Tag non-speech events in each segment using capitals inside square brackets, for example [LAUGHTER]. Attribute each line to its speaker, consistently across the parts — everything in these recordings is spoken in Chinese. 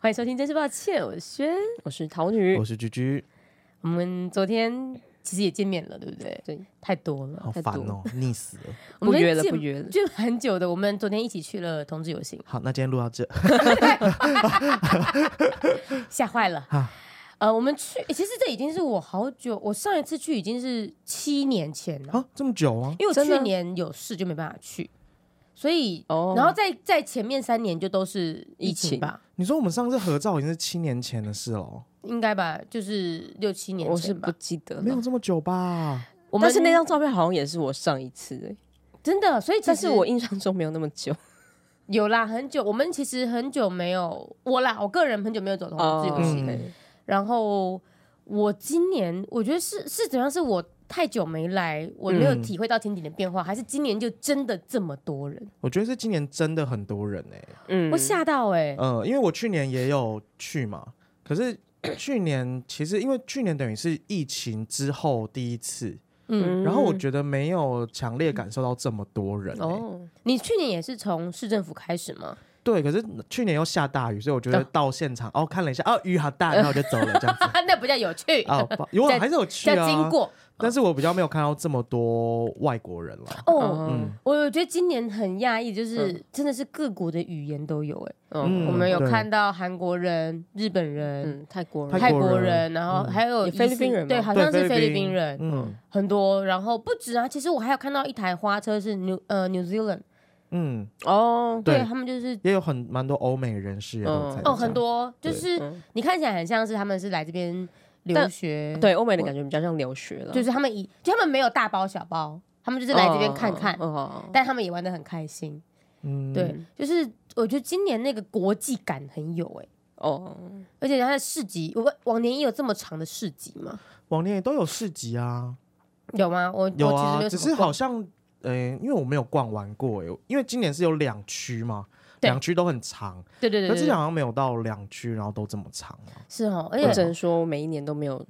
Speaker 1: 欢迎收听，真是抱歉，我是轩，我是桃女
Speaker 2: 我。是居居，
Speaker 1: 我们昨天其实也见面了，对不对？对，太多了，
Speaker 2: 好
Speaker 1: 太
Speaker 2: 烦
Speaker 1: 多了。
Speaker 2: 哦，腻死了。
Speaker 1: 我们
Speaker 3: 不约了
Speaker 1: 见
Speaker 3: 不约了
Speaker 1: 见蛮久的。我们昨天一起去了同志游
Speaker 3: [LAUGHS]
Speaker 1: 行，
Speaker 2: 好，那今天录到这，
Speaker 1: 吓坏了。 [LAUGHS] 呃，我们去、诶其实这已经是我好久，我上一次去已经是七年前了，
Speaker 2: 啊，这么久啊？
Speaker 1: 因为我
Speaker 3: 哦真的
Speaker 1: 去年有事就没办法去，所以，
Speaker 3: 哦
Speaker 1: 然后在在前面三年就都是疫
Speaker 3: 疫情
Speaker 1: 吧，
Speaker 2: 你说我们上次合照已经是七年前的事了，哦
Speaker 1: 应该吧，就是六七年
Speaker 3: 我是
Speaker 1: 前吧
Speaker 3: 不。记得
Speaker 2: 没有
Speaker 3: 了。
Speaker 2: 这么久吧？
Speaker 1: 我
Speaker 3: 但
Speaker 1: 们
Speaker 3: 是那张照片好像也是我上一次、欸，
Speaker 1: 真的，所以其
Speaker 3: 但
Speaker 1: 实
Speaker 3: 是我印象中没有那么久。
Speaker 1: 有啦，很久，我们其实很久没有我啦，我个人很久没有走同志游
Speaker 2: 嗯
Speaker 1: 戏。然后我今年我觉得是是怎样？是我太久没来，我没有
Speaker 2: 嗯
Speaker 1: 体会到天顶的变化，还是今年就真的这么多人？
Speaker 2: 我觉得是今年真的很多人哎、
Speaker 3: [LAUGHS] 嗯
Speaker 1: 我吓到哎、
Speaker 2: 嗯，因为我去年也有去嘛，可是去年其实因为去年等于是疫情之后第一次，
Speaker 1: 嗯，
Speaker 2: 然后我觉得没有强烈感受到这么多人、欸、哦。
Speaker 3: 哦，
Speaker 1: 你去年也是从市政府开始吗？
Speaker 2: 对，可是去年又下大雨，所以我觉得到现场哦看了一下，哦雨好大，然后我就走了这样子。
Speaker 1: 啊，那不叫有趣，
Speaker 2: 嗯哦，不有啊还是有去
Speaker 1: 叫
Speaker 2: 啊，
Speaker 1: 经过
Speaker 2: 但是我比较没有看到这么多外国人了。
Speaker 1: 哦。
Speaker 2: 嗯
Speaker 1: 我我觉得今年很讶异，就是、
Speaker 3: 嗯
Speaker 1: 真的是各国的语言都有哎、
Speaker 3: 嗯，
Speaker 2: 嗯
Speaker 1: 我们有
Speaker 2: 对
Speaker 1: 看到韩国人、日本人、
Speaker 3: 嗯，泰国人，
Speaker 1: 泰
Speaker 2: 泰
Speaker 1: 国
Speaker 2: 国
Speaker 1: 人，
Speaker 2: 人
Speaker 1: 然后
Speaker 2: 嗯
Speaker 1: 还有
Speaker 3: 有
Speaker 1: 伊
Speaker 3: 菲律
Speaker 1: 斯
Speaker 3: 宾人
Speaker 1: 对，
Speaker 3: 吗
Speaker 1: 好
Speaker 2: 对
Speaker 1: 像是
Speaker 2: 菲
Speaker 1: 菲
Speaker 2: 律
Speaker 1: 律宾
Speaker 2: 宾
Speaker 1: 人，
Speaker 2: 嗯
Speaker 1: 很多。然后不止啊，其实我还有看到一台花车是 New 呃 New Zealand，
Speaker 2: 嗯，
Speaker 3: 哦，
Speaker 1: 对
Speaker 2: 对
Speaker 1: 他们就是
Speaker 2: 也有很蛮多欧美人士也都在
Speaker 3: 嗯
Speaker 1: 哦
Speaker 2: 这样。
Speaker 1: 很多，就
Speaker 2: 对
Speaker 1: 是
Speaker 3: 嗯
Speaker 1: 你看起来很像是他们是来这边留
Speaker 3: 但
Speaker 1: 学，，
Speaker 3: 对，欧美的感觉比较像留学了，
Speaker 1: 就是他们以就他们没有大包小包，他们就是来这边看看，
Speaker 3: 哦，
Speaker 1: 但他们也玩的很开心。
Speaker 2: 嗯，
Speaker 1: 对，就是我觉得今年那个国际感很有哎、
Speaker 3: 哦，
Speaker 1: 而且它的市集，我往年也有这么长的市集吗？
Speaker 2: 往年也都有市集啊，
Speaker 1: 有吗？我
Speaker 2: 有
Speaker 1: 我哦其实没
Speaker 2: 啊，
Speaker 1: 有
Speaker 2: 只
Speaker 1: 什么
Speaker 2: 是
Speaker 1: 逛
Speaker 2: 好像，诶，因为我没有逛完过，诶，因为今年是有两区嘛，
Speaker 1: 对
Speaker 2: 两区都很长，
Speaker 1: 对对对
Speaker 2: 可
Speaker 1: 对
Speaker 2: 之
Speaker 1: 对
Speaker 2: 前好像没有到两区，然后都这么长啊。
Speaker 1: 是哦，而
Speaker 3: 我
Speaker 1: 且
Speaker 3: 只能说我每一年都没有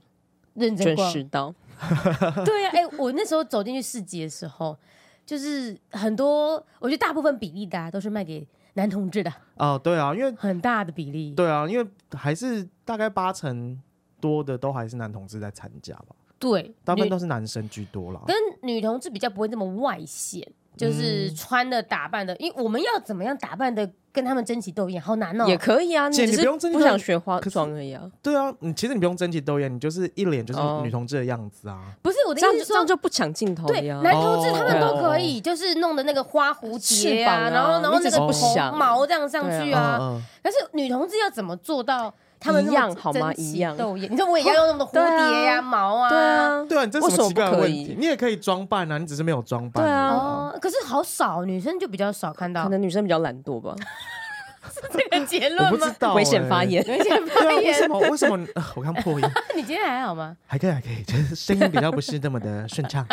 Speaker 1: 认真
Speaker 3: 准
Speaker 1: 逛。
Speaker 3: 时到， [LAUGHS]
Speaker 1: 对呀、啊，哎、我那时候走进去市集的时候，就是很多，我觉得大部分比例的、啊、都是卖给男同志的，
Speaker 2: 哦，对啊，因为
Speaker 1: 很大的比例。
Speaker 2: 对啊，因为还是大概八成多的都还是男同志在参加吧，
Speaker 1: 对，
Speaker 2: 大部分
Speaker 1: 女
Speaker 2: 都是男生居多啦。
Speaker 1: 跟女同志比较不会那么外显，就是
Speaker 2: 嗯
Speaker 1: 穿的打扮的，因为我们要怎么样打扮的跟他们争奇斗艳，好难哦。
Speaker 3: 也可以啊，你
Speaker 2: 姐
Speaker 3: 只
Speaker 2: 你
Speaker 3: 是
Speaker 2: 不用真的
Speaker 3: 不想学化
Speaker 2: 可是
Speaker 3: 妆而已啊，
Speaker 2: 对啊，你其实你不用争奇斗艳，你就是一脸就是
Speaker 3: 哦
Speaker 2: 女同志的样子啊。
Speaker 1: 不是我的
Speaker 3: 这
Speaker 1: 意思
Speaker 3: 样就是这样
Speaker 1: 说。
Speaker 3: 就不抢镜头
Speaker 1: 对，
Speaker 3: 了
Speaker 1: 男
Speaker 3: 呀，啊
Speaker 1: 同志他们都可
Speaker 2: 哦
Speaker 1: 以，就是弄的那个花蝴蝶
Speaker 3: 翅膀
Speaker 1: 啊，
Speaker 3: 啊
Speaker 1: 然后然后那
Speaker 3: 你只
Speaker 1: 个
Speaker 3: 是
Speaker 2: 不
Speaker 1: 红
Speaker 3: 想
Speaker 1: 毛这样上去啊，
Speaker 2: 嗯嗯
Speaker 1: 可是女同志要怎么做到他们那么
Speaker 3: 一样好吗
Speaker 1: 争奇
Speaker 3: 一样
Speaker 1: 斗艳你说我也要用那么蝴蝶呀、
Speaker 3: 对啊
Speaker 1: 毛啊，
Speaker 3: 对。啊，
Speaker 2: 对啊，你这是什么奇怪的问
Speaker 3: 为什么不
Speaker 2: 题
Speaker 3: 可？
Speaker 2: 你也可以装扮啊，你只是没有装扮而已啊。
Speaker 1: 哦，可是好少，女生就比较少看
Speaker 3: 可
Speaker 1: 到
Speaker 3: 能女生比较懒惰吧，
Speaker 1: 这个 [LAUGHS] 结
Speaker 2: 我
Speaker 1: 论
Speaker 2: 不知
Speaker 1: 吗？
Speaker 2: 道欸
Speaker 3: 危险发。 [LAUGHS] 言，
Speaker 1: 有一些
Speaker 2: 对
Speaker 1: [LAUGHS]
Speaker 2: 啊，
Speaker 1: 发
Speaker 2: 为什
Speaker 1: 言，
Speaker 2: 么？为什么？ [LAUGHS] 呃我刚破音，
Speaker 1: 你今天还好吗？
Speaker 2: 还可以，还可以，就是声音比较不是那么的顺
Speaker 1: [LAUGHS]
Speaker 2: 畅。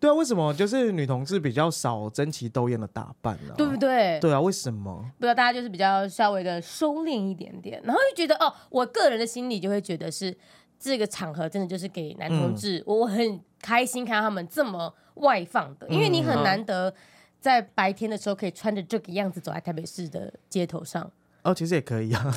Speaker 2: 对啊，为什么就是女同志比较少争奇斗艳的打扮呢、
Speaker 1: 对不对？
Speaker 2: 对啊，为什么？
Speaker 1: 不知道大家就是比较稍微的收敛一点点，然后就觉得哦，我个人的心里就会觉得是这个场合真的就是给男同
Speaker 2: 嗯
Speaker 1: 志，我我很开心看到他们这么外放的，因为你很
Speaker 3: 嗯
Speaker 1: 难得在白天的时候可以穿着这个样子走在台北市的街头上，
Speaker 2: 哦，其实也可以啊。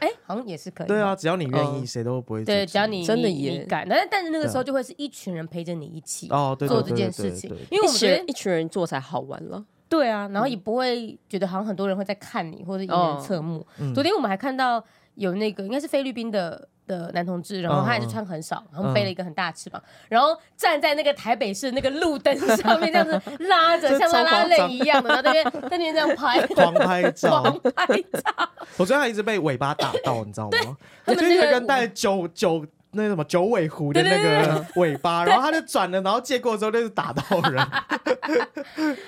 Speaker 1: 哎，好像也是可以。
Speaker 2: 对啊，，只要你愿
Speaker 3: 嗯
Speaker 2: 意，谁都不会。
Speaker 1: 哦对，只要你
Speaker 3: 真的
Speaker 1: 你
Speaker 3: 耶
Speaker 1: 你敢，但但是那个
Speaker 2: 对啊
Speaker 1: 时候就会是一群人陪着你一起
Speaker 2: 哦，对对
Speaker 1: 做
Speaker 2: 对
Speaker 1: 这件
Speaker 2: 对
Speaker 1: 事
Speaker 2: 对
Speaker 1: 情
Speaker 2: 对，
Speaker 1: 因为我
Speaker 3: 一
Speaker 1: 们
Speaker 3: 群
Speaker 1: 觉
Speaker 3: 人
Speaker 1: 得
Speaker 3: 一群人做才好玩了，
Speaker 1: 对啊，然后也不会觉得好像很多人会在看你或者引人
Speaker 3: 哦
Speaker 1: 侧目。
Speaker 2: 嗯
Speaker 1: 昨天我们还看到有那个应该是菲律宾的。的男同志，然后他也是
Speaker 2: 嗯嗯
Speaker 1: 穿很少，然后背了一个很大的翅膀，然后站在那个台北市那个路灯上面，这样子拉
Speaker 2: [LAUGHS]
Speaker 1: 着
Speaker 2: 这
Speaker 1: 像拉
Speaker 2: 超
Speaker 1: 拉
Speaker 2: 夸
Speaker 1: 类
Speaker 2: 张
Speaker 1: 一样的，然后那边在那边这样拍，
Speaker 2: [LAUGHS] 狂拍照
Speaker 1: [LAUGHS] 狂。拍照，
Speaker 2: 我昨天还一直被尾巴打到，你知道吗？
Speaker 1: 他
Speaker 2: 我
Speaker 1: 们
Speaker 2: 就
Speaker 1: 那
Speaker 2: 一
Speaker 1: 个
Speaker 2: 个跟带九九那个什么九尾狐的那个尾巴，然后他就转了，然后借过之后就是打到人。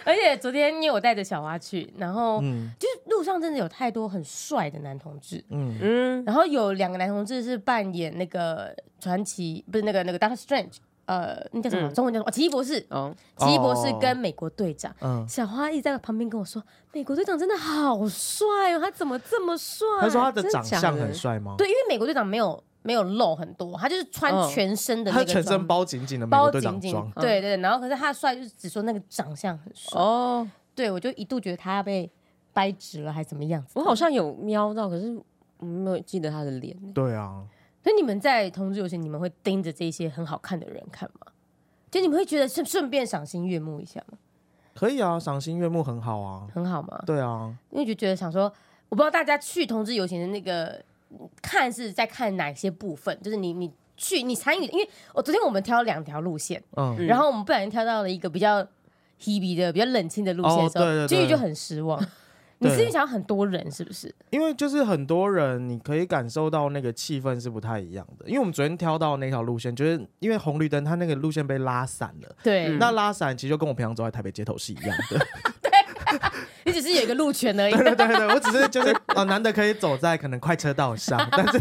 Speaker 1: 而且昨天因为我带着小花去，然后
Speaker 2: 嗯
Speaker 1: 就是路上真的有太多很帅的男同志，
Speaker 2: 嗯，
Speaker 3: 嗯，
Speaker 1: 然后有两个男同志是扮演那个传奇，不是那个那个 Doctor Strange，呃，那叫什么？
Speaker 3: 嗯
Speaker 1: 中文叫什么？哦奇异博士，
Speaker 3: 哦，
Speaker 1: 奇异博士
Speaker 2: 哦
Speaker 1: 跟美国队长。
Speaker 2: 嗯，
Speaker 1: 小花一直在旁边跟我说：“美国队长真的好帅哦，他怎么这么帅？”
Speaker 2: 他说他的长
Speaker 3: 真假
Speaker 2: 相
Speaker 3: 的
Speaker 2: 很帅吗？
Speaker 1: 对，因为美国队长没有没有露很多，他就是穿
Speaker 3: 嗯
Speaker 1: 全身的那个
Speaker 2: 他
Speaker 1: 装、
Speaker 2: 全身包紧紧的美
Speaker 1: 包
Speaker 2: 国队
Speaker 1: 紧
Speaker 2: 长
Speaker 1: 紧
Speaker 2: 装，，
Speaker 1: 对对对。然后可是他的帅就是只说那个长相很帅，
Speaker 3: 哦，
Speaker 2: 哦
Speaker 1: 对我就一度觉得他要被掰直了还是怎么样子。
Speaker 3: 我好像有瞄到，可是我没有记得他的脸欸，
Speaker 2: 对啊，
Speaker 1: 所以你们在同志游行，你们会盯着这些很好看的人看吗？就你们会觉得顺顺便赏心悦目一下吗？
Speaker 2: 可以啊，赏心悦目很好啊。
Speaker 1: 很好吗？
Speaker 2: 对啊，
Speaker 1: 因为就觉得想说，我不知道大家去同志游行的那个看是在看哪些部分，就是你你去你参与，因为我昨天我们挑两条路线，
Speaker 2: 嗯，
Speaker 1: 然后我们不小心挑到了一个比较 hebe 的、比较冷清的路线的时
Speaker 2: 哦对
Speaker 1: 候，
Speaker 2: 对对
Speaker 1: 君宇就很失望。你
Speaker 2: 对嗯
Speaker 1: 是因为想要很多人是不是？
Speaker 2: 因为就是很多人，你可以感受到那个气氛是不太一样的。因为我们昨天挑到那条路线，就是因为红绿灯，它那个路线被拉散了。
Speaker 1: 对，
Speaker 2: 那拉散其实就跟我平常走在台北街头是一样的。
Speaker 1: 你只是有一个路权而已。
Speaker 2: 对对对，我只是就是啊，难得可以走在可能快车道上，但是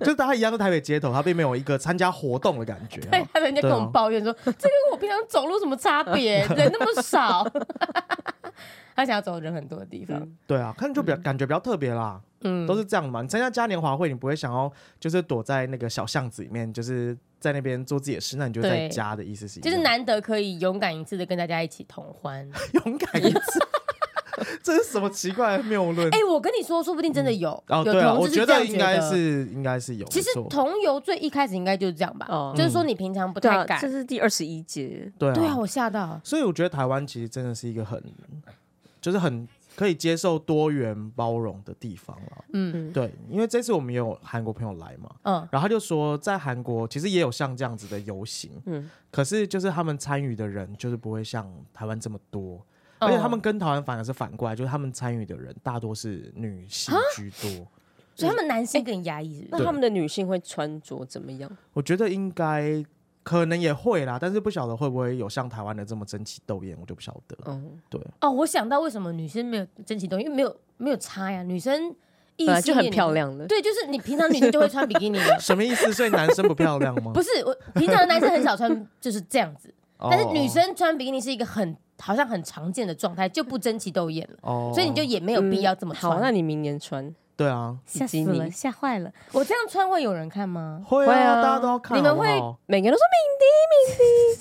Speaker 2: 就是大家一样在台北街头，他并没有一个参加活动的感觉、
Speaker 1: 哦对
Speaker 2: 啊。，
Speaker 1: 他人家跟我们抱怨说，这跟我平常走路什么差别？ [LAUGHS] 人那么少，他想要走人很多的地方。
Speaker 2: 对啊，看就比较、感觉比较特别啦，
Speaker 1: 嗯，
Speaker 2: 都是这样嘛。你参加嘉年华会，你不会想要就是躲在那个小巷子里面，就是在那边做自己的事，那你就在
Speaker 1: 对
Speaker 2: 家的意思是一
Speaker 1: 就是
Speaker 2: 样
Speaker 1: 难得可以勇敢一次的跟大家一起同 [LAUGHS] 欢。
Speaker 2: 勇敢一次， [LAUGHS] 这是什么奇怪的谬论？
Speaker 1: 哎、我跟你说，说不定真的有，
Speaker 2: 哦，
Speaker 1: 有
Speaker 2: 对啊，
Speaker 1: 同
Speaker 2: 我
Speaker 1: 志是
Speaker 2: 觉
Speaker 1: 这样
Speaker 2: 应该。是应该是有，
Speaker 1: 其实
Speaker 2: 没错
Speaker 1: 同游最一开始应该就是这样吧，
Speaker 3: 哦
Speaker 1: 就是说你平常不
Speaker 3: 对
Speaker 1: 太
Speaker 3: 啊，
Speaker 1: 敢。
Speaker 3: 这是第二十一届，
Speaker 2: 对
Speaker 1: 对啊，我吓到。
Speaker 2: 所以我觉得台湾其实真的是一个很，就是很可以接受多元包容的地方了。
Speaker 1: 嗯
Speaker 2: 对，因为这次我们也有韩国朋友来嘛，
Speaker 1: 嗯，
Speaker 2: 然后他就说在韩国其实也有像这样子的游行，
Speaker 3: 嗯，
Speaker 2: 可是就是他们参与的人就是不会像台湾这么多。
Speaker 1: 嗯
Speaker 2: 而且他们跟台湾反而是反过来，就是他们参与的人大多是女性居多。
Speaker 1: 嗯所以他们男性更压抑，是不
Speaker 3: 那
Speaker 1: 是？
Speaker 3: 他们的女性会穿着怎么样？
Speaker 2: 我觉得应该可能也会啦，但是不晓得会不会有像台湾的这么争奇斗艳，我就不晓得。
Speaker 3: 嗯，
Speaker 2: 对，
Speaker 1: 哦，我想到为什么女生没有争奇斗艳，因为没有没有差呀，女生异
Speaker 3: 本来
Speaker 1: 性
Speaker 3: 啊就很
Speaker 1: 恋
Speaker 3: 漂。亮的，
Speaker 1: 对，就是你平常女生就会穿比基 [LAUGHS] 尼，
Speaker 2: 什么意思？所以男生不漂亮
Speaker 1: [LAUGHS]
Speaker 2: 吗？
Speaker 1: 不是我平常的男生很少穿就是这样子，
Speaker 2: 哦
Speaker 1: 但是女生穿比基尼是一个很好像很常见的状态，就不争奇斗艳了，
Speaker 2: 哦，
Speaker 1: 所以你就也没有必要这么穿。
Speaker 3: 嗯好，那你明年穿
Speaker 2: 对啊，
Speaker 1: 吓死
Speaker 3: 比基尼
Speaker 1: 了，吓坏了！我这样穿会有人看 [LAUGHS] 吗？
Speaker 2: 会
Speaker 3: 会
Speaker 2: 啊，
Speaker 3: 啊
Speaker 2: 大家都要看，
Speaker 1: 你们
Speaker 2: 好不好
Speaker 3: 每个人都说敏迪，敏迪，这
Speaker 2: 哦对啊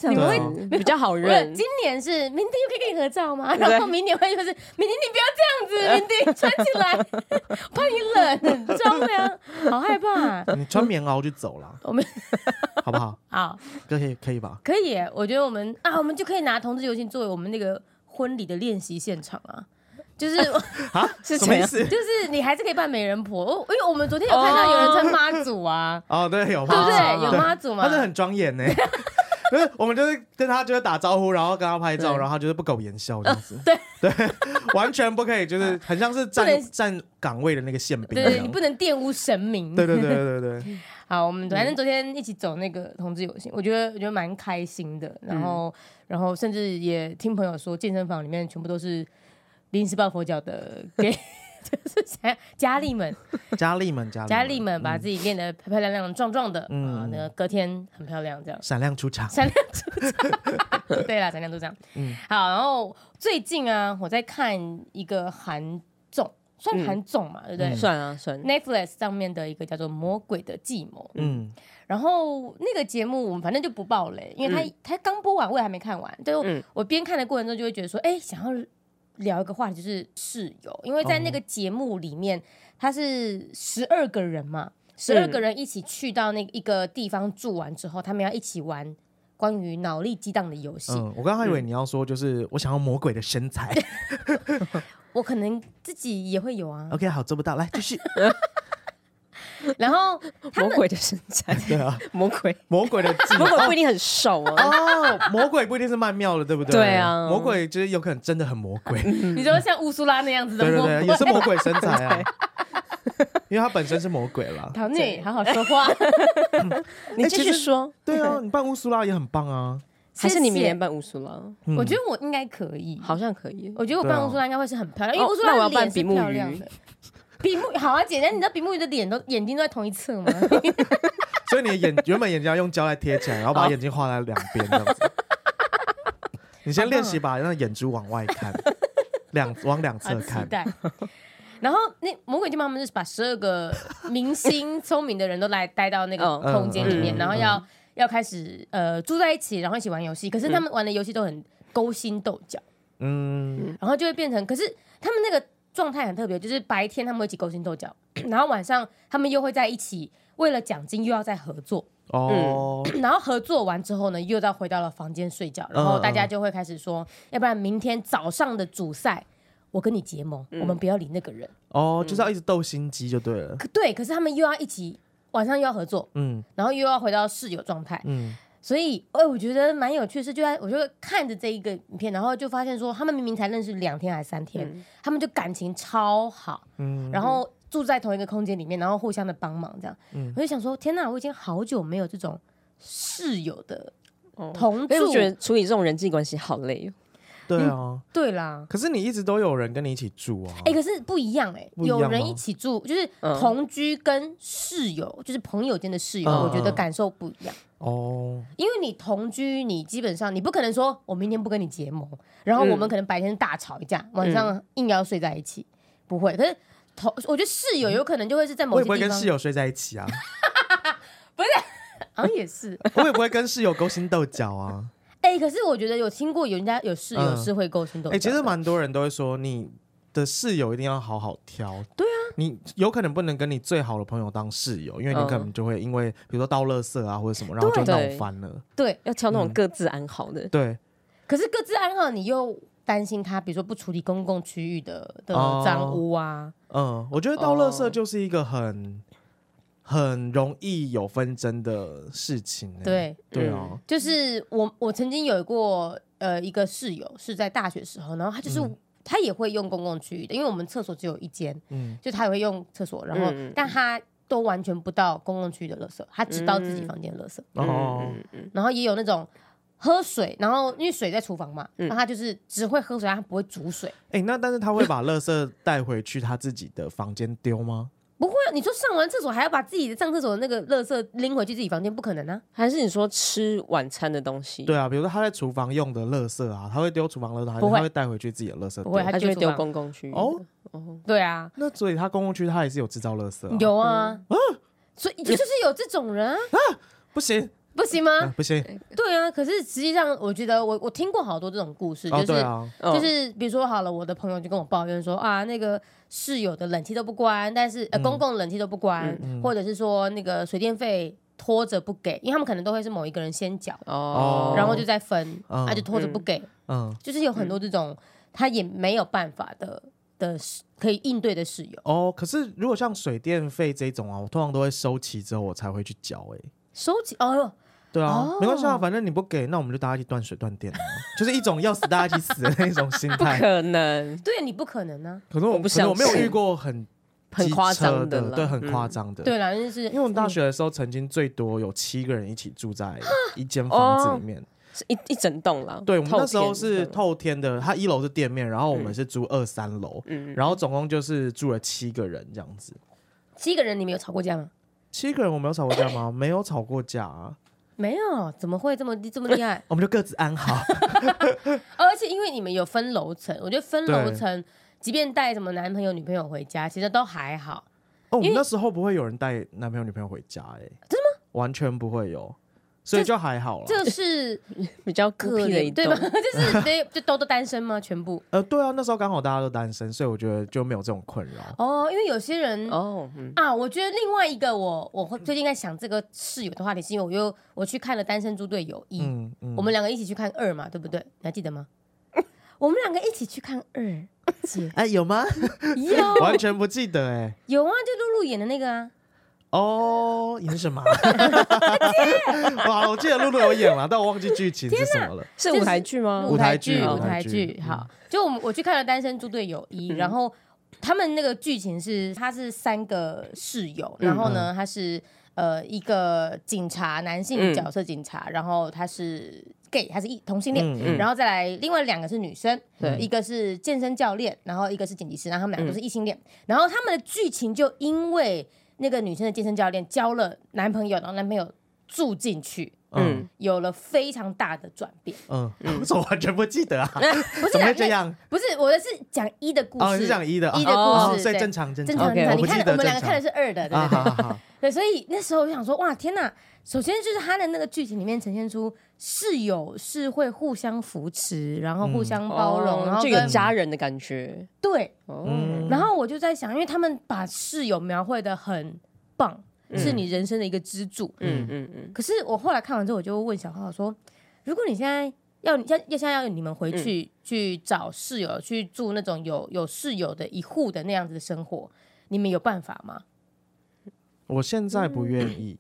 Speaker 3: 样子比较好
Speaker 1: 不是，
Speaker 3: 认
Speaker 1: 今。年是明天又可以跟你合照吗？
Speaker 3: 对
Speaker 1: 然后明年会就是明天你不要这样子，明天穿起来， [LAUGHS] 怕你冷，很着凉，好害怕。啊
Speaker 2: 你穿棉袄就走了，
Speaker 1: [LAUGHS] 我们
Speaker 2: 好不好？
Speaker 1: 好
Speaker 2: 可以可以吧？
Speaker 1: 可以耶，我觉得我们啊，我们就可以拿同志游行作为我们那个婚礼的练习现场啊。就是 [LAUGHS]
Speaker 2: 啊，
Speaker 3: 是
Speaker 2: 什么
Speaker 3: 怎
Speaker 2: 意
Speaker 3: 样
Speaker 2: 思？
Speaker 1: 就是，你还是可以扮美人婆，哦因为我们昨天有看到有人穿妈祖
Speaker 2: [LAUGHS]
Speaker 1: 啊，
Speaker 2: 哦，对，有
Speaker 1: 对不
Speaker 2: 吗？
Speaker 1: 对？有妈祖嘛
Speaker 2: 他？是很庄严
Speaker 1: [LAUGHS]
Speaker 2: 呢。不是，我们就是跟他就是打招呼，然后跟他拍照，
Speaker 3: 对
Speaker 2: 然后他就是不苟言笑这样子。对对，完全不可
Speaker 1: [LAUGHS]
Speaker 2: 以，就是很像是
Speaker 1: 哦不
Speaker 2: 站
Speaker 1: 能
Speaker 2: 站岗位的那个宪兵
Speaker 1: 对
Speaker 2: 一
Speaker 1: 对，
Speaker 2: 样
Speaker 1: 你。不能玷污神明。
Speaker 2: 对对对对对对，
Speaker 1: 好，我们反正昨天一起走那个同志游行，我觉得我觉得蛮开心的。
Speaker 2: 嗯
Speaker 1: 然后，然后甚至也听朋友说，健身房里面全部都是临时抱佛脚的给， [LAUGHS] 就是家佳丽们，
Speaker 2: 佳
Speaker 1: [LAUGHS]
Speaker 2: 丽们，嗯佳
Speaker 1: 佳
Speaker 2: 丽
Speaker 1: 丽们把自己练得漂漂亮亮、壮壮的，嗯，啊，那个隔天很漂亮，这样。
Speaker 2: 闪亮
Speaker 1: [LAUGHS]
Speaker 2: 出场。
Speaker 1: 闪亮出场， [LAUGHS] 对啦，闪亮出场。嗯，好，然后最近啊，我在看一个韩综，算韩综嘛，对不
Speaker 2: 嗯
Speaker 1: 对、
Speaker 3: 算啊
Speaker 1: 嗯
Speaker 3: 算，
Speaker 1: Netflix 上面的一个叫做《魔鬼的计谋》，
Speaker 2: 嗯，
Speaker 1: 然后那个节目我们反正就不爆雷，因
Speaker 2: 嗯
Speaker 1: 为它它刚播完，我也还没看完。对，我
Speaker 3: 嗯
Speaker 1: 我边看的过程中就会觉得说，哎，想要聊一个话题就是室友，因为在
Speaker 2: 哦
Speaker 1: 那个节目里面，他是十二个人嘛，
Speaker 2: 嗯
Speaker 1: 十二个人一起去到那一个地方住完之后，他们要一起玩关于脑力激荡的游戏。
Speaker 2: 嗯，我刚刚以为你要说就是我想要魔鬼的身材
Speaker 1: 我可能自己也会有
Speaker 2: [LAUGHS]
Speaker 1: 啊。
Speaker 2: ，OK，好做不到，来继续。嗯
Speaker 1: 然后
Speaker 3: 魔鬼的身
Speaker 1: [LAUGHS]
Speaker 3: 材，
Speaker 2: 对啊，
Speaker 3: 魔鬼，
Speaker 2: 魔鬼的
Speaker 3: [LAUGHS]
Speaker 2: 计
Speaker 3: 魔
Speaker 2: 谋
Speaker 3: 鬼不一定很
Speaker 1: [LAUGHS]
Speaker 3: 瘦啊，
Speaker 2: 哦，魔鬼不一定是曼妙的，对不对？
Speaker 3: 对啊
Speaker 2: 魔鬼就是有可能真的很魔鬼，
Speaker 1: 你说像乌苏拉那样子的
Speaker 2: 对
Speaker 1: 嗯
Speaker 2: 对
Speaker 1: 魔
Speaker 2: 对，
Speaker 1: 鬼，
Speaker 2: 也是魔鬼身材啊，因为他本身是魔鬼啦。
Speaker 1: 桃女好好说
Speaker 2: [LAUGHS]
Speaker 1: 话，
Speaker 3: 你继
Speaker 2: 其
Speaker 3: 续
Speaker 2: 实
Speaker 3: 说，
Speaker 2: 对啊，你扮乌苏拉也很棒啊。
Speaker 3: 哎还是你明
Speaker 1: 谢谢
Speaker 3: 年办乌苏拉？
Speaker 2: 嗯
Speaker 1: 我觉得我应该可以。
Speaker 3: 啊好像可以，
Speaker 1: 我觉得我
Speaker 2: 对啊
Speaker 1: 扮乌苏拉应该会是很漂亮，因
Speaker 3: 哦
Speaker 1: 为乌苏
Speaker 3: 那我
Speaker 1: 拉的
Speaker 3: 要
Speaker 1: 脸
Speaker 3: 扮
Speaker 1: 是
Speaker 3: 比目鱼
Speaker 1: 漂亮的。比目 [LAUGHS] 好啊，姐姐，你知道比目鱼的脸都眼睛都在同一侧
Speaker 3: [LAUGHS]
Speaker 1: 吗？
Speaker 2: 所以你的眼 [LAUGHS] 原本眼睛要用胶带贴起来，然后把眼睛画在两边这样子。你先练习把让眼珠往外看，两往两
Speaker 1: 好
Speaker 2: 侧
Speaker 1: 期
Speaker 2: 看。
Speaker 1: 待。然后那魔鬼地方，他们是把十二个明星、聪明的人都来带到那个
Speaker 3: 嗯
Speaker 1: 空间里面，
Speaker 2: 嗯嗯
Speaker 1: 然后要要开始呃住在一起，然后一起玩游戏。可
Speaker 3: 嗯
Speaker 1: 是他们玩的游戏都很勾心斗角，
Speaker 2: 嗯，
Speaker 1: 然后就会变成，可是他们那个状态很特别，就是白天他们会一起勾心斗角，然后晚上他们又会在一起，为了奖金又要再合作，
Speaker 2: 哦，
Speaker 1: 然后合作完之后呢，又再回到了房间睡觉，然后大
Speaker 3: 嗯
Speaker 1: 家就会开始说，要不然明天早上的主赛。我跟你结盟，我
Speaker 3: 嗯
Speaker 1: 们不要理那个人。
Speaker 2: 哦，就是要一直斗心机就对了。
Speaker 1: 可对，可是他们又要一起晚上又要合作，
Speaker 2: 嗯
Speaker 1: 然后又要回到室友状态，
Speaker 2: 嗯，
Speaker 1: 所以，哎、我觉得蛮有趣的是，就在我就看着这一个影片，然后就发现说，他们明明才认识两天还是三天，
Speaker 3: 嗯
Speaker 1: 他们就感情超好，
Speaker 2: 嗯
Speaker 1: 然后住在同一个空间里面，然后互相的帮忙这样。
Speaker 3: 嗯
Speaker 1: 我就想说，天哪，我已经好久没有这种室友的
Speaker 3: 哦
Speaker 1: 同
Speaker 3: 因为
Speaker 1: 住，
Speaker 3: 我觉得处理这种人际关系好累哦。
Speaker 2: 对啊。
Speaker 1: 对啦。
Speaker 2: 可是你一直都有人跟你一起住啊。
Speaker 1: 哎、可是不一样哎、
Speaker 2: 不一样
Speaker 1: 有
Speaker 2: 吗
Speaker 1: 人一起住，就是
Speaker 3: 嗯
Speaker 1: 同居跟室友，就是朋友间的室友，
Speaker 2: 嗯
Speaker 1: 我觉得
Speaker 2: 嗯
Speaker 1: 感受不一样。
Speaker 2: 哦，
Speaker 1: 因为你同居，你基本上你不可能说我明天不跟你结盟，然后我们可能白天大吵一架，晚上硬要睡在一起，不会。可是同，我觉得室友有可能就会是在某
Speaker 2: 我也
Speaker 1: 些
Speaker 2: 不会
Speaker 1: 地
Speaker 2: 跟
Speaker 1: 方
Speaker 2: 室，友睡在一起啊，
Speaker 1: 好像啊也是。
Speaker 2: 我也不会跟室友勾心斗角啊。
Speaker 1: 哎、可是我觉得有听过有人家有室友
Speaker 2: 嗯
Speaker 1: 是会勾心斗角
Speaker 2: 哎、
Speaker 1: 的，
Speaker 2: 其实蛮多人都会说，你的室友一定要好好挑。对啊，你有可能不能跟你最好的朋友当室友，因为你
Speaker 3: 嗯
Speaker 2: 可能就会因为比如说倒垃圾啊或者什么，然后就
Speaker 3: 对
Speaker 2: 闹翻了。
Speaker 1: 对。
Speaker 3: 要挑那种
Speaker 2: 嗯
Speaker 3: 各自安好的，
Speaker 2: 对，
Speaker 1: 可是各自安好，你又担心他，比如说不处理公共区域的的
Speaker 2: 哦
Speaker 1: 脏污啊，
Speaker 2: 嗯，我觉得倒垃圾
Speaker 3: 哦
Speaker 2: 就是一个很、很容易有纷争的事情、欸。
Speaker 1: 对。
Speaker 2: 对啊，
Speaker 1: 就是我我曾经有过呃一个室友是在大学时候，然后他就是、
Speaker 2: 嗯
Speaker 1: 他也会用公共区域的，因为我们厕所只有一间，
Speaker 2: 嗯
Speaker 1: 就他也会用厕所，然后、
Speaker 3: 嗯
Speaker 1: 但他都完全不到公共区域的垃圾，他只到自己
Speaker 3: 嗯
Speaker 1: 房间的垃圾，
Speaker 2: 哦，
Speaker 3: 嗯嗯
Speaker 1: 然后也有那种。喝水，然后因为水在厨房嘛，然后他就是只会喝水，他不会煮水。
Speaker 2: 哎、那但是他会把垃圾带回去他自己的房间丢吗？
Speaker 1: 不会啊，你说上完厕所还要把自己的上厕所的那个垃圾拎回去自己房间，不可能啊！
Speaker 3: 还是你说吃晚餐的东西，
Speaker 2: 对啊，比如说他在厨房用的垃圾啊，他会丢厨房垃圾，还是
Speaker 1: 不会
Speaker 2: 他会带回去自己的垃圾？
Speaker 1: 不会他
Speaker 3: 他就会
Speaker 1: 丢
Speaker 3: 丢
Speaker 1: 出来
Speaker 3: 公共区域的
Speaker 2: 哦。
Speaker 3: 哦，
Speaker 1: 对啊，
Speaker 2: 那所以他公共区他也是有制造垃圾、啊，
Speaker 1: 有啊，所以就是有这种人啊，
Speaker 2: 不行、
Speaker 1: 不行吗？
Speaker 2: 啊不行
Speaker 1: 对啊，可是实际上，我觉得我我听过好多这种故事，就
Speaker 2: 哦，
Speaker 1: 是、
Speaker 2: 对啊，
Speaker 1: 就
Speaker 3: 嗯
Speaker 1: 是比如说好了，我的朋友就跟我抱怨说啊，那个室友的冷气都不关，但是呃
Speaker 2: 嗯
Speaker 1: 公共冷气都不关，或者是说那个水电费拖着不给，因为他们可能都会是某一个人先缴，
Speaker 3: 哦，
Speaker 1: 然后就再分，
Speaker 2: 嗯
Speaker 1: 啊就拖着不给，
Speaker 2: 嗯，
Speaker 1: 就是有很多这种他也没有办法的的室可以应对的室友，
Speaker 2: 哦，可是如果像水电费这种啊，我通常都会收齐之后我才会去缴、欸，
Speaker 1: 收集哦哟，
Speaker 2: 对啊，
Speaker 1: 哦
Speaker 2: 没关系啊，反正你不给，那我们就大家一起断水断电啊、就是一种要死大家一起死的那种心
Speaker 3: [LAUGHS] 不
Speaker 2: 态。
Speaker 3: 可能，
Speaker 1: 对你不可能啊，
Speaker 2: 可能我
Speaker 3: 我不
Speaker 2: 可能我没有
Speaker 3: 相信
Speaker 2: 遇过很
Speaker 3: 很
Speaker 2: 机
Speaker 3: 夸张
Speaker 2: 车
Speaker 3: 的
Speaker 2: 的，
Speaker 3: 啦
Speaker 2: 对，很
Speaker 3: 嗯
Speaker 2: 夸张的，
Speaker 1: 对啦，就是因
Speaker 2: 因为我们大学的时候，曾经最多有七个人一起住在一间房子里面。
Speaker 3: 是一一整栋啦。
Speaker 2: 对，我们
Speaker 3: 透
Speaker 2: 那时候
Speaker 3: 天
Speaker 2: 是
Speaker 3: 的，
Speaker 2: 透天的，它一楼是店面，然后我们是租二三楼，
Speaker 3: 嗯，
Speaker 2: 然后总共就是住了七个人这样子。
Speaker 1: 七个人，你们有吵过架吗？
Speaker 2: 七个人我没有吵过架吗？没有吵过架、啊，
Speaker 1: 没有，怎么会这么这么厉害？
Speaker 2: 我们就各自安好。
Speaker 1: 哦而且因为你们有分楼层，我觉得分楼
Speaker 2: 对
Speaker 1: 层，即便带什么男朋友、女朋友回家，其实都还好。
Speaker 2: 哦，我
Speaker 1: 因
Speaker 2: 们
Speaker 1: 为
Speaker 2: 那时候不会有人带男朋友女朋友回家、欸，哎，真的吗？完全不会有，所以就还好了。
Speaker 1: 这是
Speaker 3: 比较孤
Speaker 1: 可
Speaker 3: 僻的一
Speaker 1: 怜，对
Speaker 3: 栋
Speaker 1: 吧？， [LAUGHS] 就是对，就都都单身吗？全部
Speaker 2: 呃，对啊，那时候刚好大家都单身，所以我觉得就没有这种困扰。
Speaker 1: 哦，因为有些人、
Speaker 3: 哦，嗯，
Speaker 1: 啊，我觉得另外一个我我会最近在想这个室友的话题，是因为我又我去看了《单身猪队友一》
Speaker 2: 嗯嗯
Speaker 1: 我们两个一起去看二嘛，对不对？你还记得吗？ [LAUGHS] 我们两个一起去看二，姐
Speaker 2: 哎、有吗？
Speaker 1: [LAUGHS] 有
Speaker 2: [LAUGHS]
Speaker 1: 啊
Speaker 2: 完全不记得哎、
Speaker 1: 有啊，就露露演的那个啊，
Speaker 2: 哦，
Speaker 1: [LAUGHS]
Speaker 2: 演什么？哇，我记得露露有演了，但我忘记剧情是什么了。
Speaker 3: 是
Speaker 1: 就是
Speaker 3: 舞台剧吗？
Speaker 2: 舞台剧
Speaker 1: 嗯
Speaker 2: 嗯
Speaker 1: 舞
Speaker 2: 舞台
Speaker 1: 台
Speaker 2: 剧
Speaker 1: 剧。好，就我们我去看了《单身猪队友一》，然后他们那个剧情是，他是三个室友，
Speaker 2: 嗯
Speaker 1: 然后呢，他是呃一个警察，男性角色警察，然后他是 gay，他是异同性恋。
Speaker 2: 嗯
Speaker 1: 然后再来，另外两个是女生，
Speaker 3: 对
Speaker 1: 一个是健身教练，然后一个是剪辑师，然后他们
Speaker 2: 嗯
Speaker 1: 两个都是异性恋。然后他们的剧情就因为那个女生的健身教练交了男朋友，然后男朋友住进去，
Speaker 2: 嗯嗯
Speaker 3: 嗯
Speaker 1: 有了非常大的转变。
Speaker 2: 嗯， [LAUGHS] 我怎么完全不记得啊？
Speaker 1: 不是
Speaker 2: 怎么
Speaker 1: 啦
Speaker 2: 会这？样？
Speaker 1: 因为不是我的是讲一的故
Speaker 2: 哦，
Speaker 1: 事，
Speaker 2: 你是讲一的，
Speaker 1: 一
Speaker 2: 哦
Speaker 1: 的
Speaker 3: 哦
Speaker 1: 故
Speaker 2: 哦
Speaker 1: 事，
Speaker 2: 所以
Speaker 1: 对
Speaker 2: 正常正
Speaker 1: 正
Speaker 2: 常
Speaker 1: 常正常。
Speaker 2: 我
Speaker 1: 你
Speaker 2: 不
Speaker 1: 看
Speaker 2: 记
Speaker 1: 的
Speaker 2: 得
Speaker 1: 我们
Speaker 2: 正
Speaker 1: 两个
Speaker 2: 常
Speaker 1: 看的是二的，对
Speaker 2: 啊，
Speaker 1: 对
Speaker 2: 好
Speaker 1: 对
Speaker 2: 好
Speaker 1: [LAUGHS]
Speaker 2: 好，
Speaker 1: 对，所以那时候我就想说，哇，天哪！首先就是他的那个剧情里面呈现出室友是会互相扶持，然后互相嗯包容，
Speaker 2: 哦
Speaker 1: 然后
Speaker 3: 哦就有
Speaker 1: 跟
Speaker 3: 家人的感觉。
Speaker 1: 对，
Speaker 3: 哦，
Speaker 2: 嗯
Speaker 1: 然后我就在想，因为他们把室友描绘的很棒，
Speaker 2: 嗯
Speaker 1: 是你人生的一个支柱。
Speaker 3: 嗯嗯嗯，
Speaker 1: 可是我后来看完之后，我就问小浩说：“如果你现在要要要现在要你们回去、
Speaker 3: 嗯
Speaker 1: 去找室友去住那种有有室友的一户的那样子的生活，你们有办法吗
Speaker 2: 我现在不愿意，？”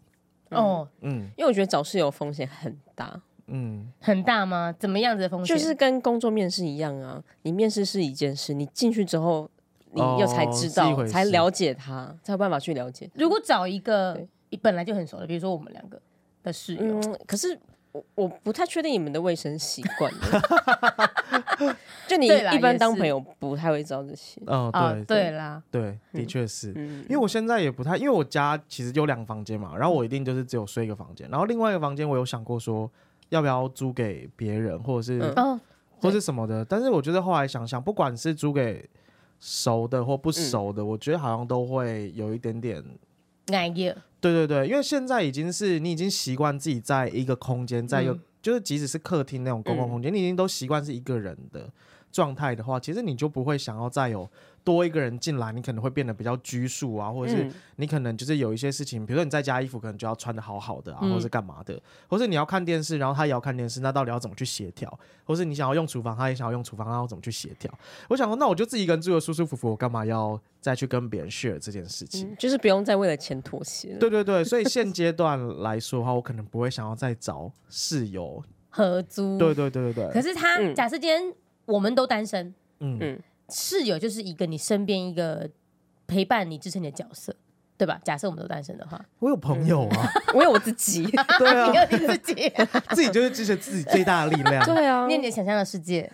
Speaker 1: 哦，
Speaker 2: 嗯
Speaker 3: 因为我觉得找室友风险很大，
Speaker 2: 嗯，
Speaker 1: 很大吗？怎么样子的风险？
Speaker 3: 就是跟工作面试一样啊。你面试是一件事，你进去之后，你又才知
Speaker 2: 哦是一
Speaker 3: 道，
Speaker 2: 回事
Speaker 3: 才了解他，才有办法去了解。
Speaker 1: 如果找一个
Speaker 3: 对
Speaker 1: 本来就很熟的，比如说我们两个的室友，
Speaker 2: 哦
Speaker 3: 嗯，可是我我不太确定你们的卫生习惯欸。
Speaker 1: [LAUGHS]
Speaker 3: 就你
Speaker 1: 对啦
Speaker 3: 一般当
Speaker 1: 也是
Speaker 3: 朋友不太会知道这些。
Speaker 2: 哦
Speaker 1: 啊，
Speaker 2: 对
Speaker 1: 对啦，
Speaker 2: 对，的确是，
Speaker 3: 嗯
Speaker 2: 因为我现在也不太，因为我家其实有两个房间嘛，然后我一定就是只有睡一个房间，然后另外一个房间我有想过说要不要租给别人，或者是、
Speaker 3: 嗯
Speaker 1: 哦，
Speaker 2: 或是什么的，但是我觉得后来想想，不管是租给熟的或不熟的，我觉得好像都会有一点点。
Speaker 1: 哎呀，
Speaker 2: 对对对，因为现在已经是你已经习惯自己在一个空间，在一个、
Speaker 1: 嗯
Speaker 2: 就是即使是客厅那种公共空间，你已经都习惯是一个人的状态的话，其实你就不会想要再有多一个人进来，你可能会变得比较拘束啊，或者是
Speaker 3: 嗯
Speaker 2: 你可能就是有一些事情，比如说你在家衣服可能就要穿的好好的啊，
Speaker 1: 嗯
Speaker 2: 或是干嘛的，或是你要看电视，然后他也要看电视，那到底要怎么去协调？或是你想要用厨房，他也想要用厨房，那要怎么去协调？我想说，那我就自己一个人住的舒舒服服，我干嘛要再去跟别人 share 这件事情？
Speaker 3: 嗯就是不用再为了钱妥协了。
Speaker 2: 对对对，所以现阶段来说的话，我可能不会想要再找室友。
Speaker 1: 合租，
Speaker 2: 对对对对
Speaker 1: 可
Speaker 2: 对，
Speaker 1: 是他、
Speaker 3: 嗯
Speaker 1: 假设今天我们都单身，
Speaker 2: 嗯，
Speaker 1: 室友就是一个你身边一个陪伴你、支撑你的角色，对吧？假设我们都单身的话，
Speaker 2: 我有朋友啊，
Speaker 3: 我有我自
Speaker 1: [LAUGHS]
Speaker 3: 己。
Speaker 2: 对
Speaker 1: 你要
Speaker 2: 啊，
Speaker 1: 你自己，
Speaker 2: 自己就是支持自己最大的力量。
Speaker 3: 对
Speaker 1: [LAUGHS]
Speaker 3: 啊，
Speaker 1: 念你的想象的世界。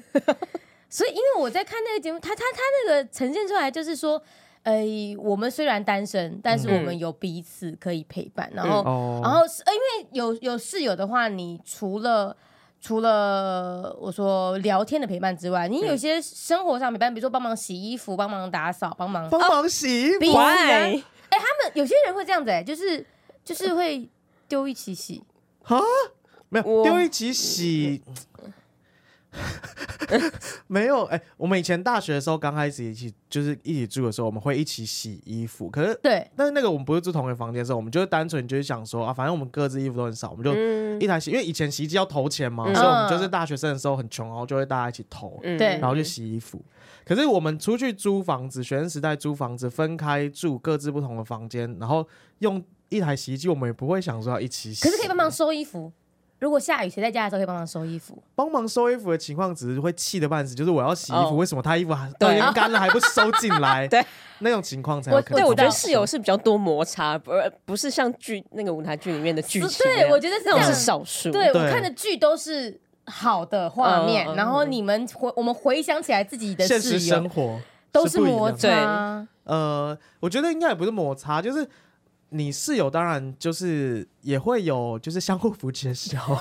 Speaker 1: 所以，因为我在看那个节目，他他他那个呈现出来就是说，呃，我们虽然单身，但是我们有彼此可以陪伴。然后，
Speaker 2: 哦，
Speaker 1: 然后是、呃，因为有有室友的话，你除了除了我说聊天的陪伴之外，你有些生活上陪伴，比如说帮忙洗衣服、帮忙打扫、帮忙
Speaker 2: 帮忙洗衣服，
Speaker 1: 比
Speaker 3: 乖，
Speaker 1: 有些人会这样子、欸，就是就是会丢一起洗，
Speaker 2: 没有
Speaker 3: 我
Speaker 2: 丢一
Speaker 1: [LAUGHS]
Speaker 2: 起洗，没有哎、我们以前大学的时候刚开始一起就是一起住的时候，我们会一起洗衣服，可是。
Speaker 1: 对，
Speaker 2: 但是那个我们不是住同一个房间的时候，我们就是单纯就是想说啊，反正我们各自衣服都很少，我们就
Speaker 3: 嗯
Speaker 2: 一台洗，因为以前洗衣机要投钱嘛，
Speaker 3: 嗯
Speaker 2: 所以我们就是大学生的时候很穷，然后就会大家一起投，
Speaker 3: 嗯
Speaker 1: 对
Speaker 2: 然后去洗衣服。可是我们出去租房子，学生时代租房子分开住，各自不同的房间，然后用一台洗衣机，我们也不会想说要一起洗。
Speaker 1: 可是可以帮忙收衣服。如果下雨谁在家的时候可以帮忙收衣服，
Speaker 2: 帮忙收衣服的情况，只是会气得半死，就是我要洗衣服，
Speaker 3: 哦
Speaker 2: 为什么他衣服还
Speaker 3: 对
Speaker 2: 都已经干了还不收进
Speaker 1: [LAUGHS]
Speaker 2: 来？
Speaker 3: 对，
Speaker 2: 那种情况才有
Speaker 1: 我
Speaker 2: 可能
Speaker 3: 对，
Speaker 2: 发生。
Speaker 3: 我觉得室友是比较多摩擦，不不是像剧那个舞台剧里面的剧情那样，
Speaker 1: 呃对我觉得是这
Speaker 3: 那种
Speaker 1: 样
Speaker 3: 是。少数。
Speaker 1: 对
Speaker 2: 对
Speaker 1: 我看的剧都是好的画面，
Speaker 3: 嗯嗯嗯
Speaker 1: 然后你们回我们回想起来自己的
Speaker 2: 现实
Speaker 1: 室
Speaker 2: 生
Speaker 1: 友
Speaker 2: 活
Speaker 1: 都
Speaker 2: 是
Speaker 1: 是
Speaker 2: 不一样
Speaker 1: 摩
Speaker 2: 的
Speaker 1: 擦，
Speaker 2: 呃，我觉得应该也不是摩擦，就是你室友当然就是也会有就是相互扶持的
Speaker 1: [LAUGHS]
Speaker 2: 时候，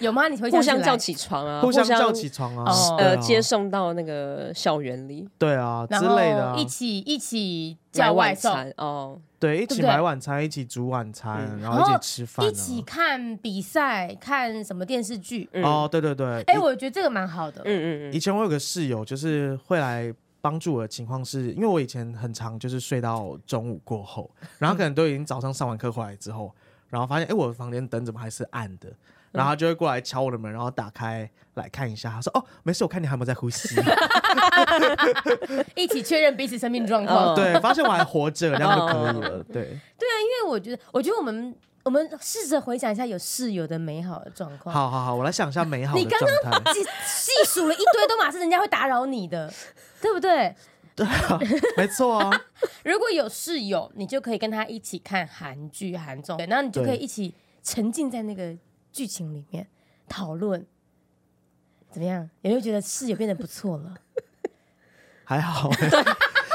Speaker 1: 有吗？你回想
Speaker 3: 互
Speaker 1: 起来
Speaker 3: 相叫，起床啊，
Speaker 2: 互
Speaker 3: 相
Speaker 2: 相叫起床啊，
Speaker 1: 呃哦
Speaker 2: 对
Speaker 3: 呃
Speaker 2: 啊
Speaker 3: 接送到那个校园里
Speaker 2: 对啊之
Speaker 1: 然后
Speaker 2: 类的啊
Speaker 1: 一，起一起
Speaker 3: 买
Speaker 1: 叫外
Speaker 3: 晚
Speaker 1: 送，
Speaker 3: 餐哦，
Speaker 2: 对，一
Speaker 1: 对不
Speaker 2: 起
Speaker 1: 对哦
Speaker 2: 买晚餐，一起煮晚餐，
Speaker 3: 嗯
Speaker 2: 然后一起吃饭啊，
Speaker 1: 一起看比赛，看什么电视剧？
Speaker 3: 嗯
Speaker 2: 哦，对对对，
Speaker 1: 哎、我觉得这个蛮好的。
Speaker 3: 嗯嗯
Speaker 2: 以前我有个室友，就是会来帮助我的情况是，因为我以前很常就是睡到中午过后，然后可能都已经早上上完课回来之后，然后发现哎、诶我的房间灯怎么还是暗的，然后他就会过来敲我的门，然后打开来看一下，他说哦没事，我看你还有没有在呼吸，
Speaker 1: 一起确认彼此生命状况。
Speaker 3: 哦
Speaker 2: 对，发现我还活着，这样就可以了，对，
Speaker 1: 因为我觉得，我觉得我们我们试着回想一下有室友的美好的状况。
Speaker 2: 好好好，我来想一下美好的
Speaker 1: 哦你刚
Speaker 2: 状态，
Speaker 1: 细细数了一堆，都马是人家会打扰你的，对不对？
Speaker 2: 对啊，没错啊，
Speaker 1: 如果有室友，你就可以跟他一起看韩剧、韩综，对然后你就可以一起沉浸在那个剧情里面讨论，怎么样？有没有觉得室友变得不错了？
Speaker 2: 还好、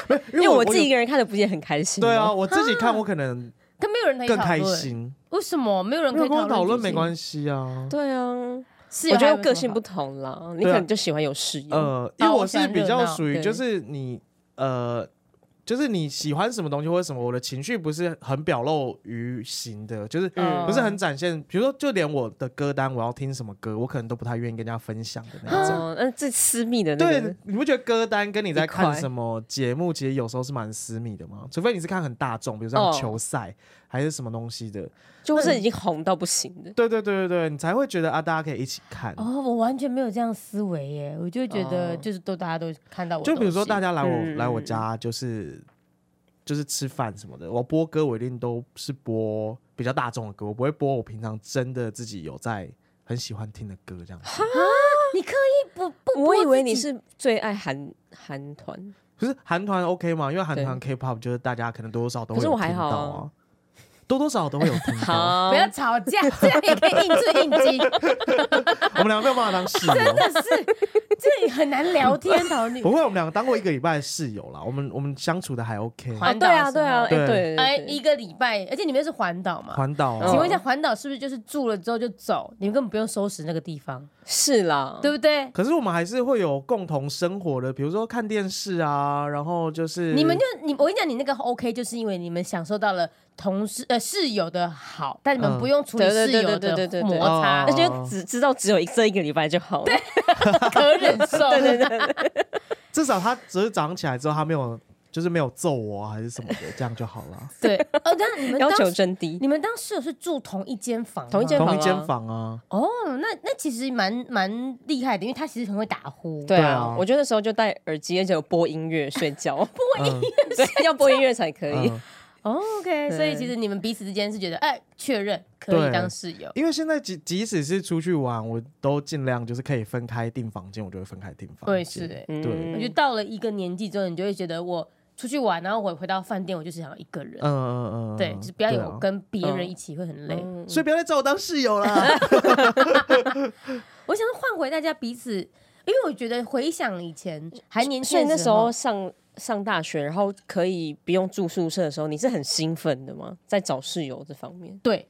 Speaker 3: 嗯，因为我自己一
Speaker 2: 有
Speaker 3: 个人看的不是也很开心吗？
Speaker 2: 啊对啊，我自己看我可能
Speaker 1: 可没有人可以
Speaker 2: [LAUGHS] 更
Speaker 1: 讨
Speaker 2: 开
Speaker 1: 论，
Speaker 2: 心。
Speaker 1: 为什么没有人
Speaker 2: 没
Speaker 1: 可
Speaker 2: 有
Speaker 1: 以
Speaker 2: 跟我讨论没
Speaker 1: 系？
Speaker 2: 关系啊。
Speaker 3: 对啊，
Speaker 1: 是有
Speaker 3: 我觉
Speaker 1: 还有什么
Speaker 3: 得个性
Speaker 1: 好
Speaker 3: 不同啦，你
Speaker 2: 对
Speaker 3: 可
Speaker 2: 啊
Speaker 3: 能就喜欢有事业。
Speaker 2: 呃，因为我
Speaker 1: 我喜
Speaker 2: 是
Speaker 1: 欢
Speaker 2: 比
Speaker 1: 热
Speaker 2: 较
Speaker 1: 闹
Speaker 2: 属于
Speaker 3: 对
Speaker 2: 就是你呃，就是你喜欢什么东西或者什么，我的情绪不是很表露于形的，就是
Speaker 3: 嗯
Speaker 2: 不是很展现。比如说，就连我的歌单，我要听什么歌，我可能都不太愿意跟人家分享的那种。
Speaker 3: 哦，那最私密的那个
Speaker 2: 对，，你不觉得歌单跟你在
Speaker 3: 一
Speaker 2: 看
Speaker 3: 块
Speaker 2: 什么节目，其实有时候是蛮私密的吗？除非你是看很大众，比如像
Speaker 3: 哦
Speaker 2: 球赛、还是什么东西的。
Speaker 3: 就是已经红到不行的。
Speaker 2: 对对对对对，你才会觉得啊，大家可以一起看。
Speaker 1: 哦，我完全没有这样思维耶，我就觉得
Speaker 3: 哦
Speaker 1: 就是都大家都看到我的东
Speaker 2: 就
Speaker 1: 西，
Speaker 2: 比如说大家来我、
Speaker 3: 嗯
Speaker 2: 来我家，就是就是吃饭什么的，我播歌我一定都是播比较大众的歌，我不会播我平常真的自己有在很喜欢听的歌这样子。
Speaker 1: 你刻意不不，
Speaker 3: 我以为你是最爱韩韩团，
Speaker 2: 可是韩团 OK 吗？因为韩团 K-pop 就是大家可能多多少少都会
Speaker 3: 可是
Speaker 2: 有
Speaker 3: 我还
Speaker 2: 听到
Speaker 3: 好
Speaker 2: 啊，多多少少都会有听到。
Speaker 3: 好
Speaker 2: 啊
Speaker 3: 哦
Speaker 1: 不，要吵架，这样也可以应对应激，
Speaker 2: 我们两个没有办法当室友，
Speaker 1: 真的是这里很难聊
Speaker 2: [LAUGHS]
Speaker 1: 天讨论。
Speaker 2: 不会，我们两个当过一个礼拜的室友啦，我们我们相处的还 OK。
Speaker 1: 环
Speaker 3: 啊对啊，对啊，哎，
Speaker 2: 对
Speaker 3: 对对，
Speaker 1: 哎，
Speaker 3: 对
Speaker 1: 一个礼拜，而且你们是环岛嘛？
Speaker 2: 环岛、
Speaker 1: 请
Speaker 2: 啊，
Speaker 1: 问一下，环岛是不是就是住了之后就走？你们根本不用收拾那个地方，
Speaker 3: 是啦，
Speaker 1: 对不对？
Speaker 2: 可是我们还是会有共同生活的，比如说看电视啊，然后就是
Speaker 1: 你们就你，我跟你讲，你那个 OK，就是因为你们享受到了同事呃室友的好，但你们
Speaker 2: 嗯
Speaker 1: 不用处理
Speaker 3: 对对
Speaker 1: 室
Speaker 3: 对
Speaker 1: 友
Speaker 3: 对对对
Speaker 1: 的
Speaker 3: 对
Speaker 1: 摩
Speaker 2: 对
Speaker 1: 擦
Speaker 3: 那
Speaker 2: 哦，
Speaker 3: 就只知道只有一这一个礼拜就好了。对
Speaker 1: 可忍受。
Speaker 3: 对对对，
Speaker 1: [LAUGHS]
Speaker 2: 至少他只是长起来之后，他没有就是没有揍我、啊、还是什么的，这样就好
Speaker 3: [LAUGHS]
Speaker 2: 了。
Speaker 1: 对，呃，但你们
Speaker 3: 要
Speaker 1: 当
Speaker 3: 求
Speaker 1: 时
Speaker 3: 真低。
Speaker 1: 你们当室友是住同一间房吗，
Speaker 3: 同一间
Speaker 2: 同一
Speaker 3: 房
Speaker 2: 间
Speaker 3: 啊 [LAUGHS]
Speaker 2: 房啊，
Speaker 1: 哦，那那其实蛮蛮厉害的，因为他其实很会打呼。
Speaker 3: 对
Speaker 2: 对
Speaker 3: 啊
Speaker 2: 啊，
Speaker 3: 我觉得那时候就戴耳机，而且有播音乐睡觉，
Speaker 1: [LAUGHS]
Speaker 2: 嗯
Speaker 3: 对，要播音乐才可以。
Speaker 2: 嗯，
Speaker 1: 哦，OK，
Speaker 3: 对
Speaker 1: 所以其实你们彼此之间是觉得，哎，确认可以
Speaker 2: 对
Speaker 1: 当室友。
Speaker 2: 因为现在即即使是出去玩，我都尽量就是可以分开订房间，我就会分开订房间。
Speaker 1: 我也是哎
Speaker 3: 嗯
Speaker 2: 对，
Speaker 1: 我觉得到了一个年纪之后，你就会觉得我出去玩，然后我回到饭店，我就只想要一个人
Speaker 2: 嗯。嗯嗯，嗯
Speaker 1: 对，就是不要
Speaker 2: 对
Speaker 1: 有
Speaker 2: 啊
Speaker 1: 跟别人
Speaker 3: 嗯
Speaker 1: 一起会很累。
Speaker 3: 嗯
Speaker 2: 所以不要再找我当室友
Speaker 3: [LAUGHS]
Speaker 2: 了。
Speaker 1: 我想换回大家彼此，因为我觉得回想以前还年
Speaker 3: 嗯所以
Speaker 1: 轻
Speaker 3: 那
Speaker 1: 的
Speaker 3: 时候上上大学，然后可以不用住宿舍的时候，你是很兴奋的吗？在找室友这方面，
Speaker 1: 对，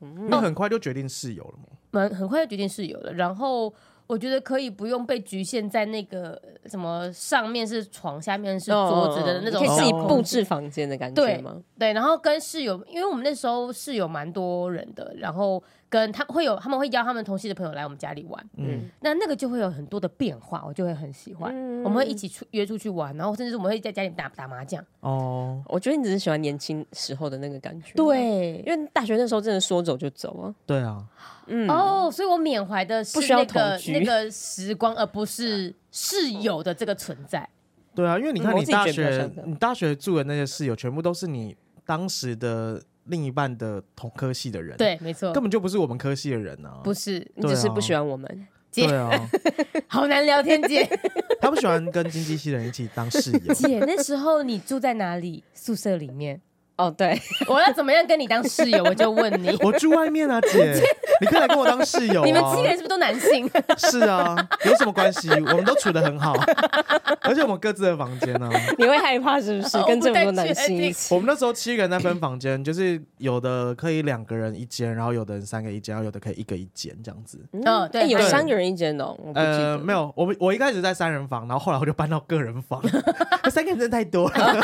Speaker 2: 因为很快就决定室友了嘛。
Speaker 1: 蛮很快就决定室友了。然后我觉得可以不用被局限在那个呃什么上面是床，下面是桌子的那种
Speaker 3: 嗯哦你可以自己
Speaker 1: 小空
Speaker 3: 布
Speaker 1: 间
Speaker 3: 置房间的感觉
Speaker 1: 对
Speaker 3: 吗？
Speaker 1: 对，然后跟室友，因为我们那时候室友蛮多人的，然后跟他会有他们会邀他们同系的朋友来我们家里玩，
Speaker 2: 嗯，
Speaker 1: 那那个就会有很多的变化，我就会很喜欢。
Speaker 3: 嗯
Speaker 1: 我们会一起出约出去玩，然后甚至是我们会在家里打打麻将。
Speaker 2: 哦，
Speaker 3: 我觉得你只是喜欢年轻时候的那个感觉，，
Speaker 1: 对，
Speaker 3: 因为大学那时候真的说走就走啊，
Speaker 2: 对啊，
Speaker 3: 嗯，
Speaker 1: 哦，所以我缅怀的是
Speaker 3: 不需要
Speaker 1: 那个
Speaker 3: 同居
Speaker 1: 那个时光，而不是室友的这个存在。
Speaker 2: 对啊，因为你看
Speaker 3: 嗯我
Speaker 2: 你
Speaker 3: 自己
Speaker 2: 大
Speaker 3: 觉得比较
Speaker 2: 学
Speaker 3: 像这，样
Speaker 2: 你大学住的那些室友，全部都是你当时的另一半的同科系的人，，
Speaker 1: 对，没错，
Speaker 2: 根本就不是我们科系的人啊。
Speaker 1: 不是
Speaker 3: 你只是
Speaker 2: 对啊
Speaker 3: 不喜欢我们，
Speaker 1: 姐
Speaker 2: 对啊，
Speaker 1: 好难聊天姐
Speaker 2: 他不喜欢跟经济系的人一起当室
Speaker 1: [LAUGHS]
Speaker 2: 友。
Speaker 1: 姐，那时候你住在哪里？宿舍里面，
Speaker 3: 哦，对，
Speaker 1: 我要怎么样跟你当室友？我就问你，
Speaker 2: 我住外面
Speaker 1: [LAUGHS]
Speaker 2: 啊，姐，你可以来跟我当室友、啊。
Speaker 1: 你们七个人是不是都男 [LAUGHS] 性？
Speaker 2: 是啊，有什么关系？我们都处得
Speaker 1: [LAUGHS]
Speaker 2: 很好，而且我们各自的房间呢、啊。
Speaker 3: [LAUGHS] 你会害怕是不是
Speaker 1: 哦我？
Speaker 3: 跟
Speaker 1: 不
Speaker 3: 这么
Speaker 1: 太
Speaker 3: 多男
Speaker 1: 确
Speaker 3: 性一
Speaker 1: 定
Speaker 3: 起，
Speaker 2: 我们那时候七个人在分房间，就是有的可以两个人一间，然后有的人三个一间，然后有的可以一个一间这样子。
Speaker 1: 嗯对
Speaker 3: 哎有
Speaker 1: 对
Speaker 3: 三个人一间哦，我不记
Speaker 2: 呃，
Speaker 3: 得，
Speaker 2: 没有，我们我一开始在三人房，然后后来我就搬到个
Speaker 1: [LAUGHS]
Speaker 2: 人房，三个人真的太多了。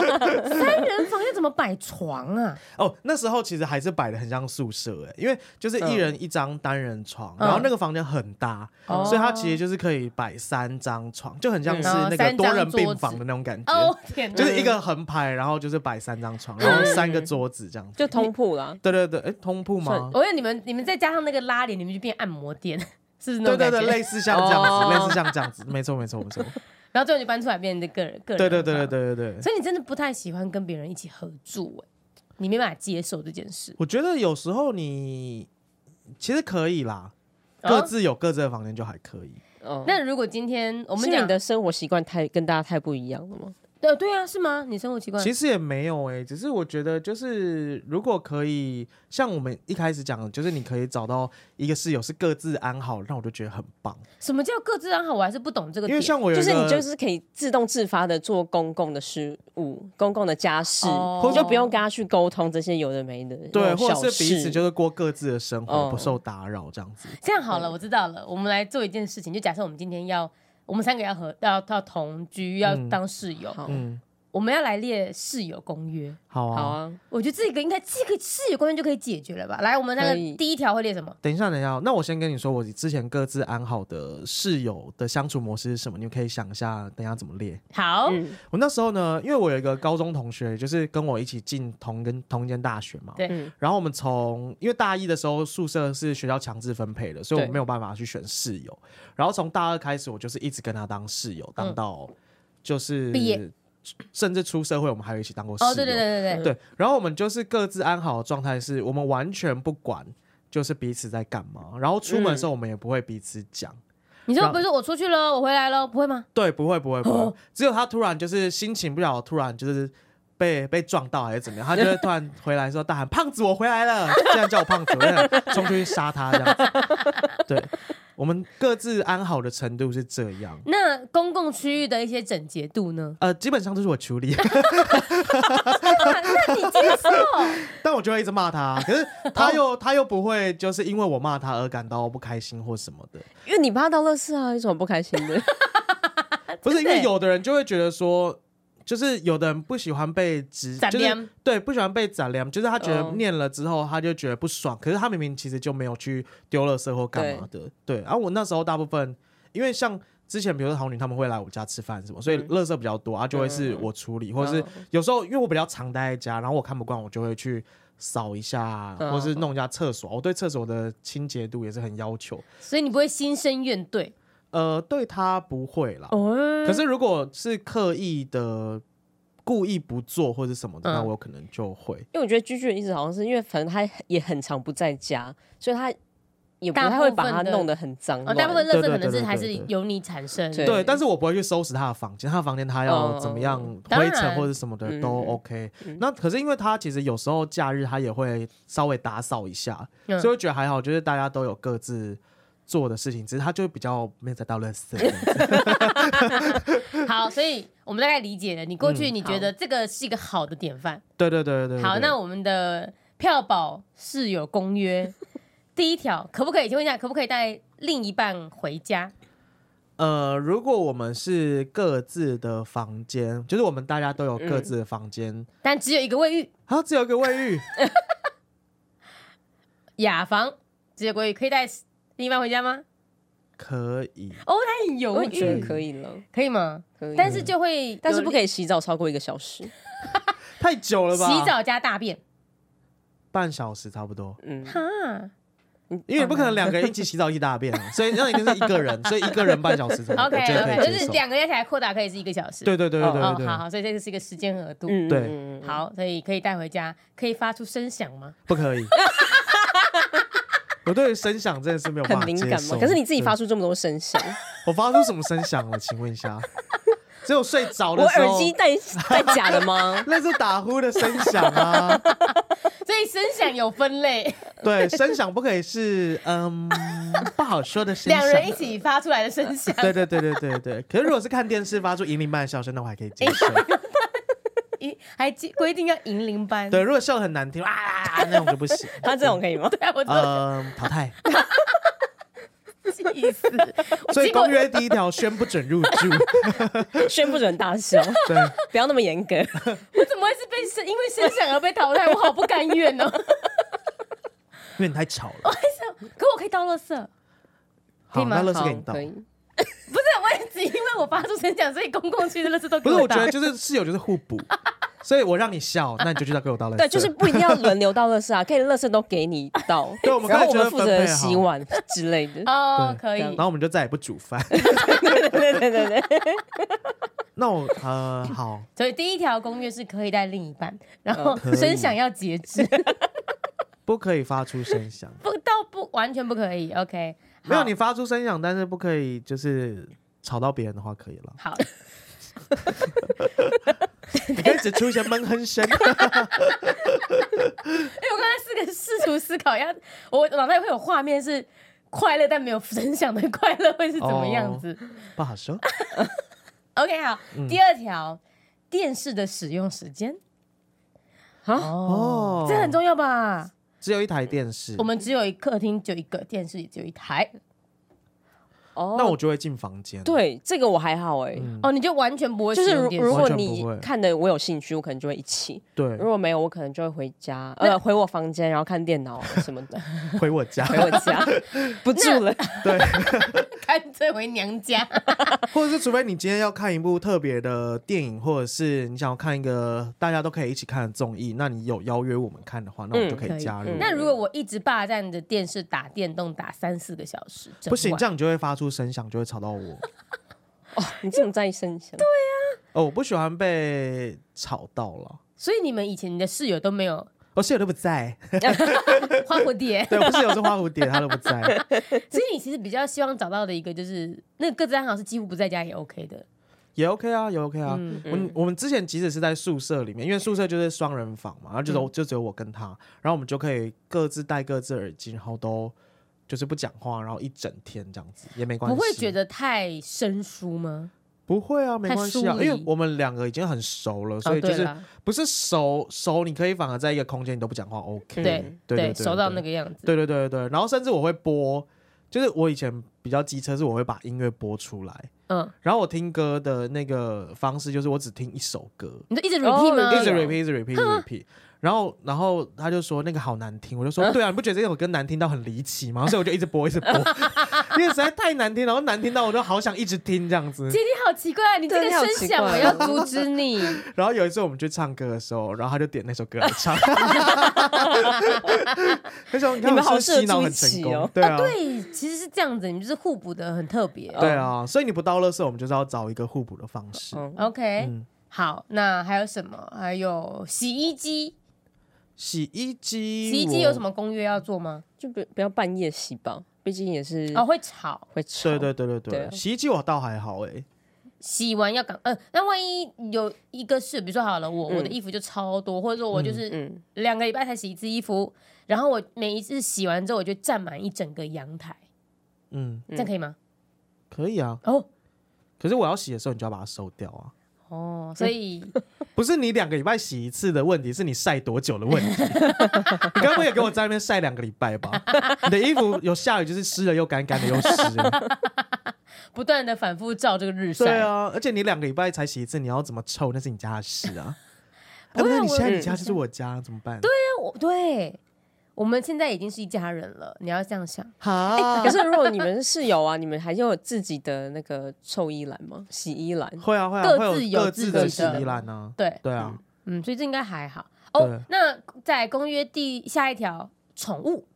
Speaker 1: 三人房要怎么摆床啊？
Speaker 2: 哦，那时候其实还是摆的很像宿舍哎、因为就是一人一张单人床，然后那个房间很大，
Speaker 1: 嗯哦
Speaker 2: 所以它其实就是可以摆三张床，就很像是
Speaker 1: 嗯
Speaker 2: 那个
Speaker 1: 三张
Speaker 2: 多人
Speaker 1: 桌
Speaker 2: 病
Speaker 1: 子
Speaker 2: 房的那种感觉。
Speaker 1: 哦天哪，
Speaker 2: 就是一个横排，然后就是摆三张床，然后三个桌子这样子。
Speaker 3: 就通铺啦，
Speaker 2: 对对对，哎，通铺吗
Speaker 3: 算？
Speaker 1: 我问你们，你们再加上那个拉帘，你们就变按摩店， [LAUGHS] 是不是那
Speaker 2: 对
Speaker 1: 种
Speaker 2: 对
Speaker 1: 感
Speaker 2: 对，
Speaker 1: 觉？
Speaker 2: 类似像这样子，
Speaker 3: 哦
Speaker 2: 类似像这样子，没错没错没
Speaker 1: [LAUGHS]
Speaker 2: 错。
Speaker 1: 然后最后你搬出来变成你的个人个人。
Speaker 2: 对对对对。对对对，
Speaker 1: 所以你真的不太喜欢跟别人一起合住、哎，你没办法接受这件事。
Speaker 2: 我觉得有时候你其实可以啦，
Speaker 1: 哦
Speaker 2: 各自有各自的房间就还可以。
Speaker 3: 嗯，
Speaker 1: 那如果今天我
Speaker 3: 我
Speaker 1: 们
Speaker 3: 你
Speaker 2: 啊
Speaker 1: 讲
Speaker 3: 的生活习惯太跟大家太不一样了吗？
Speaker 1: 对对啊，是吗？你生活习惯
Speaker 2: 其实也没有哎、只是我觉得就是如果可以，像我们一开始讲的，就是你可以找到一个室友是各自安好，那我就觉得很棒。
Speaker 1: 什么叫各自安好？我还是不懂这个
Speaker 2: 因
Speaker 1: 点。
Speaker 2: 为像我有
Speaker 3: 就
Speaker 2: 一
Speaker 3: 是你就
Speaker 2: 个，
Speaker 3: 是可以自动自发的做公共的事务、公共的家事，
Speaker 1: 哦
Speaker 3: 你就不用跟他去沟通这些有的没的
Speaker 2: 对，
Speaker 3: 那种
Speaker 2: 或
Speaker 3: 小
Speaker 2: 者是彼此
Speaker 3: 事
Speaker 2: 就是过各自的生活，
Speaker 3: 嗯
Speaker 2: 不受打扰这样子。
Speaker 1: 这样好
Speaker 2: 嗯
Speaker 1: 了，我知道了。我们来做一件事情，就假设我们今天要，我们三个要和要要同居，要
Speaker 2: 嗯
Speaker 1: 当室友，
Speaker 3: 好
Speaker 2: 嗯，
Speaker 1: 我们要来列室友公约。
Speaker 2: 好啊。
Speaker 3: 好啊，
Speaker 1: 我觉得这个应该这个室友公约就可以解决了吧？来，我们那个
Speaker 3: 可以
Speaker 1: 第一条会列什么？
Speaker 2: 等一下，等一下，那我先跟你说，我之前各自安好的室友的相处模式是什么，你们可以想一下，等一下怎么列。
Speaker 1: 好，
Speaker 3: 嗯
Speaker 2: 我那时候呢，因为我有一个高中同学，就是跟我一起进同跟同一间大学嘛，
Speaker 1: 对
Speaker 3: 嗯
Speaker 2: 然后我们从因为大一的时候宿舍是学校强制分配的，所以我
Speaker 3: 对
Speaker 2: 没有办法去选室友。然后从大二开始，我就是一直跟他当室友，当到就是
Speaker 1: 嗯毕业，
Speaker 2: 甚至出社会，我们还有一起当过室友。嗯
Speaker 1: 哦，对对对对对，
Speaker 2: 对然后我们就是各自安好的状态，是我们完全不管就是彼此在干嘛。然后出门的时候，我们也不会彼此讲。
Speaker 1: 你说不是我出去了，我回来了，不会吗？
Speaker 2: 对，不会，不会，不
Speaker 1: 哦
Speaker 2: 会。只有他突然就是心情不好，突然就是被被撞到还是怎么样，他就会突然回来说大喊：“胖子，我回来了！”这样叫我胖子，我就想冲出去杀他这样子。对，我们各自安好的程度是这样。？
Speaker 1: 那公共区域的一些整洁度呢
Speaker 2: [LAUGHS] 呃，基本上都是我处理， [LAUGHS]
Speaker 1: 那那你接受？
Speaker 2: 但我就会一直骂他。可是他
Speaker 1: 哦
Speaker 2: 又他又不会就是因为我骂他而感到不开心或什么的。
Speaker 3: 因为你爸到乐事啊，有什么不开心的？
Speaker 2: 不是因
Speaker 1: 啊真的
Speaker 2: 为
Speaker 1: 耶
Speaker 2: 有的人就会觉得说，就是有的人不喜欢被指，
Speaker 1: 斩
Speaker 2: 就是
Speaker 1: 边
Speaker 2: 对不喜欢被斩量，就是他觉得
Speaker 3: 嗯
Speaker 2: 念了之后他就觉得不爽，可是他明明其实就没有去丢垃圾或干嘛的，对。然后、我那时候大部分因为像。之前比如说好女他们会来我家吃饭什么，所以
Speaker 3: 嗯
Speaker 2: 垃圾比较多啊，就会是我处理， [LAUGHS] 或者是有时候因为我比较常待在家，然后我看不惯，我就会去扫一下，
Speaker 3: 嗯
Speaker 2: 或是弄一下厕所。我对厕所的清洁度也是很要求，
Speaker 1: 所以你不会心生怨怼？
Speaker 2: 呃，对他不会啦，
Speaker 1: 哦
Speaker 2: 可是如果是刻意的、故意不做或者什么的，
Speaker 1: 嗯
Speaker 2: 那我有可能就会。
Speaker 3: 因为我觉得居居的意思好像是因为反正他也很常不在家，所以他也不
Speaker 1: 大
Speaker 3: 太会
Speaker 1: 部
Speaker 3: 把
Speaker 1: 分
Speaker 3: 它
Speaker 1: 的
Speaker 3: 弄得很脏
Speaker 1: 哦，
Speaker 3: 乱。
Speaker 1: 大部分垃圾
Speaker 2: 对
Speaker 1: 可
Speaker 2: 对
Speaker 1: 能
Speaker 2: 对
Speaker 1: 是
Speaker 2: 对
Speaker 1: 还
Speaker 2: 对
Speaker 1: 是
Speaker 2: 对
Speaker 1: 由你产生。
Speaker 3: 对
Speaker 2: 对，但是我不会去收拾他的房间，他的房间他要怎么样
Speaker 3: 嗯
Speaker 1: 哦当
Speaker 2: 灰
Speaker 1: 然
Speaker 2: 尘或者什么的
Speaker 3: 嗯
Speaker 2: 都 OK。那可是因为他其实有时候假日他也会稍微打扫一下，
Speaker 1: 嗯
Speaker 2: 所以我觉得还好，就是大家都有各自做的事情，只是他就比较没有在倒垃圾。
Speaker 1: [LAUGHS] 好，所以我们大概理解了。你过
Speaker 2: 嗯
Speaker 1: 去你觉得这个是一个好的典范。
Speaker 2: 对对对对对。
Speaker 1: 好，
Speaker 2: 对
Speaker 1: 那我们的票宝室友公约 [LAUGHS] 第一条，可不可以？请问一下，可不可以带另一半回家？
Speaker 2: 呃，如果我们是各自的房间，就是我们大家都有
Speaker 1: 嗯
Speaker 2: 各自的房间，
Speaker 1: 但只有一个卫浴，
Speaker 2: 啊，只有一个卫浴，
Speaker 1: 雅房只有一个卫浴，可以带另一半回家吗？
Speaker 2: 可以。
Speaker 1: 哦，他很犹
Speaker 3: 我也觉
Speaker 1: 豫
Speaker 3: 得，可以了，
Speaker 1: 可以吗？
Speaker 3: 可以。
Speaker 1: 嗯但是就会，
Speaker 3: 但是不可
Speaker 1: 以
Speaker 3: 以洗澡超过一个小时。
Speaker 2: 太久了吧？
Speaker 1: 洗澡加大便。
Speaker 2: 半小时差不多，
Speaker 3: 嗯，
Speaker 1: 哈
Speaker 2: 因为不可能两个人一起洗澡一起大便啊，所以那一定是一个 [LAUGHS] 人，所以一个人半小时差不多，
Speaker 1: ，OK
Speaker 2: 我觉得
Speaker 1: OK，
Speaker 2: 可
Speaker 1: 就
Speaker 2: 以接
Speaker 1: 是
Speaker 2: 受。
Speaker 1: 两个加起来扩大可以是一个小时。
Speaker 2: 对对对对对
Speaker 1: 哦，
Speaker 2: 对
Speaker 1: 好
Speaker 2: 对，
Speaker 1: 好，所以这个是一个时间额度。
Speaker 3: 嗯，
Speaker 2: 对
Speaker 3: 嗯，
Speaker 1: 好，所以可以带回家，可以发出声响吗？
Speaker 2: 不可以。我对于声响真的是没有办
Speaker 3: 很
Speaker 2: 法
Speaker 3: 敏
Speaker 2: 接
Speaker 3: 感嘛。
Speaker 2: 受。
Speaker 3: 可是你自己发出这么多声响，
Speaker 2: 对，我发出什么声响了？请问一下，只有睡着
Speaker 3: [LAUGHS] 我
Speaker 2: 的时
Speaker 3: 耳
Speaker 2: 候，？
Speaker 3: 机戴戴假的吗
Speaker 2: [LAUGHS] 那是打呼的声响啊。
Speaker 1: 所以声响有分类，
Speaker 2: 对，声响不可以是嗯不好说的声响。
Speaker 1: 两人一。起发出来的声响，
Speaker 2: 对对对对对对。可是如果是看电视发出银铃般的笑声，那我还可以接受。
Speaker 1: 一还记规定要银铃班。
Speaker 2: 对，如果笑得很难听啊那种就不行。
Speaker 3: 他这种可以吗？
Speaker 1: 对啊， [LAUGHS] 我真的
Speaker 2: 呃，
Speaker 1: [LAUGHS]
Speaker 2: 淘汰。
Speaker 1: 气死。我
Speaker 2: 所以
Speaker 1: 经过
Speaker 2: 公约第一条宣不准入住。
Speaker 3: 宣不准大
Speaker 2: [LAUGHS]
Speaker 3: 笑，
Speaker 2: 对，
Speaker 3: 不要那么严格。
Speaker 1: [LAUGHS] 我怎么会是被声因为声响而被淘汰？我好不甘愿 [LAUGHS] 哦。
Speaker 2: 因为你太吵
Speaker 1: [LAUGHS]
Speaker 2: 了。
Speaker 1: 可我可以倒垃圾，可
Speaker 2: 好，
Speaker 1: 以吗
Speaker 2: 那乐视给你倒
Speaker 3: 可。以。
Speaker 1: 不是我也只因为我发出声响，所以公共区的垃圾都给
Speaker 2: 不是，我
Speaker 1: 倒
Speaker 2: 觉。得就是室友就是互补，
Speaker 1: [LAUGHS]
Speaker 2: 所以我让你笑，那你就去倒给我倒垃圾。
Speaker 3: 对，就是不一定要轮流到乐事啊，可以乐事都给你到，
Speaker 2: 对我们
Speaker 3: 然后
Speaker 2: 刚才
Speaker 3: 我
Speaker 2: 觉
Speaker 3: 们
Speaker 2: 得
Speaker 3: 负
Speaker 2: 分配
Speaker 3: 责
Speaker 2: 好
Speaker 3: 洗碗之类
Speaker 2: [LAUGHS]
Speaker 3: 的。
Speaker 1: 哦，
Speaker 2: 对
Speaker 1: 可以
Speaker 2: 然。后我们就再也不煮
Speaker 1: [LAUGHS]
Speaker 2: 饭。
Speaker 3: 对对对对对，
Speaker 2: 那我呃好，
Speaker 1: 所以第一条公约是可以带另一半，然后
Speaker 2: 哦可以
Speaker 1: 声响要节
Speaker 2: [LAUGHS]
Speaker 1: 制，
Speaker 2: 不可以发出声响。
Speaker 1: 不到不完全不可以。OK，好 [LAUGHS]
Speaker 2: 没有，你发出声响，但是不可以就是吵到别人的话可以了。
Speaker 1: 好。
Speaker 2: 你可以只出一些闷哼
Speaker 1: [LAUGHS]
Speaker 2: 声，
Speaker 1: 因哎为我刚才四个试图思考一下，我脑袋会有画面是快乐但没有分享的快乐会是怎
Speaker 2: 哦
Speaker 1: 么样子。
Speaker 2: 不好说。
Speaker 1: OK，好，
Speaker 2: 嗯
Speaker 1: 第二条，电视的使用时间，
Speaker 3: 啊，
Speaker 1: 哦，
Speaker 2: 哦，
Speaker 1: 这很重要吧？
Speaker 2: 只有一台电视
Speaker 1: 我，们只有一客厅就一个电视，也只有一台，
Speaker 3: 哦
Speaker 2: 那我就会进房间。，
Speaker 3: 对这个我还好哎、
Speaker 2: 嗯，
Speaker 1: 哦，你就完全不会
Speaker 3: 就是
Speaker 1: 使用
Speaker 3: 如
Speaker 1: 电视
Speaker 3: 如果
Speaker 2: 完全不
Speaker 3: 你
Speaker 2: 会
Speaker 3: 看的我有兴趣，我可能就会一起；
Speaker 2: 对
Speaker 3: 如，果没有，我可能就会回家，呃，回我房间，然后看电脑啊什么
Speaker 2: [LAUGHS]
Speaker 3: 的，
Speaker 2: 回我家，
Speaker 3: 回我
Speaker 2: [LAUGHS]
Speaker 3: 家，不住了。
Speaker 1: 干脆回娘
Speaker 2: [LAUGHS]
Speaker 1: 家。
Speaker 2: 嗯或者是除非你今天要看一部特别的电影，或者是你想要看一个大家都可以一起看的综艺，那你有邀约我们看的话，那我们就可
Speaker 1: 嗯可
Speaker 2: 以
Speaker 1: 以
Speaker 2: 加入。
Speaker 1: 那如果我一直霸占着电视打电动打三四个小时，整
Speaker 2: 不行，
Speaker 1: 晚
Speaker 2: 这样你就会发出声响，就会吵到我。
Speaker 1: [LAUGHS]
Speaker 3: 哦， [LAUGHS] 你这么在意声响？对，
Speaker 2: 哦，我不喜欢被吵到了，
Speaker 1: 所以你们以前你的室友都没有
Speaker 2: 我室友都
Speaker 1: [LAUGHS]
Speaker 2: 不在，，
Speaker 1: 花蝴蝶
Speaker 2: [LAUGHS] 对，我室友是花蝴蝶，他都不
Speaker 1: [LAUGHS]
Speaker 2: 在。
Speaker 1: 所以你其实比较希望找到的一个就是那个各自安好是几乎不在家也 OK 的。
Speaker 2: 也 OK 啊，也 OK 啊。
Speaker 1: 嗯，
Speaker 2: 我们我们之前即使是在宿舍里面，因为宿舍就是双人房嘛，然后就是
Speaker 1: 嗯
Speaker 2: 我、就只有我跟他，然后我们就可以各自戴各自耳机，然后都就是不讲话，然后一整天这样子也没关
Speaker 1: 不
Speaker 2: 系。
Speaker 1: 会觉得太生疏吗？
Speaker 2: 不会啊，没
Speaker 1: 太
Speaker 2: 关系
Speaker 1: 疏
Speaker 2: 啊，因为
Speaker 1: 离
Speaker 2: 我们两个已经很熟了，所
Speaker 1: 哦，
Speaker 2: 以就
Speaker 1: 对
Speaker 2: 是、
Speaker 1: 啦
Speaker 2: 不是熟熟，你可以反而在一个空间你都不讲话，OK？
Speaker 1: 对
Speaker 2: 嗯对对，
Speaker 1: 熟到那
Speaker 2: 个，
Speaker 1: 个样子。
Speaker 2: 对对对对对。然后甚至我会播，就是我以前比较机车，是我会把音乐播出来，
Speaker 1: 嗯，
Speaker 2: 然后我听歌的那个方式就是我只听一首歌，
Speaker 1: 你就一直
Speaker 3: 哦
Speaker 1: repeat 吗？
Speaker 2: 一直 repeat，一直 repeat，一直
Speaker 1: 啊
Speaker 2: repeat。然后，然后他就说那个好难听，我就
Speaker 1: [LAUGHS]
Speaker 2: 说对啊，你不觉得这首歌难听到很离奇吗？所以我就一直播，一直播，因为实在太难听，然后难听到我都好想一直听这样子
Speaker 1: 姐。你好奇怪，你这个
Speaker 3: 对你好
Speaker 1: 声
Speaker 3: 奇
Speaker 1: 响
Speaker 3: 怪哦
Speaker 1: 我
Speaker 3: [LAUGHS]
Speaker 1: 要阻止你。
Speaker 2: [LAUGHS] 然后有一次我们去唱歌的时候，然后他就点那首歌来唱，那时候你看
Speaker 3: 你们
Speaker 2: 我
Speaker 3: 好
Speaker 2: 是不是洗
Speaker 3: 适合住
Speaker 2: 脑很
Speaker 3: 一
Speaker 2: 成
Speaker 3: 起
Speaker 2: 功
Speaker 3: 哦，
Speaker 2: 对啊，
Speaker 1: 对，其实是这样子，你们就是互补的很特别。
Speaker 2: 对啊，所以你不到乐色，我们就是要找一个互补的方式。
Speaker 3: 嗯，
Speaker 1: OK，、
Speaker 2: 嗯
Speaker 1: 好，那还有什么？还有洗衣机，
Speaker 2: 洗衣机，
Speaker 1: 洗衣机有什
Speaker 2: 么？
Speaker 1: 么公约要做吗？
Speaker 3: 就不不要半夜洗吧，毕竟也是
Speaker 1: 哦，会吵，
Speaker 3: 会吵。
Speaker 2: 对对对对
Speaker 3: 对
Speaker 2: 对，
Speaker 3: 啊
Speaker 2: 洗衣机我倒还好哎，
Speaker 1: 洗完要赶，嗯、那万一有一个是，比如说好了，我、我的
Speaker 3: 嗯
Speaker 1: 衣服就超多，或者说我就是
Speaker 3: 嗯，
Speaker 1: 两个礼拜才洗一次衣服，然后我每一次洗完之后，我就占满一整个阳台，
Speaker 2: 嗯，
Speaker 1: 这样可以吗？
Speaker 2: 可以啊。
Speaker 1: 哦
Speaker 2: 可是我要洗的时候，你就要把它收掉啊。
Speaker 1: 哦，所以 [LAUGHS]
Speaker 2: 不是你两个礼拜洗一次的问题，是你晒多久的问题。你该不会也给我在那边晒两个礼拜吧？你的衣服有下雨就是湿了又干，干的又湿了。
Speaker 1: 不断的反复照这个日
Speaker 2: 对
Speaker 1: 晒，
Speaker 2: 啊，而且你两个礼拜才洗一次，你要怎么臭那是你家的事啊。
Speaker 1: 不
Speaker 2: 啊，不
Speaker 1: 会啊
Speaker 2: 是你现在
Speaker 3: 我
Speaker 2: 你家就是我家，怎么办？对，
Speaker 1: 那我哦对我们现在已经是一家人了，你要这样想。
Speaker 2: 好
Speaker 3: 可，是如果你们是室友啊，你们还有自己的那个臭衣篮吗？洗衣篮？
Speaker 2: 会啊会啊，
Speaker 1: 各
Speaker 2: 会
Speaker 1: 自
Speaker 2: 有
Speaker 1: 有
Speaker 2: 各
Speaker 1: 自己
Speaker 2: 的
Speaker 1: 的
Speaker 2: 洗衣篮啊。
Speaker 1: 对，
Speaker 2: 对啊，
Speaker 1: 嗯，所以这应该还好。哦
Speaker 2: 对，
Speaker 1: 那在公约第下一条，宠物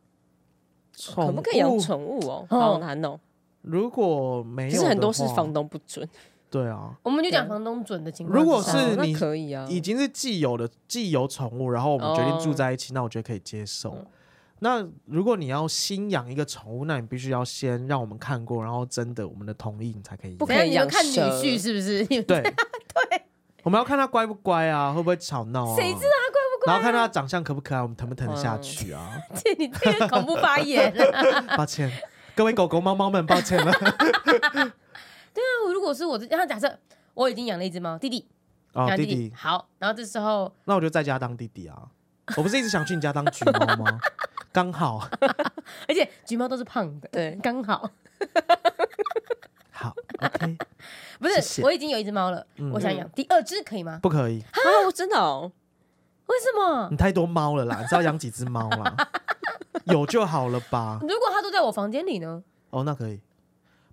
Speaker 2: 宠
Speaker 3: 可不可以养
Speaker 2: 物
Speaker 3: 宠物哦？
Speaker 1: 哦
Speaker 3: 好难哦。
Speaker 2: 如果没
Speaker 3: 可
Speaker 2: 有，
Speaker 3: 是很多是房。东不准。
Speaker 2: 对啊，
Speaker 1: 我们就讲
Speaker 3: 对
Speaker 1: 房东准的情况之下。
Speaker 2: 如果是
Speaker 3: 哦那
Speaker 2: 你
Speaker 3: 可以啊。
Speaker 2: 已经是既有的既有宠物，然后我们决定
Speaker 3: 哦
Speaker 2: 住在一起，那我觉得可以接受。那如果你要新养一个宠物，那你必须要先让我们看过，然后真的我们的同意，你才可以
Speaker 3: 不
Speaker 2: 养。
Speaker 1: 等
Speaker 3: 可
Speaker 1: 一下
Speaker 3: 以
Speaker 1: 你们
Speaker 3: 养
Speaker 1: 看女
Speaker 3: 蛇
Speaker 1: 婿是不是？ [LAUGHS] 你们
Speaker 2: [LAUGHS] 对对，我们要看它乖不乖啊，会不会吵闹啊？
Speaker 1: 谁知道
Speaker 2: 它乖不乖、然后看它长相可不可爱，我们疼不疼得下去啊？
Speaker 1: 这你这个恐怖发言啊！
Speaker 2: [LAUGHS] 抱歉，各位狗狗猫猫们，抱歉了。
Speaker 1: 那如果是我，那假设我已经养了一只猫，弟弟
Speaker 2: 哦，
Speaker 1: 养
Speaker 2: 弟
Speaker 1: 弟
Speaker 2: 弟，
Speaker 1: 好，然后这时候
Speaker 2: 那我就在家当弟弟啊。我不是一直想去你家当橘猫吗？刚好，
Speaker 1: 而且橘猫都是胖的，
Speaker 3: 对
Speaker 1: 刚好
Speaker 2: 好，OK，
Speaker 1: 不
Speaker 2: 谢
Speaker 1: 是
Speaker 2: 谢嗯
Speaker 1: 我已经有一只猫了，我想养第二只可以吗？
Speaker 2: 不可以，
Speaker 3: 啊，真的哦。
Speaker 1: 为什么
Speaker 2: 你？太多猫了啦，你知道养几只猫啦？有就好了吧？
Speaker 1: 如果它都在我房间里呢？
Speaker 2: 哦，那可以。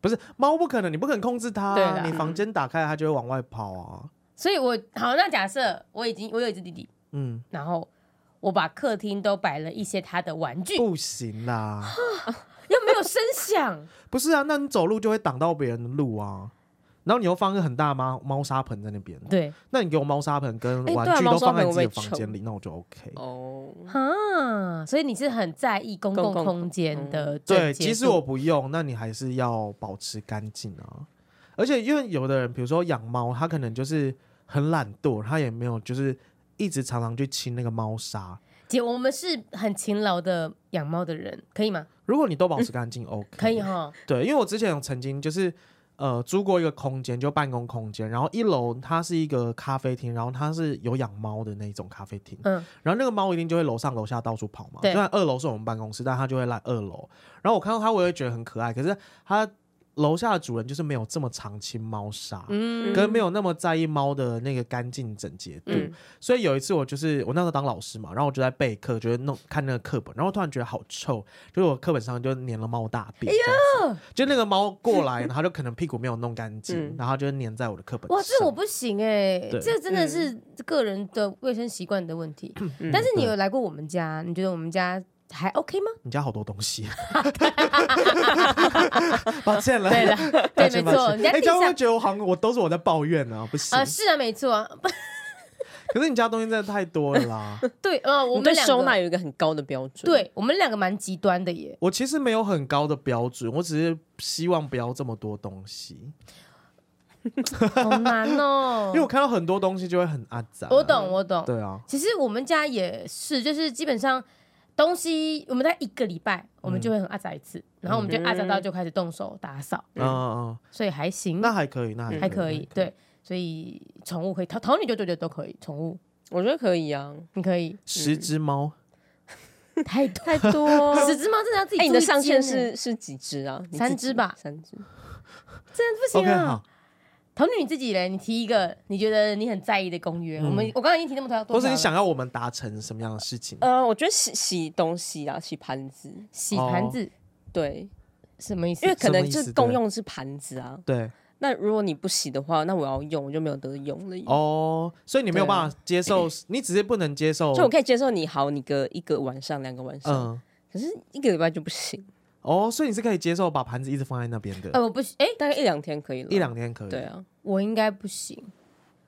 Speaker 2: 不是猫不可能，你不可能控制它、
Speaker 1: 对
Speaker 2: 啊，
Speaker 1: 啦
Speaker 2: 你房间打开它就会往外跑啊。
Speaker 1: 所以我好，那假设我已经我有一只弟弟，
Speaker 2: 嗯，
Speaker 1: 然后我把客厅都摆了一些他的玩具，
Speaker 2: 不行啦，
Speaker 1: 又没有声
Speaker 2: [LAUGHS]
Speaker 1: 响，
Speaker 2: 不是啊，那你走路就会挡到别人的路啊。然后你又放一个很大的猫猫砂盆在那边，
Speaker 1: 对
Speaker 2: 那你给我猫砂盆跟
Speaker 3: 哎
Speaker 2: 玩
Speaker 3: 对啊
Speaker 2: 具都
Speaker 3: 猫砂
Speaker 2: 放在
Speaker 3: 盆
Speaker 2: 自己的
Speaker 3: 会被
Speaker 2: 房
Speaker 3: 臭
Speaker 2: 间里，那我就 OK。
Speaker 3: 哦，
Speaker 1: 啊，所以你是很在意公共
Speaker 3: 公共
Speaker 1: 空间的整
Speaker 2: 嗯对，
Speaker 1: 洁
Speaker 2: 即使
Speaker 1: 度
Speaker 2: 我不用，那你还是要保持干净啊。而且因为有的人，比如说养猫，他可能就是很懒惰，他也没有就是一直常常去清那个猫砂。
Speaker 1: 姐，我们是很勤劳的养猫的人，可以吗？
Speaker 2: 如果你都保持干净、o k
Speaker 1: 可以哈。
Speaker 2: 对，因为我之前有曾经就是呃租过一个空间，就办公空间，然后一楼它是一个咖啡厅，然后它是有养猫的那种咖啡厅，
Speaker 1: 嗯，
Speaker 2: 然后那个猫一定就会楼上楼下到处跑嘛。
Speaker 1: 对
Speaker 2: 虽然二楼是我们办公室，但它就会来二楼。然后我看到它，我也会觉得很可爱。可是它楼下的主人就是没有这么常清猫砂，
Speaker 1: 嗯
Speaker 2: 跟没有那么在意猫的那个干净整洁度。
Speaker 3: 嗯
Speaker 2: 所以有一次我就是我那时候当老师嘛，然后我就在备课，就是弄看那个课本，然后突然觉得好臭，就是我课本上就粘了猫大便，哎呀，就那个猫过来，然后就可能屁股没有弄干净，
Speaker 3: 嗯
Speaker 2: 然后就粘在我的课本上。
Speaker 1: 哇，这我不行哎、
Speaker 2: 对
Speaker 1: 这真的是个人的卫生习惯的问题。
Speaker 3: 嗯
Speaker 1: 但是你有来过我们家，你觉得我们家还 OK 吗？
Speaker 2: 你家好多东西，啊
Speaker 1: [LAUGHS]
Speaker 2: [LAUGHS] 抱歉了，
Speaker 1: 对了，
Speaker 2: 抱
Speaker 1: [LAUGHS] 对，
Speaker 2: 歉
Speaker 1: 没
Speaker 2: 抱
Speaker 1: 错，
Speaker 2: 歉
Speaker 1: 你家地
Speaker 2: 哎，这样会不会
Speaker 1: 上
Speaker 2: 觉得我好像我都是我在抱怨呢、啊，不行。
Speaker 1: 啊，是啊，没错啊，
Speaker 2: 可是你家东西真的太多了
Speaker 1: [LAUGHS]
Speaker 2: 啦。
Speaker 1: 对，呃，我
Speaker 3: 我
Speaker 1: 们
Speaker 3: 对
Speaker 1: 两
Speaker 3: 收纳
Speaker 1: 个，
Speaker 3: 有一个很高的标准。，
Speaker 1: 对我们两个蛮极端的耶。
Speaker 2: 我其实没有很高的标准，我只是希望不要这么多东西，
Speaker 1: 好难哦 [LAUGHS]
Speaker 2: 因为我看到很多东西就会很阿杂、
Speaker 1: 我嗯懂，，我懂。
Speaker 2: 对啊，
Speaker 1: 其实我们家也是，就是基本上东西，我们在一个礼拜，我们就会很阿杂一次，然后我们就阿杂到就开始动手打扫，
Speaker 2: 嗯嗯
Speaker 1: 所以还行，
Speaker 2: 嗯，那还可以，那
Speaker 1: 还
Speaker 2: 还
Speaker 1: 可以。，对，所以宠物可以，桃桃你就觉得都可以，宠物
Speaker 3: 我觉得可以啊。
Speaker 1: 你可 [LAUGHS] 以
Speaker 2: 十只猫，
Speaker 1: 太多。
Speaker 3: 太多
Speaker 1: 十只猫真的要自己
Speaker 3: 哎，
Speaker 1: 住一间呢。
Speaker 3: 你的上限是是几只啊？你自己
Speaker 1: 三只吧
Speaker 3: 三只。
Speaker 1: 真的不
Speaker 2: OK
Speaker 1: 行啊！
Speaker 2: 好，
Speaker 1: 桃女你自己嘞，你提一个你觉得你很在意的公约。我们我刚刚已经提那么多多条
Speaker 2: 或
Speaker 1: 了，
Speaker 2: 是你想要我们达成什么样的事情？
Speaker 3: 呃，我觉得洗洗东西啊，洗盘子，
Speaker 1: 洗盘子
Speaker 3: 对，
Speaker 1: 什么意思
Speaker 3: 因为？可
Speaker 2: 什么
Speaker 3: 能
Speaker 2: 意
Speaker 3: 就
Speaker 2: 思
Speaker 3: 是共用是盘子啊。
Speaker 2: 对
Speaker 3: 那如果你不洗的话，那我要用，我就没有得用了。哦，
Speaker 2: 哦，所以你没有
Speaker 3: 对啊
Speaker 2: 办法接受， [CLEARS THROAT] 你只是不能接受
Speaker 3: 就，我可以接受你好，你个一个晚上、两个晚上，
Speaker 2: 嗯，
Speaker 3: 可是一个礼拜就不行，
Speaker 2: 哦，所以你是可以接受把盘子一直放在那边的，
Speaker 1: 呃，我不行，哎，
Speaker 3: 大概一两天可以了。
Speaker 2: 一两天可以，
Speaker 3: 对啊，
Speaker 1: 我应该不行。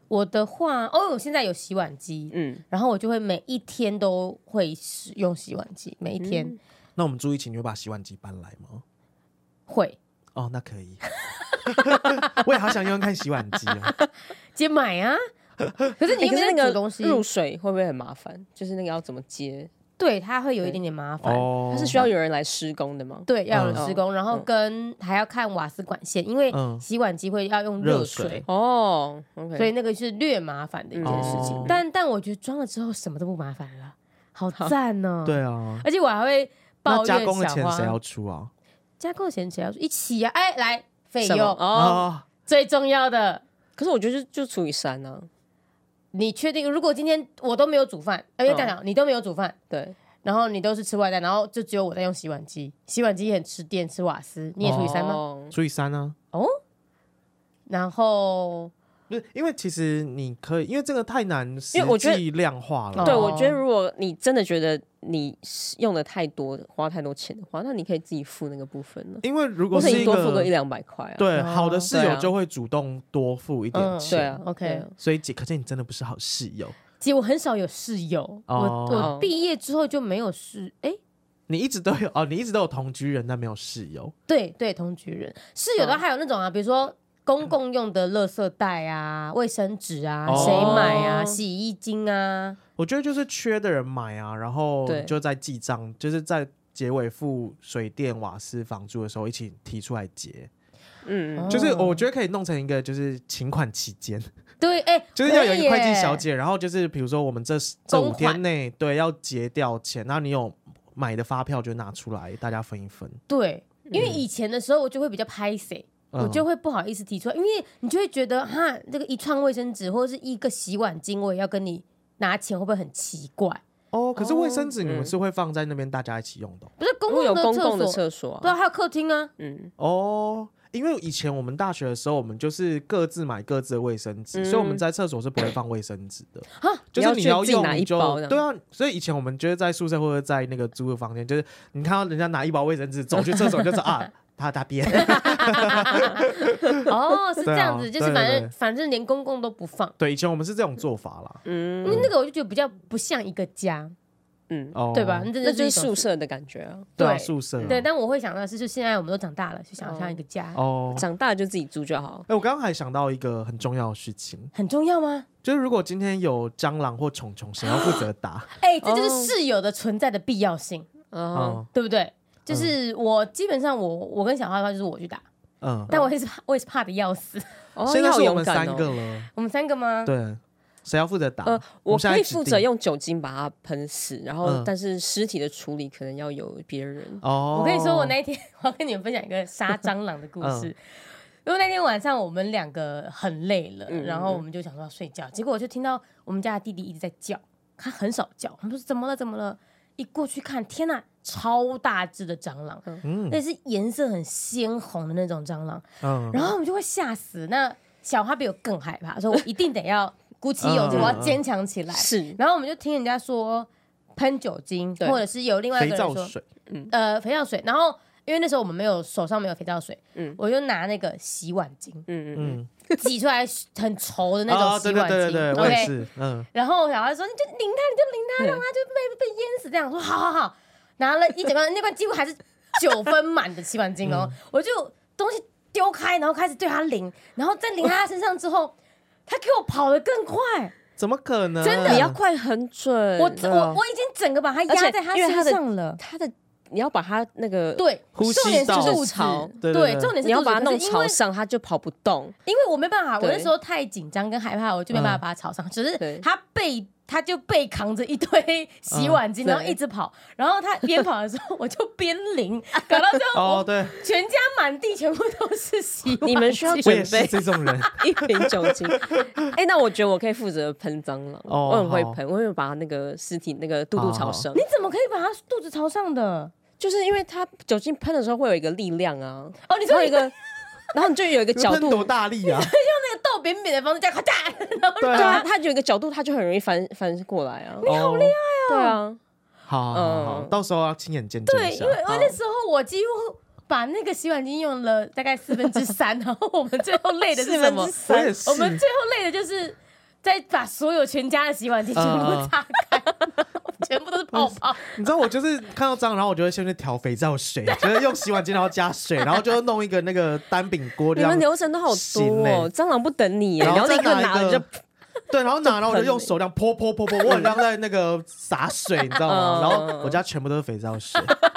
Speaker 1: 我的话，哦，我现在有洗碗机，
Speaker 3: 嗯，
Speaker 1: 然后我就会每一天都会使用洗碗机，每一天、
Speaker 2: 那我们住一起，你会把洗碗机搬来吗？
Speaker 1: 会。
Speaker 2: 哦，那可以。我也好想用用看洗碗机哦。
Speaker 1: 姐买啊，可是你又没有
Speaker 3: 哎可是那
Speaker 1: 煮东西，
Speaker 3: 个入水会不会很麻烦？就是那个要怎么接？
Speaker 1: 对，它会有一点点麻烦。
Speaker 2: 哦
Speaker 3: 它是需要有人来施工的吗？
Speaker 1: 对，要有
Speaker 2: 嗯
Speaker 1: 施工，然后跟、还要看瓦斯管线，因为
Speaker 2: 嗯
Speaker 1: 洗碗机会要用热
Speaker 2: 热
Speaker 1: 水，
Speaker 2: 水
Speaker 3: 哦，OK，
Speaker 1: 所以那个是略麻烦的一件事情。
Speaker 2: 哦
Speaker 1: 但但我觉得装了之后什么都不麻烦了，好赞哦、，
Speaker 2: 对啊，
Speaker 1: 而且我还会
Speaker 2: 那
Speaker 1: 抱怨
Speaker 2: 加工的
Speaker 1: 小
Speaker 2: 钱谁
Speaker 1: 花
Speaker 2: 要，出啊？
Speaker 1: 加工的钱谁要一起呀、啊？哎，来费
Speaker 3: 什么
Speaker 1: 用
Speaker 3: 哦。
Speaker 2: 啊，
Speaker 1: 最重要的。
Speaker 3: 可是我觉得就就除以三啊，
Speaker 1: 你确定？如果今天我都没有煮饭，呃，因为
Speaker 3: 嗯
Speaker 1: 大讲你都没有煮饭，
Speaker 3: 对，
Speaker 1: 然后你都是吃外带，然后就只有我在用洗碗机，洗碗机也很吃电，吃瓦斯，你也除以三吗？
Speaker 3: 哦？
Speaker 2: 除以三啊呢？
Speaker 1: 然后
Speaker 2: 不是，因为其实你可以，因为这个太难实
Speaker 3: 因为我觉得
Speaker 2: 际量化了。
Speaker 1: 哦
Speaker 3: 对，我觉得如果你真的觉得你是用的太多，花太多钱的话，那你可以自己付那个部分了。
Speaker 2: 因为如
Speaker 3: 或
Speaker 2: 果
Speaker 3: 者
Speaker 2: 是
Speaker 3: 你
Speaker 2: 一
Speaker 3: 多付个一
Speaker 2: 个
Speaker 3: 两百块啊。
Speaker 2: 对
Speaker 1: 哦
Speaker 2: 好的室
Speaker 3: 对
Speaker 2: 友
Speaker 3: 啊
Speaker 2: 就会主动多付一点
Speaker 1: 嗯
Speaker 2: 钱，
Speaker 3: 对啊
Speaker 1: ，OK
Speaker 3: 对啊
Speaker 2: 所以姐，可见你真的不是好室友。
Speaker 1: 其实我很少有室友，
Speaker 2: 哦
Speaker 1: 我我毕业之后就没有室，哎、
Speaker 2: 你一直都有哦，你一直都有同居人，但没有室友。
Speaker 1: 对对，同居人室友
Speaker 2: 嗯
Speaker 1: 都还有那种啊，比如说公共用的垃圾袋啊、卫生纸啊，
Speaker 2: 哦
Speaker 1: 谁买啊、洗衣精啊，
Speaker 2: 我觉得就是缺的人买啊，然后
Speaker 3: 对
Speaker 2: 就在记账，就是在结尾付水电、瓦斯、房租的时候一起提出来结，
Speaker 3: 嗯，嗯，
Speaker 2: 就是
Speaker 1: 哦
Speaker 2: 我觉得可以弄成一个就是请款期间，
Speaker 1: 对，哎、
Speaker 2: 就是要有一个
Speaker 1: 可
Speaker 2: 会
Speaker 1: 以耶
Speaker 2: 计小姐，然后就是比如说我们这这
Speaker 1: 公
Speaker 2: 五
Speaker 1: 款
Speaker 2: 天内对要结掉钱，那你有买的发票就拿出来，大家分一分。
Speaker 1: 对，因为以前的时候我就会比较拍谁。我就
Speaker 2: 嗯
Speaker 1: 会不好意思提出来，因为你就会觉得哈，这个一串卫生纸或者是一个洗碗巾，我也要跟你拿钱，会不会很奇怪？
Speaker 2: 哦，可是卫生
Speaker 3: 哦
Speaker 2: 纸你们
Speaker 3: 嗯
Speaker 2: 是会放在那边大家一起用的哦
Speaker 1: 不是公
Speaker 3: 如果有
Speaker 1: 共的
Speaker 3: 公
Speaker 1: 厕
Speaker 3: 共的
Speaker 1: 所，
Speaker 3: 厕所
Speaker 1: 对
Speaker 3: 啊，
Speaker 1: 啊，还有客厅啊， [LAUGHS]
Speaker 3: 嗯，
Speaker 2: 哦。因为以前我们大学的时候，我们就是各自买各自的卫生纸，所以我们
Speaker 3: 嗯
Speaker 2: 在厕所是不会放卫生纸的。
Speaker 1: 哈，
Speaker 2: 就是
Speaker 3: 你
Speaker 2: 你
Speaker 3: 要
Speaker 2: 要
Speaker 3: 去自己
Speaker 2: 用
Speaker 3: 拿
Speaker 2: 你
Speaker 3: 一
Speaker 2: 就
Speaker 3: 包这样
Speaker 2: 对啊，所以以前我们就是在宿舍或者在那个租的房间，就是你看到人家拿一包卫生纸走去厕所，就是啊，他大
Speaker 1: [LAUGHS]
Speaker 2: 便，
Speaker 1: 哦，是这
Speaker 2: 对啊
Speaker 1: 样子，就是反
Speaker 2: 对对
Speaker 1: 正
Speaker 2: 对
Speaker 1: 反正连公共都不放，
Speaker 2: 对，以前我们是这种做法啦。
Speaker 1: 因为那个我就觉得比较不像一个家。
Speaker 3: 嗯，
Speaker 2: 哦，
Speaker 1: 对吧？那这
Speaker 3: 那就是
Speaker 1: 一种
Speaker 3: 宿舍的感觉啊。
Speaker 2: 对啊，
Speaker 1: 对
Speaker 2: 宿舍
Speaker 1: 对，但我会想到的是，就现在我们都长大了，就想象一个家，
Speaker 2: 哦。
Speaker 3: 长大就自己住就好。
Speaker 2: 哎，我刚刚还想到一个很重要的事情，
Speaker 1: 很重要吗？
Speaker 2: 就是如果今天有蟑螂或虫虫，谁要负责
Speaker 1: [GASPS]
Speaker 2: 打？
Speaker 1: 哎，这就是
Speaker 3: 哦
Speaker 1: 室友的存在的必要性，
Speaker 3: 哦，
Speaker 2: 嗯
Speaker 1: 对不对？就是我基本上我我跟小花的话就是我去打，
Speaker 2: 嗯，
Speaker 1: 但我也是怕我也是怕的要死。
Speaker 3: 哦
Speaker 2: 现
Speaker 3: 你
Speaker 2: 在
Speaker 3: 好
Speaker 2: 是我
Speaker 3: 勇
Speaker 2: 们
Speaker 3: 敢
Speaker 2: 三
Speaker 3: 哦
Speaker 2: 个了，
Speaker 1: 我们三个吗？
Speaker 2: 对，谁要负责打？
Speaker 3: 呃，我
Speaker 2: 我们现在
Speaker 3: 可以
Speaker 2: 指
Speaker 3: 负
Speaker 2: 定
Speaker 3: 责用酒精把它喷死，然后、
Speaker 2: 嗯
Speaker 3: 但是尸体的处理可能要由别人。
Speaker 2: 哦，嗯
Speaker 1: 我跟你说，我那一天我要跟你们分享一个杀蟑螂的故事。因为那天晚 [LAUGHS] 上我们两个很累了，
Speaker 3: 嗯
Speaker 1: 然后我们就想说要睡觉，结果我就听到我们家的弟弟一直在叫，他很少叫，我们说怎么了怎么了？一过去看，天呐，超大只的蟑螂，
Speaker 2: 嗯
Speaker 1: 那是颜色很鲜红的那种蟑螂，
Speaker 2: 嗯，
Speaker 1: 然后我们就会吓死。那小花比我更害怕，说我一定得要鼓起勇气，
Speaker 2: 嗯嗯嗯
Speaker 1: 我要坚强起来。
Speaker 3: 是，嗯
Speaker 1: 然后我们就听人家说喷酒精，
Speaker 3: 对
Speaker 1: 或者是有另外一个
Speaker 2: 肥
Speaker 1: 人
Speaker 2: 皂
Speaker 1: 说，
Speaker 2: 水，
Speaker 1: 呃，肥皂水。然后因为那时候我们没有手上没有肥皂水，
Speaker 3: 嗯
Speaker 1: 我就拿那个洗碗
Speaker 2: [LAUGHS]
Speaker 1: 巾
Speaker 3: 嗯嗯嗯，
Speaker 2: 嗯，
Speaker 1: 挤出来很稠的那
Speaker 2: 哦
Speaker 1: 种洗
Speaker 2: 对对
Speaker 1: 碗巾。
Speaker 2: 对对对，我也
Speaker 1: OK，
Speaker 2: 是，嗯，
Speaker 1: 然后小孩说你就淋它，你就淋它，
Speaker 3: 对
Speaker 1: 让它就被被淹死这样。我说好好好，拿了一整罐，那罐几乎还是九分满的洗碗巾哦，
Speaker 2: 嗯
Speaker 1: 我就东西丢开，然后开始对它淋，然后再淋它身上之后。它给我跑得更快，
Speaker 2: 怎么可能？
Speaker 1: 真的
Speaker 3: 你要快很准。
Speaker 1: 我
Speaker 2: 对啊
Speaker 1: 我我已经整个把它
Speaker 3: 而且
Speaker 1: 压在它
Speaker 3: 因为它
Speaker 1: 身
Speaker 3: 的
Speaker 1: 上了。
Speaker 3: 它的你要把它那个，
Speaker 1: 对，
Speaker 2: 呼吸
Speaker 1: 重点是
Speaker 2: 道
Speaker 1: 肚子
Speaker 3: 潮，
Speaker 2: 对对对
Speaker 1: 重点是
Speaker 3: 你要
Speaker 1: 肚子
Speaker 3: 把它弄
Speaker 1: 可是因为
Speaker 3: 朝上，它就跑不
Speaker 2: [LAUGHS]
Speaker 3: 动。
Speaker 1: 因为我没办法，我
Speaker 3: 对
Speaker 1: 那时候太紧张跟害怕，我就没办法
Speaker 2: 嗯
Speaker 1: 把它炒上。只
Speaker 3: 对
Speaker 1: 是他被他就被扛着一堆洗碗巾，
Speaker 3: 嗯对
Speaker 1: 然后一直跑，然后他边跑的时候，我就边
Speaker 3: [LAUGHS]
Speaker 1: 淋，搞到最后
Speaker 2: 哦，
Speaker 1: 我
Speaker 2: 对，
Speaker 1: 全家满地全部都是洗碗巾。
Speaker 3: [LAUGHS] 你们需要
Speaker 2: 我
Speaker 3: 准
Speaker 2: 也是
Speaker 3: 备
Speaker 2: 这种
Speaker 1: [LAUGHS]
Speaker 2: 人，
Speaker 3: 一瓶酒精。哎、那我觉得我可以负责喷蟑螂，
Speaker 2: 哦
Speaker 3: 我很会
Speaker 2: 好
Speaker 3: 喷，我会把那个尸体那个肚
Speaker 2: 好
Speaker 3: 肚
Speaker 2: 好
Speaker 3: 朝上
Speaker 1: 你，怎么可以把它肚子朝上的？
Speaker 3: 就是因为它酒精喷的时候会有一个力量啊，
Speaker 1: 哦，你
Speaker 3: 然
Speaker 1: 说
Speaker 3: 后
Speaker 1: 一
Speaker 3: 一
Speaker 1: 个
Speaker 3: 个， [LAUGHS] 然后你就有一个角
Speaker 2: 喷
Speaker 3: 度，
Speaker 2: 多大
Speaker 1: [LAUGHS]
Speaker 2: 力啊？
Speaker 1: 豆扁扁的方式这样，咔嚓，然后
Speaker 2: 对
Speaker 3: 对啊，
Speaker 2: 啊，
Speaker 3: 它有一个角度，它就很容易翻翻过来啊。
Speaker 2: 你好厉害！
Speaker 3: 对啊，
Speaker 2: 哦好好好，
Speaker 3: 嗯
Speaker 2: 到时候要亲眼见证
Speaker 1: 对，
Speaker 2: 一下
Speaker 1: 因为。我那时候我几乎。把那个洗碗巾用了大概四分之三， [LAUGHS] 然后我们最后累的是什么？
Speaker 2: 我也是
Speaker 1: 我，们最后累的就是再把所有全家的洗碗巾全部擦干，然后全部都是泡
Speaker 2: [LAUGHS]
Speaker 1: 泡。
Speaker 2: 你知道我就是看到蟑螂，然后我就会先去调肥
Speaker 3: [LAUGHS]
Speaker 2: 皂水，就是用洗碗巾然后加水，然后就弄一个那个单饼锅这
Speaker 3: 你
Speaker 2: 样
Speaker 3: 们，流程都好
Speaker 2: 行
Speaker 3: 多、
Speaker 2: 嘞
Speaker 3: 哦，蟑螂不等你耶，
Speaker 2: 欸然
Speaker 3: 然后
Speaker 2: 后再
Speaker 3: 你个
Speaker 2: 拿
Speaker 3: 拿
Speaker 2: 一
Speaker 3: 了
Speaker 2: 个
Speaker 3: 就，
Speaker 2: [LAUGHS] 对，然后拿，然后我就
Speaker 3: 喷
Speaker 2: 用手这样泼泼泼泼，我很像在那个洒水，你知道
Speaker 3: [LAUGHS]
Speaker 2: 吗？
Speaker 3: 嗯
Speaker 2: 然后我家全部都是肥皂水，我
Speaker 3: 嗯 [LAUGHS]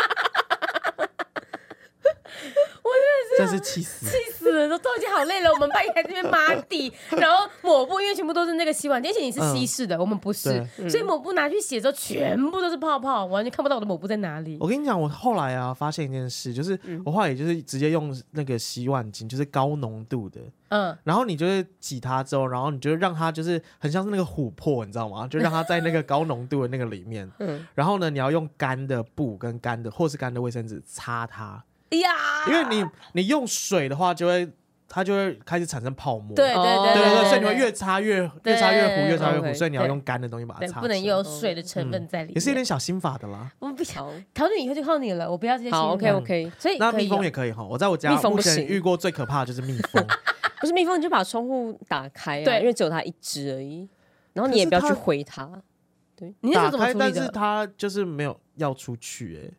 Speaker 2: 真的是，真是气死！
Speaker 1: 气死人了，都已经好累了，我们半夜还在那边抹地，
Speaker 2: 嗯
Speaker 1: 然后抹布，因为全部都是那个洗碗巾，而且你是西式的，我们不是，所以抹布拿去洗的时候，全部都是泡泡，完全看不到我的抹布在哪里。
Speaker 2: 我跟你讲，我后来啊发现一件事，就是
Speaker 3: 嗯
Speaker 2: 我后来也就是直接用那个洗碗巾，就是高浓度的，
Speaker 1: 嗯，
Speaker 2: 然后你就是挤它之后，然后你就让它就是很像是那个琥珀，你知道吗？
Speaker 1: [LAUGHS]
Speaker 2: 就让它在那个高浓度的那个里面。
Speaker 3: 嗯
Speaker 2: 然后呢，你要用干的布跟干的或是干的卫生纸擦它，
Speaker 1: 哎呀，
Speaker 2: 因为你你用水的话就会它就会开始产生泡沫。
Speaker 1: 对对对
Speaker 2: 对对
Speaker 1: 对，
Speaker 2: 对，所以你会越擦越
Speaker 1: 对
Speaker 2: 越擦越糊，
Speaker 1: 对
Speaker 2: 越擦越糊，
Speaker 3: 对
Speaker 2: 所以你要
Speaker 1: 对
Speaker 2: 用干的东西把它
Speaker 1: 对
Speaker 2: 擦出来。
Speaker 1: 不能有水的成分在里面，
Speaker 2: 嗯也是有点小心法的啦。
Speaker 1: 我不想。
Speaker 3: 好，
Speaker 1: 桃女以后就靠你了，我不要这些
Speaker 3: 好
Speaker 1: 新的
Speaker 3: ，OK OK，
Speaker 1: 所以
Speaker 2: 那
Speaker 1: 可以
Speaker 2: 蜜蜂
Speaker 1: 哦
Speaker 2: 也可以哈，我在我家
Speaker 3: 蜜蜂
Speaker 2: 目
Speaker 3: 不
Speaker 2: 前
Speaker 3: 行
Speaker 2: 遇过最可怕的就是蜜蜂，
Speaker 3: 不是蜜蜂，你就把窗户打开、啊，
Speaker 1: 对
Speaker 3: 因为只有它一只而已，然后
Speaker 2: 可
Speaker 3: 你也
Speaker 2: 是
Speaker 3: 不要去
Speaker 2: 它
Speaker 3: 回它，
Speaker 1: [LAUGHS] 你那时
Speaker 2: 打
Speaker 1: 候怎么
Speaker 2: 开，
Speaker 1: 处理
Speaker 2: 但是
Speaker 1: 的？
Speaker 2: 它就是没有要出去哎。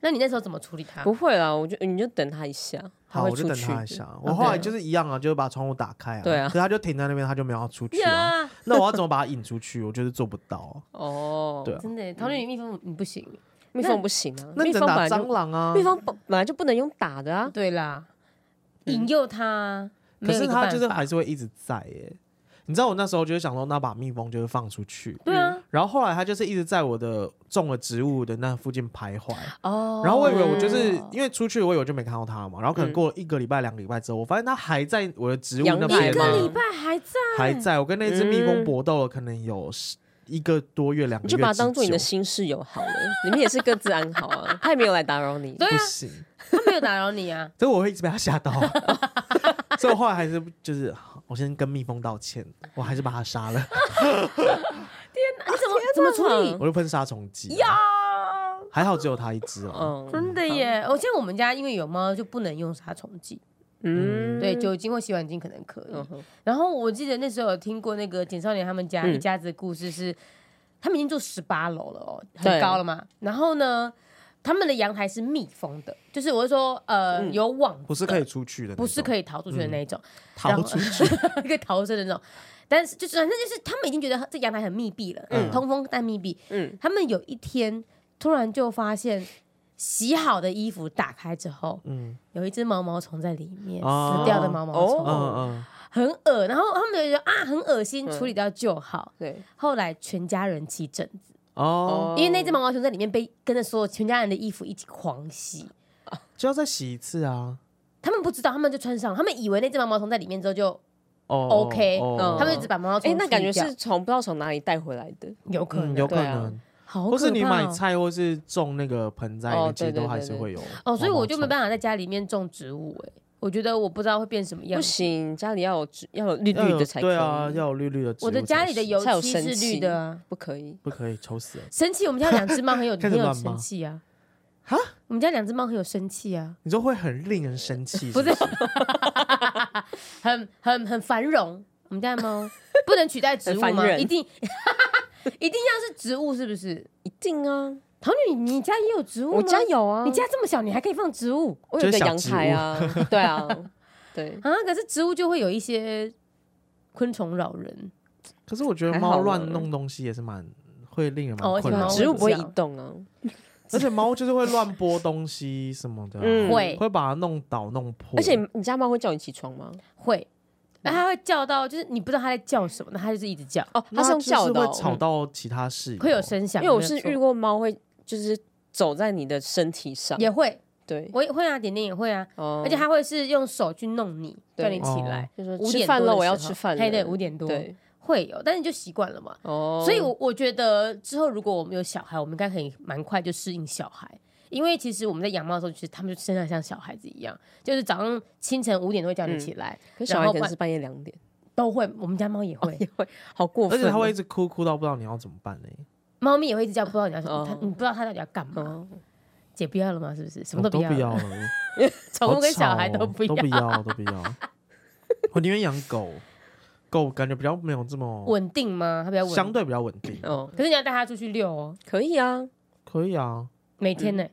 Speaker 1: 那你那时候怎么处理它？
Speaker 3: 不会啦，我就你就等它一下，它
Speaker 2: 好，
Speaker 3: 会
Speaker 2: 我就
Speaker 3: 出
Speaker 2: 等
Speaker 3: 去
Speaker 2: 他
Speaker 3: 的。
Speaker 2: 一下。我后来就是一样啊，就是把窗户打开啊。
Speaker 3: 对啊
Speaker 2: 可是他就停在那边，他就没有要出去啊。
Speaker 1: 呀，
Speaker 2: [LAUGHS] 那我要怎么把它引出去？我就是做不到啊。
Speaker 3: 哦，
Speaker 2: 对啊
Speaker 1: 真的耶，桃女蜜蜂你不行。
Speaker 3: 蜜
Speaker 1: 那
Speaker 3: 蜂不行啊，
Speaker 2: 那
Speaker 3: 蜜
Speaker 2: 你只
Speaker 3: 蜂
Speaker 2: 能
Speaker 3: 本
Speaker 2: 打
Speaker 3: 来
Speaker 2: 蟑
Speaker 3: 就
Speaker 2: 螂啊。
Speaker 3: 蜜，蜂本本来就不能用打的啊，
Speaker 1: 对啦，引诱他，
Speaker 2: 可
Speaker 1: 没有
Speaker 2: 是
Speaker 1: 一个
Speaker 2: 它
Speaker 1: 办
Speaker 2: 就是
Speaker 1: 法
Speaker 2: 还是会一直在耶。你知道我那时候就是想说，那把蜜蜂就是放出去。
Speaker 1: 对啊，
Speaker 2: 然后后来它就是一直在我的种了植物的那附近徘徊。
Speaker 1: 哦
Speaker 2: 然后我以为我就是因为出去，我以为我就没看到它嘛。然后可能过了一个礼拜、两个礼拜之后，我发现它还在我的植物
Speaker 3: 阳
Speaker 2: 那
Speaker 3: 台
Speaker 2: 边
Speaker 1: 一
Speaker 3: 吗
Speaker 1: 个礼
Speaker 2: 啊，
Speaker 1: 拜还在，
Speaker 2: 还在。我跟那只蜜蜂
Speaker 3: 嗯
Speaker 2: 搏斗了，可能有十一个多月、两个
Speaker 3: 你
Speaker 2: 月之
Speaker 3: 就
Speaker 2: 久。
Speaker 3: 把它当做你的新室友好了，你们也是各自安好啊，它也没有来打扰你。
Speaker 1: 对
Speaker 2: 不
Speaker 1: 啊，
Speaker 2: 行，
Speaker 1: 他没有打扰你 [LAUGHS] 啊，
Speaker 2: 所以我会一直被他吓到啊，所以我后来还是就是我先跟蜜蜂道歉，我还是把它杀了， [LAUGHS]
Speaker 1: 你怎么怎么处理
Speaker 2: 我就喷杀虫剂，
Speaker 1: 呀？
Speaker 2: 还好只有它一只哦。
Speaker 3: 嗯，
Speaker 1: 真的耶！我像我们家因为有猫就不能用杀虫剂，
Speaker 3: 嗯，
Speaker 1: 对，酒精或洗碗巾可能可以。
Speaker 3: 嗯哼
Speaker 1: 然后我记得那时候有听过那个简少年他们家
Speaker 3: 嗯
Speaker 1: 一家子的故事是，他们已经住十八楼了哦，很
Speaker 3: 对
Speaker 1: 高了嘛。然后呢，他们的阳台是密封的，就是我是说，呃，有网的，
Speaker 2: 嗯不是可以出去的那种，
Speaker 1: 不是可以逃出去的那一种，然后
Speaker 2: 逃
Speaker 1: [LAUGHS]
Speaker 2: 出去， [LAUGHS]
Speaker 1: 可以逃生的那种。但是就是反正就是他们已经觉得这阳台很密闭了，
Speaker 2: 嗯
Speaker 1: 通风但密闭。
Speaker 3: 嗯，
Speaker 1: 他们有一天突然就发现，洗好的衣服打开之后，
Speaker 2: 嗯
Speaker 1: 有一只毛毛虫在里面，
Speaker 2: 哦
Speaker 1: 死掉的毛毛虫，
Speaker 2: 嗯嗯，
Speaker 1: 很恶。然后他们就觉得啊，很恶心，
Speaker 3: 嗯
Speaker 1: 处理掉就好。
Speaker 3: 对，
Speaker 1: 后来全家人起疹子，
Speaker 2: 哦，
Speaker 1: 因为那只毛毛虫在里面被跟着所有全家人的衣服一起狂洗。
Speaker 2: 就要再洗一次啊。
Speaker 1: 他们不知道，他们就穿上，他们以为那只毛毛虫在里面之后就，
Speaker 2: 哦
Speaker 1: OK，嗯
Speaker 2: 哦
Speaker 1: 他们就只把毛毛虫
Speaker 3: 哎，
Speaker 1: 处理掉。
Speaker 3: 那感觉是从不知道从哪里带回来的，
Speaker 1: 有可能，
Speaker 2: 嗯有可
Speaker 3: 对啊
Speaker 2: 能，
Speaker 1: 好可怕哦
Speaker 2: 或是你买菜或是种那个盆栽，
Speaker 3: 哦
Speaker 2: 里面其实
Speaker 3: 对
Speaker 2: 都
Speaker 3: 对
Speaker 2: 还
Speaker 3: 对
Speaker 2: 是
Speaker 3: 对
Speaker 2: 会有
Speaker 1: 哦，所以我就没
Speaker 2: 法。
Speaker 1: 办法在家里面种植物哎、我觉得我不知道会变什么样
Speaker 3: 不
Speaker 1: 子。
Speaker 3: 行，家里要有植要有绿
Speaker 2: 要
Speaker 3: 绿
Speaker 2: 有
Speaker 3: 的才可以，
Speaker 2: 对啊，要有绿绿的植物才
Speaker 1: 我
Speaker 2: 行。
Speaker 1: 的家里的油
Speaker 3: 才有
Speaker 1: 漆
Speaker 3: 生
Speaker 1: 是绿
Speaker 3: 气
Speaker 1: 的、啊，
Speaker 3: 不可以。
Speaker 2: 不可以愁死了。
Speaker 1: 生气。我们家两只猫很有
Speaker 2: [LAUGHS] 开
Speaker 1: 很
Speaker 2: 始
Speaker 1: 有
Speaker 2: 乱骂
Speaker 1: 生气啊，
Speaker 2: 哈，
Speaker 1: 我们家两只猫很有生气啊，
Speaker 2: 你说会很令人生
Speaker 1: [LAUGHS]
Speaker 2: 气，
Speaker 1: 不
Speaker 2: 是
Speaker 1: 是，很很很繁荣。我们家的 [LAUGHS] 猫不能取代植物
Speaker 3: 很
Speaker 1: 吗？
Speaker 3: 烦人
Speaker 1: 一定 [LAUGHS] 一定要是植物是不是？
Speaker 3: 一定啊，
Speaker 1: 桃女，你家也有植物吗？
Speaker 3: 我家，有啊，
Speaker 1: 哦你家这么小，你还可以放植物
Speaker 3: 我有一个
Speaker 2: 就是小
Speaker 3: 阳
Speaker 2: 植
Speaker 3: 台啊，
Speaker 2: [LAUGHS]
Speaker 3: 对啊，对，
Speaker 1: [LAUGHS] 啊？可是植物就会有一些昆虫扰人。
Speaker 2: 可是我觉得
Speaker 3: 还
Speaker 2: 猫
Speaker 3: 好啦
Speaker 2: 乱弄东西也是蛮会令人
Speaker 1: 哦而且
Speaker 2: 蛮困扰
Speaker 1: 猫
Speaker 2: 的。
Speaker 3: 植物不会
Speaker 1: 我知
Speaker 3: 移
Speaker 1: 道
Speaker 3: 动啊，
Speaker 2: 而且猫就是会乱拨东西什么的啊，
Speaker 3: 嗯
Speaker 1: 会
Speaker 2: 会把它弄倒弄破。
Speaker 3: 而且你家猫会叫你起床吗？
Speaker 1: 会，那它会叫到，就是你不知道它在叫什么，那它就是一直叫，
Speaker 3: 哦，它
Speaker 2: 那
Speaker 3: 是用叫
Speaker 2: 就是
Speaker 3: 的
Speaker 2: 会
Speaker 3: 哦，
Speaker 2: 吵到其他室友，
Speaker 1: 会有声响。
Speaker 3: 因为我
Speaker 1: 没有
Speaker 3: 是
Speaker 1: 错
Speaker 3: 遇过猫会就是走在你的身体上，
Speaker 1: 也会，
Speaker 3: 对，
Speaker 1: 我也会啊，点点也会啊，
Speaker 3: 哦
Speaker 1: 而且它会是用手去弄你，
Speaker 3: 对
Speaker 1: 叫你起来。
Speaker 3: 就说
Speaker 1: 五
Speaker 3: 吃
Speaker 1: 点
Speaker 3: 饭
Speaker 1: 多
Speaker 3: 了，
Speaker 1: 的
Speaker 3: 我要
Speaker 1: 时候
Speaker 3: 吃饭了，
Speaker 1: 嘿对，五点多
Speaker 3: 对，
Speaker 1: 会有，但是就习惯了嘛。
Speaker 3: 哦，
Speaker 1: 所以我，我觉得之后如果我们有小孩，我们应该可以蛮快就适应小孩，因为其实我们在养猫的时候，其实他们就真的像小孩子一样，就是早上清晨五点都会叫
Speaker 2: 嗯
Speaker 1: 你起来，
Speaker 3: 可是小
Speaker 1: 然
Speaker 3: 孩
Speaker 1: 后哦
Speaker 3: 可能
Speaker 1: 晚
Speaker 3: 是半夜两
Speaker 1: [LAUGHS]
Speaker 3: 点，
Speaker 1: 都会，我们家猫也会，
Speaker 3: 也会好过
Speaker 2: 而
Speaker 3: 分哦，
Speaker 2: 且它会一直哭哭到不知道你要怎么办嘞，
Speaker 1: 猫咪也会一直叫，不知道你要什么，
Speaker 3: 哦
Speaker 1: 它你不知道它到底要干嘛，
Speaker 3: 哦，
Speaker 1: 姐不要了吗？是不是？什
Speaker 2: 我
Speaker 1: 么
Speaker 2: 哦都
Speaker 1: 不
Speaker 2: 不
Speaker 1: 要
Speaker 2: 要
Speaker 1: 了， [LAUGHS]
Speaker 2: 了，
Speaker 1: 宠物跟小孩
Speaker 2: 好吵
Speaker 1: 都
Speaker 2: 哦
Speaker 1: 不
Speaker 2: 都
Speaker 1: 要 [LAUGHS]
Speaker 2: 不，要，都不要。我宁愿养狗，狗感觉比较没有这么
Speaker 1: 稳定吗？它比较稳，嗯
Speaker 2: 相对比较稳定。
Speaker 3: 哦，
Speaker 1: 可是你要带它出去遛哦，
Speaker 3: 可以啊，
Speaker 2: 可以啊，
Speaker 1: 每天呢、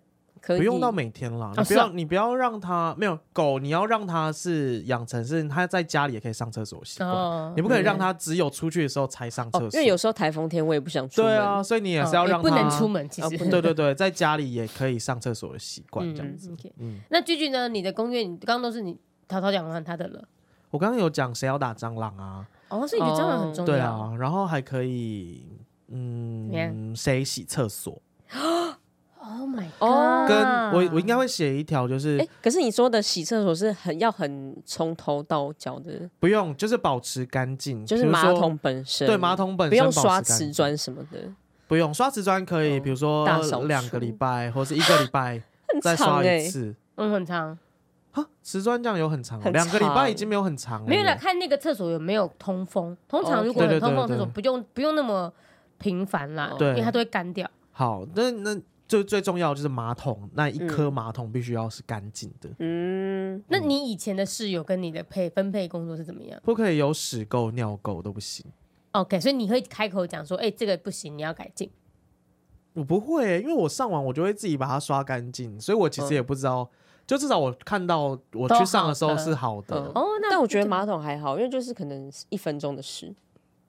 Speaker 3: 可以，哦
Speaker 2: 不用到每天啦，你不
Speaker 1: 是啊
Speaker 2: 要你不要让它没有狗，你要让它是养成是它在家里也可以上厕所的习惯，
Speaker 1: 哦，
Speaker 2: 嗯你不可以让它只有出去的时候才上
Speaker 3: 哦
Speaker 2: 厕，
Speaker 3: 因
Speaker 2: 所
Speaker 3: 为。有时候台风天我也不想出门，
Speaker 2: 对啊，所以你也是要
Speaker 1: 哦
Speaker 2: 让
Speaker 1: 不
Speaker 2: 它呃
Speaker 1: 能出门，其
Speaker 3: 哦
Speaker 1: 实
Speaker 3: 不
Speaker 2: [LAUGHS] 对对对，在家里也可以上厕所的习惯这样子。
Speaker 1: 嗯 OK
Speaker 2: 嗯，
Speaker 1: 那居居呢？你的公园，你刚刚都是你淘淘讲完他的了。
Speaker 2: 我刚刚有讲谁要打蟑螂啊？
Speaker 1: 哦，所以你觉得蟑螂很重要。
Speaker 2: 对啊，然后还可以，
Speaker 1: 么样
Speaker 2: 嗯，谁洗厕所？
Speaker 1: ，Oh my
Speaker 3: 哦
Speaker 1: god！
Speaker 2: 跟我我应该会写一条，就是
Speaker 3: 哎，可是你说的洗厕所是很要很从头到脚的，
Speaker 2: 不用，就是保持干净，
Speaker 3: 就是
Speaker 2: 比如
Speaker 3: 马
Speaker 2: 说
Speaker 3: 桶本身，
Speaker 2: 对马桶本
Speaker 3: 不
Speaker 2: 身
Speaker 3: 用
Speaker 2: 保
Speaker 3: 刷
Speaker 2: 持干
Speaker 3: 瓷
Speaker 2: 净，
Speaker 3: 砖什么的，
Speaker 2: 不用刷瓷砖可以，
Speaker 3: 嗯
Speaker 2: 比如说
Speaker 3: 大扫
Speaker 2: 两个
Speaker 3: 除
Speaker 2: 礼拜或是一个礼
Speaker 3: [LAUGHS]
Speaker 2: 拜
Speaker 3: 很
Speaker 2: 再
Speaker 3: 长
Speaker 2: 刷
Speaker 3: 哎
Speaker 2: 一，次。
Speaker 1: 嗯，很长，
Speaker 2: 哈，瓷砖这样有很长哦，
Speaker 3: 很
Speaker 2: 两个礼拜已
Speaker 3: 长欸
Speaker 2: 经没有很长了
Speaker 1: 没有啦，
Speaker 2: 耶。
Speaker 1: 看那个厕所有没有通风。通常
Speaker 3: 哦
Speaker 1: 如果
Speaker 2: 嗯对
Speaker 1: 有
Speaker 2: 对对
Speaker 1: 通风的厕所，
Speaker 2: 对哦
Speaker 1: 不用不用那么频繁啦，
Speaker 2: 对
Speaker 1: 因为它都会干掉。
Speaker 2: 好，那那最最重要的就是马桶，那一颗马桶必须要是干净的，
Speaker 3: 嗯，
Speaker 1: 那你以前的室友跟你的配分配工作是怎么样哦
Speaker 2: 不可以有屎垢、尿垢都不行。
Speaker 1: ？OK，所以你会开口讲说，哎，这个不行，你要改进。
Speaker 2: 我不会欸、因为我上网我就会自己把它刷干净，所以我其实也不知道，
Speaker 3: 嗯
Speaker 2: 就至少我看到我去上的时候是好的。
Speaker 3: 都好的嗯
Speaker 1: 哦，那
Speaker 3: 但我觉得
Speaker 1: 这
Speaker 3: 马桶还好，因为就是可能一分钟的事，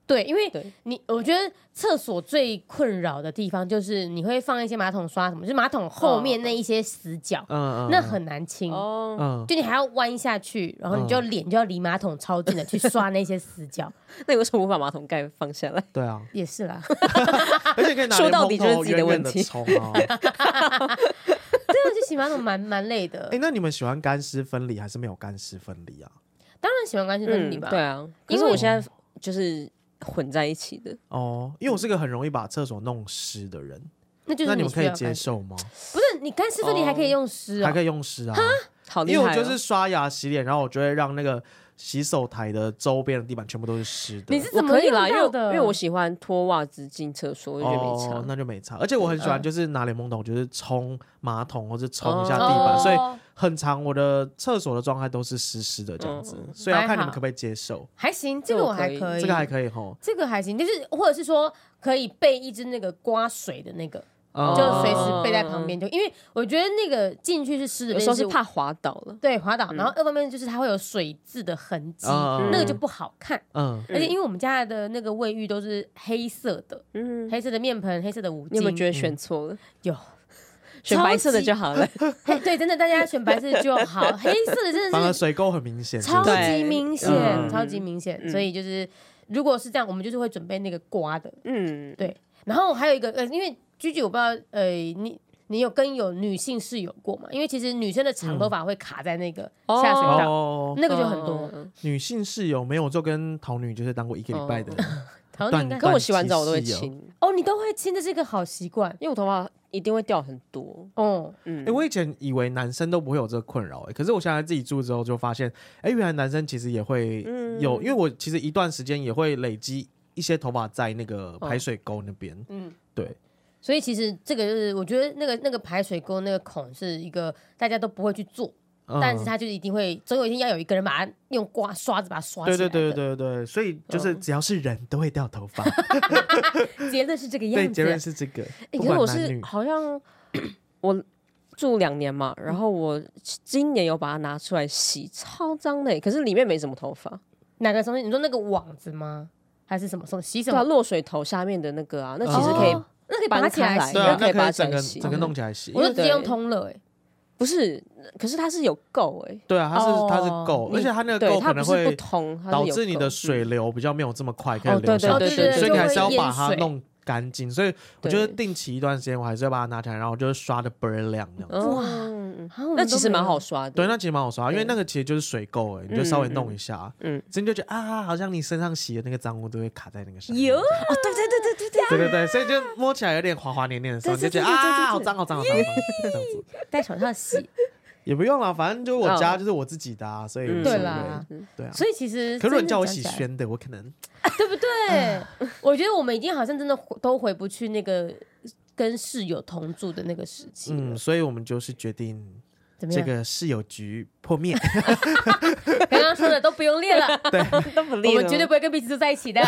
Speaker 1: 对，因为
Speaker 3: 对
Speaker 1: 你我觉得厕所最困扰的地方就是你会放一些马桶刷什么，就是马桶后面那一些死角，
Speaker 2: 嗯嗯，
Speaker 1: 那很难清。
Speaker 3: 哦，
Speaker 2: 嗯，
Speaker 1: 就你还要弯下去，然后你就脸就要离马桶超近的去刷那些死
Speaker 3: [LAUGHS]
Speaker 1: 角，
Speaker 3: 那你为什么不把马桶盖放下来？
Speaker 2: 对啊，
Speaker 1: 也是啦。
Speaker 2: 而且可以拿
Speaker 3: 啊说
Speaker 2: 莲
Speaker 3: 到底
Speaker 2: 蓬
Speaker 3: 就是
Speaker 2: 头
Speaker 3: 自己的
Speaker 2: 远远
Speaker 3: 问
Speaker 2: 的
Speaker 3: 题
Speaker 2: 冲啊。
Speaker 1: 对啊，就洗马桶蛮蛮累的。
Speaker 2: 哎、那你们喜欢干湿分离还是没有干湿分离啊？
Speaker 1: 当然喜欢干净分离
Speaker 2: 嗯
Speaker 1: 吧。
Speaker 3: 对啊，
Speaker 1: 因为
Speaker 3: 可是我现在就是混在一起的，
Speaker 2: 哦，因为我是个很容易把厕所弄湿的人，
Speaker 1: 那嗯就是
Speaker 2: 那你们可以
Speaker 1: 需要
Speaker 2: 接
Speaker 1: 干。
Speaker 2: 受吗？
Speaker 1: 不是你干湿分离还可以用湿
Speaker 2: 还
Speaker 1: 啊
Speaker 2: 可？以用湿啊，
Speaker 3: 好
Speaker 2: 因
Speaker 3: 厉
Speaker 2: 为
Speaker 3: 害哦、
Speaker 2: 我就是刷牙洗脸，然后我就会让那个洗手台的周边的地板全部都是湿的。
Speaker 1: 你是
Speaker 3: 我
Speaker 1: 怎么
Speaker 3: 可以
Speaker 1: 用
Speaker 3: 啦，因为
Speaker 1: 到
Speaker 3: 我
Speaker 1: 的？
Speaker 3: 因为我喜欢脱袜子进厕所，我就觉得没
Speaker 2: 哦，
Speaker 3: 差。
Speaker 2: 那就没差。而且我很喜欢，
Speaker 1: 嗯
Speaker 2: 就是拿脸懵懂，就是冲马桶或者冲一下
Speaker 3: 哦
Speaker 2: 地板，
Speaker 1: 哦
Speaker 2: 所以很长我的厕所的状态都是湿湿的这样
Speaker 1: 嗯
Speaker 2: 子，所以要看你们可不可以接受。
Speaker 1: 还行，这个
Speaker 3: 这
Speaker 1: 我
Speaker 3: 我可
Speaker 1: 还
Speaker 3: 以
Speaker 1: 可以，
Speaker 2: 这个还可以吼，
Speaker 1: 这个还行，就是或者是说可以备一支那个刮水的那个，
Speaker 2: 嗯
Speaker 1: 就随时备在旁边，就因为我觉得那个进去是湿的，
Speaker 3: 哦有时候
Speaker 1: 但
Speaker 3: 是怕滑倒了。
Speaker 1: 对滑倒，然后二方面就是它会有水渍的痕迹，
Speaker 2: 嗯
Speaker 1: 那个就不好看。
Speaker 2: 嗯，
Speaker 1: 而且因为我们家的那个卫浴都是黑色的，
Speaker 3: 嗯，
Speaker 1: 黑色的面盆，黑色的五
Speaker 3: 你有没有
Speaker 1: [LAUGHS] 巾，
Speaker 3: 觉
Speaker 2: 嗯
Speaker 3: 得选错了？
Speaker 1: 有
Speaker 3: 选白色的就好
Speaker 1: [LAUGHS]
Speaker 3: 了。
Speaker 1: 嘿对，真的大家选白色就
Speaker 3: [LAUGHS]
Speaker 1: 好，黑色的真
Speaker 2: 反而
Speaker 1: 的是
Speaker 2: 水垢很明显，是
Speaker 1: 超
Speaker 2: 不是
Speaker 3: 对
Speaker 1: 级明显，
Speaker 2: 嗯
Speaker 1: 超级明显，所以就是如果是这样，我们就是会准备那个刮的，
Speaker 3: 嗯，
Speaker 1: 对，然后还有一个呃，因为居居我不知道，呃，你你有跟有女性室友过吗？因为其实女生的长头发会卡在那个
Speaker 3: 哦
Speaker 1: 下水道，
Speaker 2: 哦，
Speaker 1: 那个就很多。
Speaker 3: 嗯。
Speaker 2: 女性室友没有，就跟桃女就是当过一个礼拜的，
Speaker 3: 哦
Speaker 1: 然后你应该
Speaker 3: 可
Speaker 2: 断
Speaker 3: 我洗完澡我都会
Speaker 2: 短期室
Speaker 3: 清，
Speaker 1: 哦，你都会亲，这是一个好习惯。
Speaker 3: 因为我头发一定会掉很多。
Speaker 1: 哦，
Speaker 3: 嗯
Speaker 2: 哎、，我以前以为男生都不会有这个困扰、欸，可是我现在自己住之后就发现，哎、原来男生其实也会
Speaker 3: 嗯
Speaker 2: 有，因为我其实一段时间也会累积一些头发在那个排水沟那边，
Speaker 1: 嗯
Speaker 2: 嗯，对，
Speaker 1: 所以其实这个就是我觉得那个那个排水沟那个孔是一个大家都不会去做，
Speaker 2: 嗯
Speaker 1: 但是它就是一定会总有一天要有一个人把它用刮刷子把它刷起
Speaker 2: 对
Speaker 1: 来。
Speaker 2: 对对对对对，所以就是
Speaker 3: 嗯
Speaker 2: 只要是人都会掉头
Speaker 3: [LAUGHS]
Speaker 2: 发，
Speaker 1: 对，结论是这个
Speaker 2: 对，
Speaker 1: 样
Speaker 2: 结论
Speaker 1: 子。
Speaker 2: 是这个，
Speaker 3: 欸
Speaker 2: 不
Speaker 3: 可是我
Speaker 2: 管男
Speaker 3: 是
Speaker 2: 女，
Speaker 3: 好
Speaker 2: [CLEARS THROAT]
Speaker 3: 像我住两年嘛，然后我今年有把它拿出来洗，超脏的欸，可是里面没什么头发，
Speaker 1: 哪个东西？你说那个网子吗？还是什么什么洗
Speaker 3: 对
Speaker 1: 手？
Speaker 3: 啊，落水头下面的那个啊，那其实可以，
Speaker 1: 哦那可以把它
Speaker 3: 搬
Speaker 1: 起来
Speaker 3: 开来
Speaker 1: 洗
Speaker 2: 对
Speaker 1: 吗
Speaker 2: 啊，
Speaker 3: 可以
Speaker 2: 那
Speaker 3: 把它
Speaker 2: 可以整个
Speaker 3: 整洗
Speaker 2: 整个弄起来洗，
Speaker 1: 我就直接用
Speaker 3: 对
Speaker 1: 通了、欸，
Speaker 3: 不是，可是它是有垢哎、
Speaker 2: 对啊，它是它是
Speaker 1: 哦
Speaker 2: 垢，而且它那个
Speaker 3: 对，
Speaker 2: 垢
Speaker 3: 它不
Speaker 2: 可能
Speaker 3: 是不
Speaker 2: 会
Speaker 3: 通，它是
Speaker 2: 导
Speaker 3: 有
Speaker 2: 致你
Speaker 3: 垢嗯
Speaker 2: 的水流比较没有这么快可
Speaker 3: 哦
Speaker 2: 以
Speaker 3: 对
Speaker 2: 流下
Speaker 3: 对
Speaker 2: 去，
Speaker 3: 对对
Speaker 2: 所以你还是要
Speaker 1: 就会
Speaker 2: 把
Speaker 1: 淹
Speaker 2: 它
Speaker 1: 水
Speaker 2: 弄干净。所以我
Speaker 3: 对
Speaker 2: 觉得定期一段时间，我还是要把它拿起来，然后就是刷的倍儿亮这样子。
Speaker 1: 哇
Speaker 3: 嗯
Speaker 1: 啊我们
Speaker 3: 那
Speaker 1: 都
Speaker 3: 其实
Speaker 1: 没
Speaker 3: 蛮
Speaker 1: 有
Speaker 3: 好刷的，
Speaker 2: 对，那其实蛮好刷，因为
Speaker 3: 对
Speaker 2: 那个其实就是水垢哎，你就稍微弄一下，
Speaker 3: 嗯嗯
Speaker 2: 嗯，真就觉得啊，好像你身上洗的那个脏污都会卡在那个上面。
Speaker 1: 有
Speaker 2: 这样
Speaker 3: 哦，对对对对对
Speaker 2: 对对对，所以就摸起来有点滑滑黏黏的时候，你
Speaker 3: 对
Speaker 2: 就觉得
Speaker 3: 对对对对
Speaker 2: 啊，
Speaker 3: 对
Speaker 2: 好脏好脏好脏，好脏这样
Speaker 3: [LAUGHS]
Speaker 2: 子
Speaker 1: 戴手套洗。
Speaker 2: 也不用啦，反正就是我
Speaker 3: 哦
Speaker 2: 家就是我自己的，啊，所以
Speaker 3: 嗯
Speaker 2: 无
Speaker 1: 对
Speaker 2: 所
Speaker 1: 啦
Speaker 2: 谓。
Speaker 3: 嗯
Speaker 2: 对啊。
Speaker 1: 所以其实
Speaker 2: 可是如果
Speaker 1: 真
Speaker 2: 你
Speaker 1: 的
Speaker 2: 叫我
Speaker 1: 讲
Speaker 2: 洗
Speaker 1: 起来，
Speaker 2: 宣的，我可能
Speaker 1: 对不对？我觉得我们已经好像真的都回不去那个跟室友同住的那个时期了
Speaker 2: 嗯，。所以我们就是决定
Speaker 1: 怎么
Speaker 2: 这
Speaker 1: 样？
Speaker 2: 个室友局破灭。
Speaker 1: 刚刚说的都不用练了，
Speaker 3: 对，都不
Speaker 1: 我们绝对不会跟彼此住在一起的。
Speaker 2: [LAUGHS]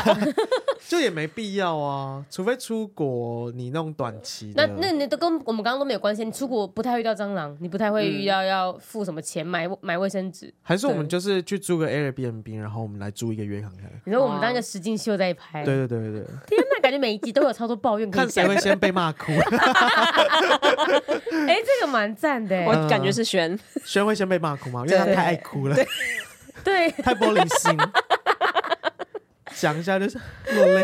Speaker 2: 就也没必要啊，除非出国你弄短期
Speaker 1: 那
Speaker 2: 的。
Speaker 1: 那你都跟我们刚刚都没有关系。你出国不太遇到蟑螂，你不太会
Speaker 2: 嗯
Speaker 1: 遇到要付什么钱买买卫生纸。
Speaker 2: 还是我们
Speaker 3: 对
Speaker 2: 就是去租个 Airbnb，然后我们来租一个月看看。
Speaker 1: 你说我们当一个实境秀在拍，
Speaker 2: 哦对对对对对，
Speaker 1: 天哪，感觉每一集都有超多抱怨可以
Speaker 2: 看谁
Speaker 1: 讲。
Speaker 2: 会先被骂 [LAUGHS] 哭，
Speaker 1: 哎，这个蛮赞的
Speaker 3: 我
Speaker 1: 欸，
Speaker 2: 嗯
Speaker 3: 感觉是轩，
Speaker 2: 轩会先被骂哭吗？因为他
Speaker 3: 对
Speaker 2: 太爱哭了，
Speaker 1: 对。
Speaker 2: 太玻璃 [LAUGHS] 心。想一下就是落泪，
Speaker 1: 而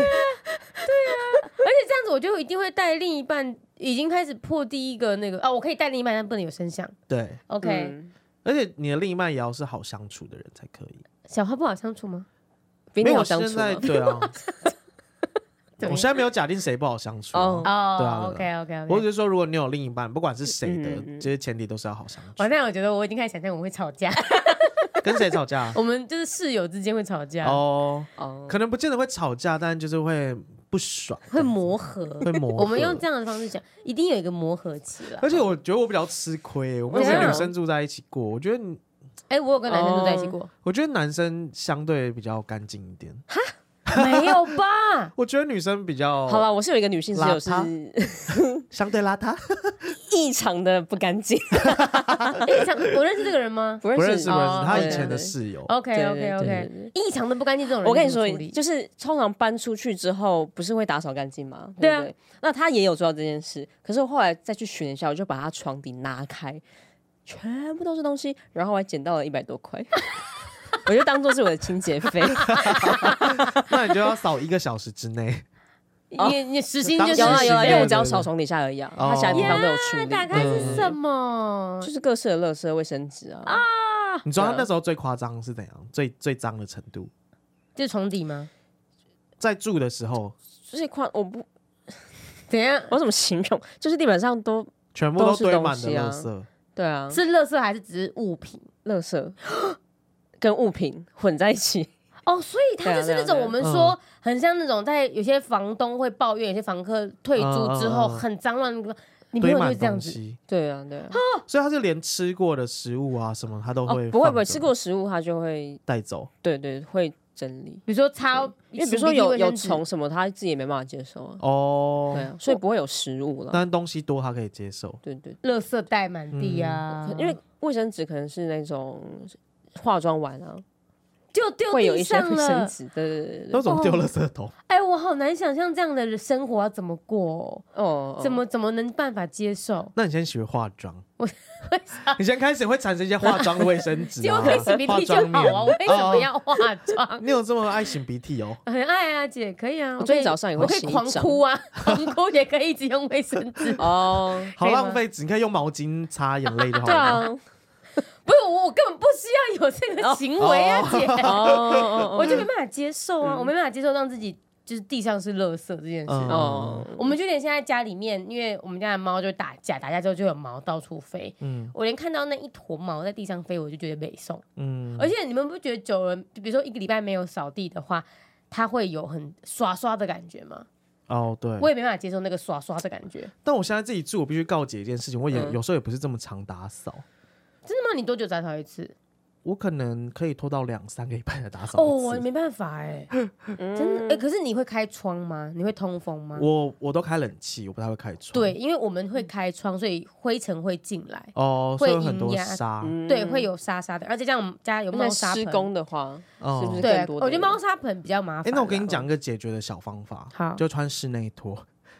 Speaker 1: 且这样子，我就一定会带另一半，已经开始破第一个那个啊，我可以带另一半，但不能有声响。
Speaker 2: 对，
Speaker 1: OK，、
Speaker 3: 嗯
Speaker 2: 而且你的另一半也要是好相处的人才可以。
Speaker 1: 小花不好相处吗？
Speaker 3: 比你
Speaker 2: 没有
Speaker 3: 好
Speaker 2: 我
Speaker 3: 相
Speaker 2: 现
Speaker 3: 处
Speaker 2: 在
Speaker 3: 吗。
Speaker 2: 对 [LAUGHS] 啊，
Speaker 1: 怎么样
Speaker 2: 我现在没有假定谁不好相处啊。
Speaker 3: 哦
Speaker 2: 对啊
Speaker 1: 哦、o
Speaker 2: 对
Speaker 1: k OK
Speaker 2: 我
Speaker 1: OK。
Speaker 2: 只是说，如果你有另一半，不管是谁的
Speaker 3: 嗯嗯，嗯
Speaker 2: 这些前提都是要好相处
Speaker 1: 完。蛋，我觉得我已经开始想象我们会吵架，
Speaker 2: 跟谁
Speaker 1: [LAUGHS]
Speaker 2: 吵架？
Speaker 1: 我们就是室友之间会吵架，
Speaker 2: 哦，
Speaker 3: 哦，
Speaker 2: 可能不见得会吵架，但就是会不爽，
Speaker 1: 会磨合，
Speaker 2: [LAUGHS] 会磨合。
Speaker 1: 我们用这样的方式讲，一定有一个磨合期
Speaker 2: [LAUGHS]
Speaker 1: 了。
Speaker 2: 而且我觉得我比较吃亏、我没有
Speaker 1: 怎
Speaker 2: 跟
Speaker 1: 样
Speaker 2: 女生住在一起过，我觉得你，
Speaker 1: 哎、我有跟男生住在
Speaker 3: 哦
Speaker 1: 一起过，
Speaker 2: 我觉得男生相对比较干净一点，
Speaker 1: 没有吧？
Speaker 2: 我觉得女生比较
Speaker 3: 好了，我是有一个女性室友是
Speaker 2: 邋相对邋遢，
Speaker 3: 异常的不干净，
Speaker 1: 异常，哎我认识这个人吗
Speaker 3: 不
Speaker 2: 不认识不认
Speaker 1: 哦
Speaker 2: 识，他以
Speaker 1: 对哦
Speaker 2: 前的
Speaker 3: 对
Speaker 2: 室友，
Speaker 1: ？OK
Speaker 3: 对
Speaker 1: OK
Speaker 3: 对对
Speaker 1: OK，异常的不干净这种人，
Speaker 3: 我跟你说
Speaker 1: 怎么处理，
Speaker 3: 就是通常搬出去之后，不是会打扫干净吗？
Speaker 1: 对
Speaker 3: 对
Speaker 1: 啊
Speaker 3: 不对那他也有做到这件事，可是我后来再去巡一下，我就把他床底拉开，全部都是东西，然后我还捡到了一百多块，我就当做是我的清洁费，
Speaker 2: 那你就要扫一个小时之内。
Speaker 3: 哦
Speaker 1: 你你时薪
Speaker 2: 当
Speaker 1: 就
Speaker 2: 时
Speaker 1: 是
Speaker 3: 有啊有啊，
Speaker 2: 对
Speaker 3: 因为我
Speaker 2: 对
Speaker 3: 只要
Speaker 2: 对
Speaker 3: 扫床底下而已啊，
Speaker 2: 哦
Speaker 3: 他其他地方都有处
Speaker 1: 那
Speaker 3: 理，
Speaker 1: 打开是
Speaker 2: 嗯
Speaker 1: 什么？
Speaker 3: 就是各式的垃圾、卫生纸啊，
Speaker 2: 你知道他
Speaker 3: 对啊
Speaker 2: 那时候最夸张是怎样？最最脏的程度，
Speaker 1: 就是床底吗？
Speaker 2: 在住的时候
Speaker 3: 就是块我不
Speaker 1: 怎样？
Speaker 3: 我怎么形容，就是地板上都
Speaker 2: 全部
Speaker 3: 都
Speaker 2: 都
Speaker 3: 是
Speaker 2: 堆
Speaker 3: 东
Speaker 2: 满了
Speaker 3: 西啊
Speaker 2: 垃圾。
Speaker 3: 对啊，
Speaker 1: 是垃圾还是只是物品？
Speaker 3: 垃圾。跟物品混在一起。
Speaker 1: 哦，所以他
Speaker 3: 对啊
Speaker 1: 就是那
Speaker 3: 对啊
Speaker 1: 种
Speaker 3: 对啊
Speaker 1: 我们
Speaker 2: 嗯
Speaker 1: 说很像那种在有些房东会抱怨，有些房客退租之后
Speaker 2: 嗯嗯嗯嗯
Speaker 1: 很脏乱，你朋
Speaker 2: 堆
Speaker 1: 友就
Speaker 2: 满
Speaker 1: 是这样
Speaker 2: 东
Speaker 1: 子，哦
Speaker 2: 西，
Speaker 3: 对啊，对啊。
Speaker 2: 所以他就连吃过的食物啊什么，他都
Speaker 3: [LAUGHS] 哦
Speaker 2: 会、，
Speaker 3: 不会不会，吃过食物它就会，
Speaker 2: 带走。
Speaker 3: 对对，会整理。
Speaker 1: 比如说擦，
Speaker 3: 因为比如说有有虫
Speaker 1: 从
Speaker 3: 什么，他自己也没办法接受啊。
Speaker 2: 哦
Speaker 3: 对，啊，所以不会有食物了。
Speaker 2: 但东西多他可以接受。
Speaker 3: 对对，
Speaker 1: 垃圾袋满地啊
Speaker 3: 可，嗯因为卫生纸可能是那种化妆完啊，
Speaker 1: 就丢
Speaker 3: 会有
Speaker 1: 地
Speaker 3: 一些
Speaker 1: 上
Speaker 3: 卫生
Speaker 1: 了。
Speaker 3: 纸。对对对哦对对
Speaker 2: 都怎么丢垃圾桶？
Speaker 1: 哎，我好难想象这样的生活要怎么过，
Speaker 3: 哦，哦
Speaker 1: 怎么怎么能办法接受？
Speaker 2: 那你先学化妆， [LAUGHS]
Speaker 1: 我
Speaker 2: 你先开始会产生一些化妆的卫生
Speaker 1: [LAUGHS]
Speaker 2: 纸
Speaker 1: 结
Speaker 2: 啊
Speaker 1: 果可以擤鼻
Speaker 2: 化
Speaker 1: 涕就
Speaker 2: 妆
Speaker 1: 好
Speaker 2: 棉
Speaker 1: 啊，我为什
Speaker 3: 嗯
Speaker 1: 么？
Speaker 2: 哦
Speaker 1: 要化妆？
Speaker 2: 你有这么爱擤鼻涕哦？
Speaker 1: 很爱啊，姐可以啊。
Speaker 3: 我最近
Speaker 1: 可以
Speaker 3: 早上也会
Speaker 1: 我可以
Speaker 3: 洗一
Speaker 1: 狂
Speaker 3: 张
Speaker 1: 哭啊，狂哭也可以一直用卫生纸。
Speaker 3: 哦，
Speaker 2: 好
Speaker 1: 可以吗
Speaker 2: 浪费纸，你可以用毛巾
Speaker 1: [LAUGHS]
Speaker 2: 擦眼泪就好
Speaker 3: 对啊
Speaker 2: 了。，
Speaker 1: 不是我，我根本不需要有这个行为啊，姐，
Speaker 3: [LAUGHS] 哦嗯哦，
Speaker 1: 我就没办法接受啊，我没办法接受让自己就是地上是垃圾这件事。
Speaker 2: 嗯
Speaker 3: 哦，
Speaker 1: 我们就连现在家里面，因为我们家的猫就打架，打架之后就有毛到处飞。
Speaker 2: 嗯
Speaker 1: 我连看到那一坨毛在地上飞，我就觉得美送。
Speaker 2: 嗯，
Speaker 1: 而且你们不觉得久了，比如说一个礼拜没有扫地的话，它会有很刷刷的感觉吗？
Speaker 2: 哦对
Speaker 1: 我，也没办法接受那个刷刷的感觉。
Speaker 2: 但我现在自己住，我必须告解一件事情，我也
Speaker 3: 嗯
Speaker 2: 有时候也不是这么常打扫，
Speaker 1: 真的吗？你多久打扫一次？
Speaker 2: 我可能可以拖到两三个礼拜才打扫
Speaker 1: 哦，
Speaker 2: 一
Speaker 1: 我
Speaker 2: 次。
Speaker 1: 没办法哎、
Speaker 3: 嗯
Speaker 1: [LAUGHS] 真的哎、可是你会开窗吗？你会通风吗？
Speaker 2: 我我都开冷气，我不太会开窗。
Speaker 1: 对，，因为我们会开窗，所以灰尘会进来，
Speaker 2: 哦，所以有
Speaker 1: 会
Speaker 2: 很多
Speaker 1: 阴压
Speaker 2: 沙，
Speaker 1: 对，会有沙沙的，而且这样我们家有猫
Speaker 3: 那
Speaker 1: 砂
Speaker 3: 施
Speaker 1: 盆，
Speaker 3: 工的话，
Speaker 2: 哦
Speaker 3: 是不是
Speaker 1: 嗯对
Speaker 3: 更，多的
Speaker 1: 我觉得猫砂盆比较麻
Speaker 2: 哎、
Speaker 1: 烦啦。
Speaker 2: 那我跟你讲一个解决的小方法，
Speaker 1: 嗯好
Speaker 2: 就穿室内拖，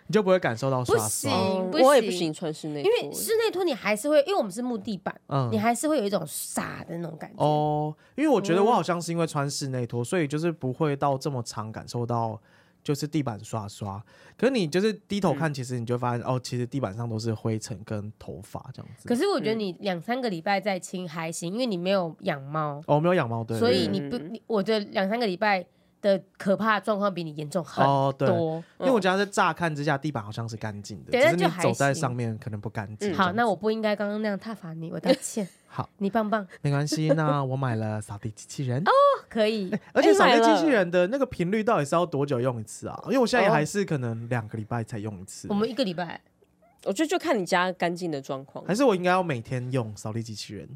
Speaker 2: 你就不会感受到
Speaker 1: 不
Speaker 2: 刷刷。
Speaker 1: 行
Speaker 3: 嗯
Speaker 1: 不
Speaker 3: 我也不
Speaker 1: 行
Speaker 3: 行穿室内
Speaker 1: 因
Speaker 3: 裤，
Speaker 1: 为室内拖你还是会，因为我们是木地板，
Speaker 2: 嗯
Speaker 1: 你还是会有一种沙的那种感觉。
Speaker 2: 哦，因为我觉得我好像是因为穿室内拖，所以就是不会到这么常感受到就是地板刷刷。可是你就是低头
Speaker 1: 嗯
Speaker 2: 看，其实你就会发现、哦，其实地板上都是灰尘跟头发这样子。
Speaker 1: 可是我觉得你两三个礼拜再清还行，因为你没有养猫，
Speaker 2: 哦，我没有养猫，对，
Speaker 1: 所以
Speaker 2: 对
Speaker 1: 你不，
Speaker 3: 嗯
Speaker 1: 你我觉得两三个礼拜的可怕状况比你严重很
Speaker 2: 哦对，
Speaker 1: 多。
Speaker 2: 因为我家在乍看之下地板好像是干净的，
Speaker 1: 嗯对
Speaker 2: 只
Speaker 1: 那
Speaker 2: 是你
Speaker 1: 就还
Speaker 2: 走在
Speaker 1: 行
Speaker 2: 上面可能不干净这样
Speaker 3: 嗯
Speaker 2: 子。
Speaker 1: 好，那我不应该刚刚那样挞伐你，我道歉。
Speaker 2: [LAUGHS] 好，
Speaker 1: 你棒 [LAUGHS] 棒，
Speaker 2: 没关系。那我买了扫地机器人。
Speaker 1: 哦可以。
Speaker 2: [LAUGHS] 而且扫
Speaker 3: 哎
Speaker 2: 地
Speaker 3: 买了
Speaker 2: 机器人的那个频率到底是要多久用一次啊？因为我现在也还是可能两个礼拜才用一次，
Speaker 1: 哦我们一个礼拜
Speaker 3: 我觉得就看你家干净的状况。
Speaker 2: 还是我应该要每天用扫地机器人？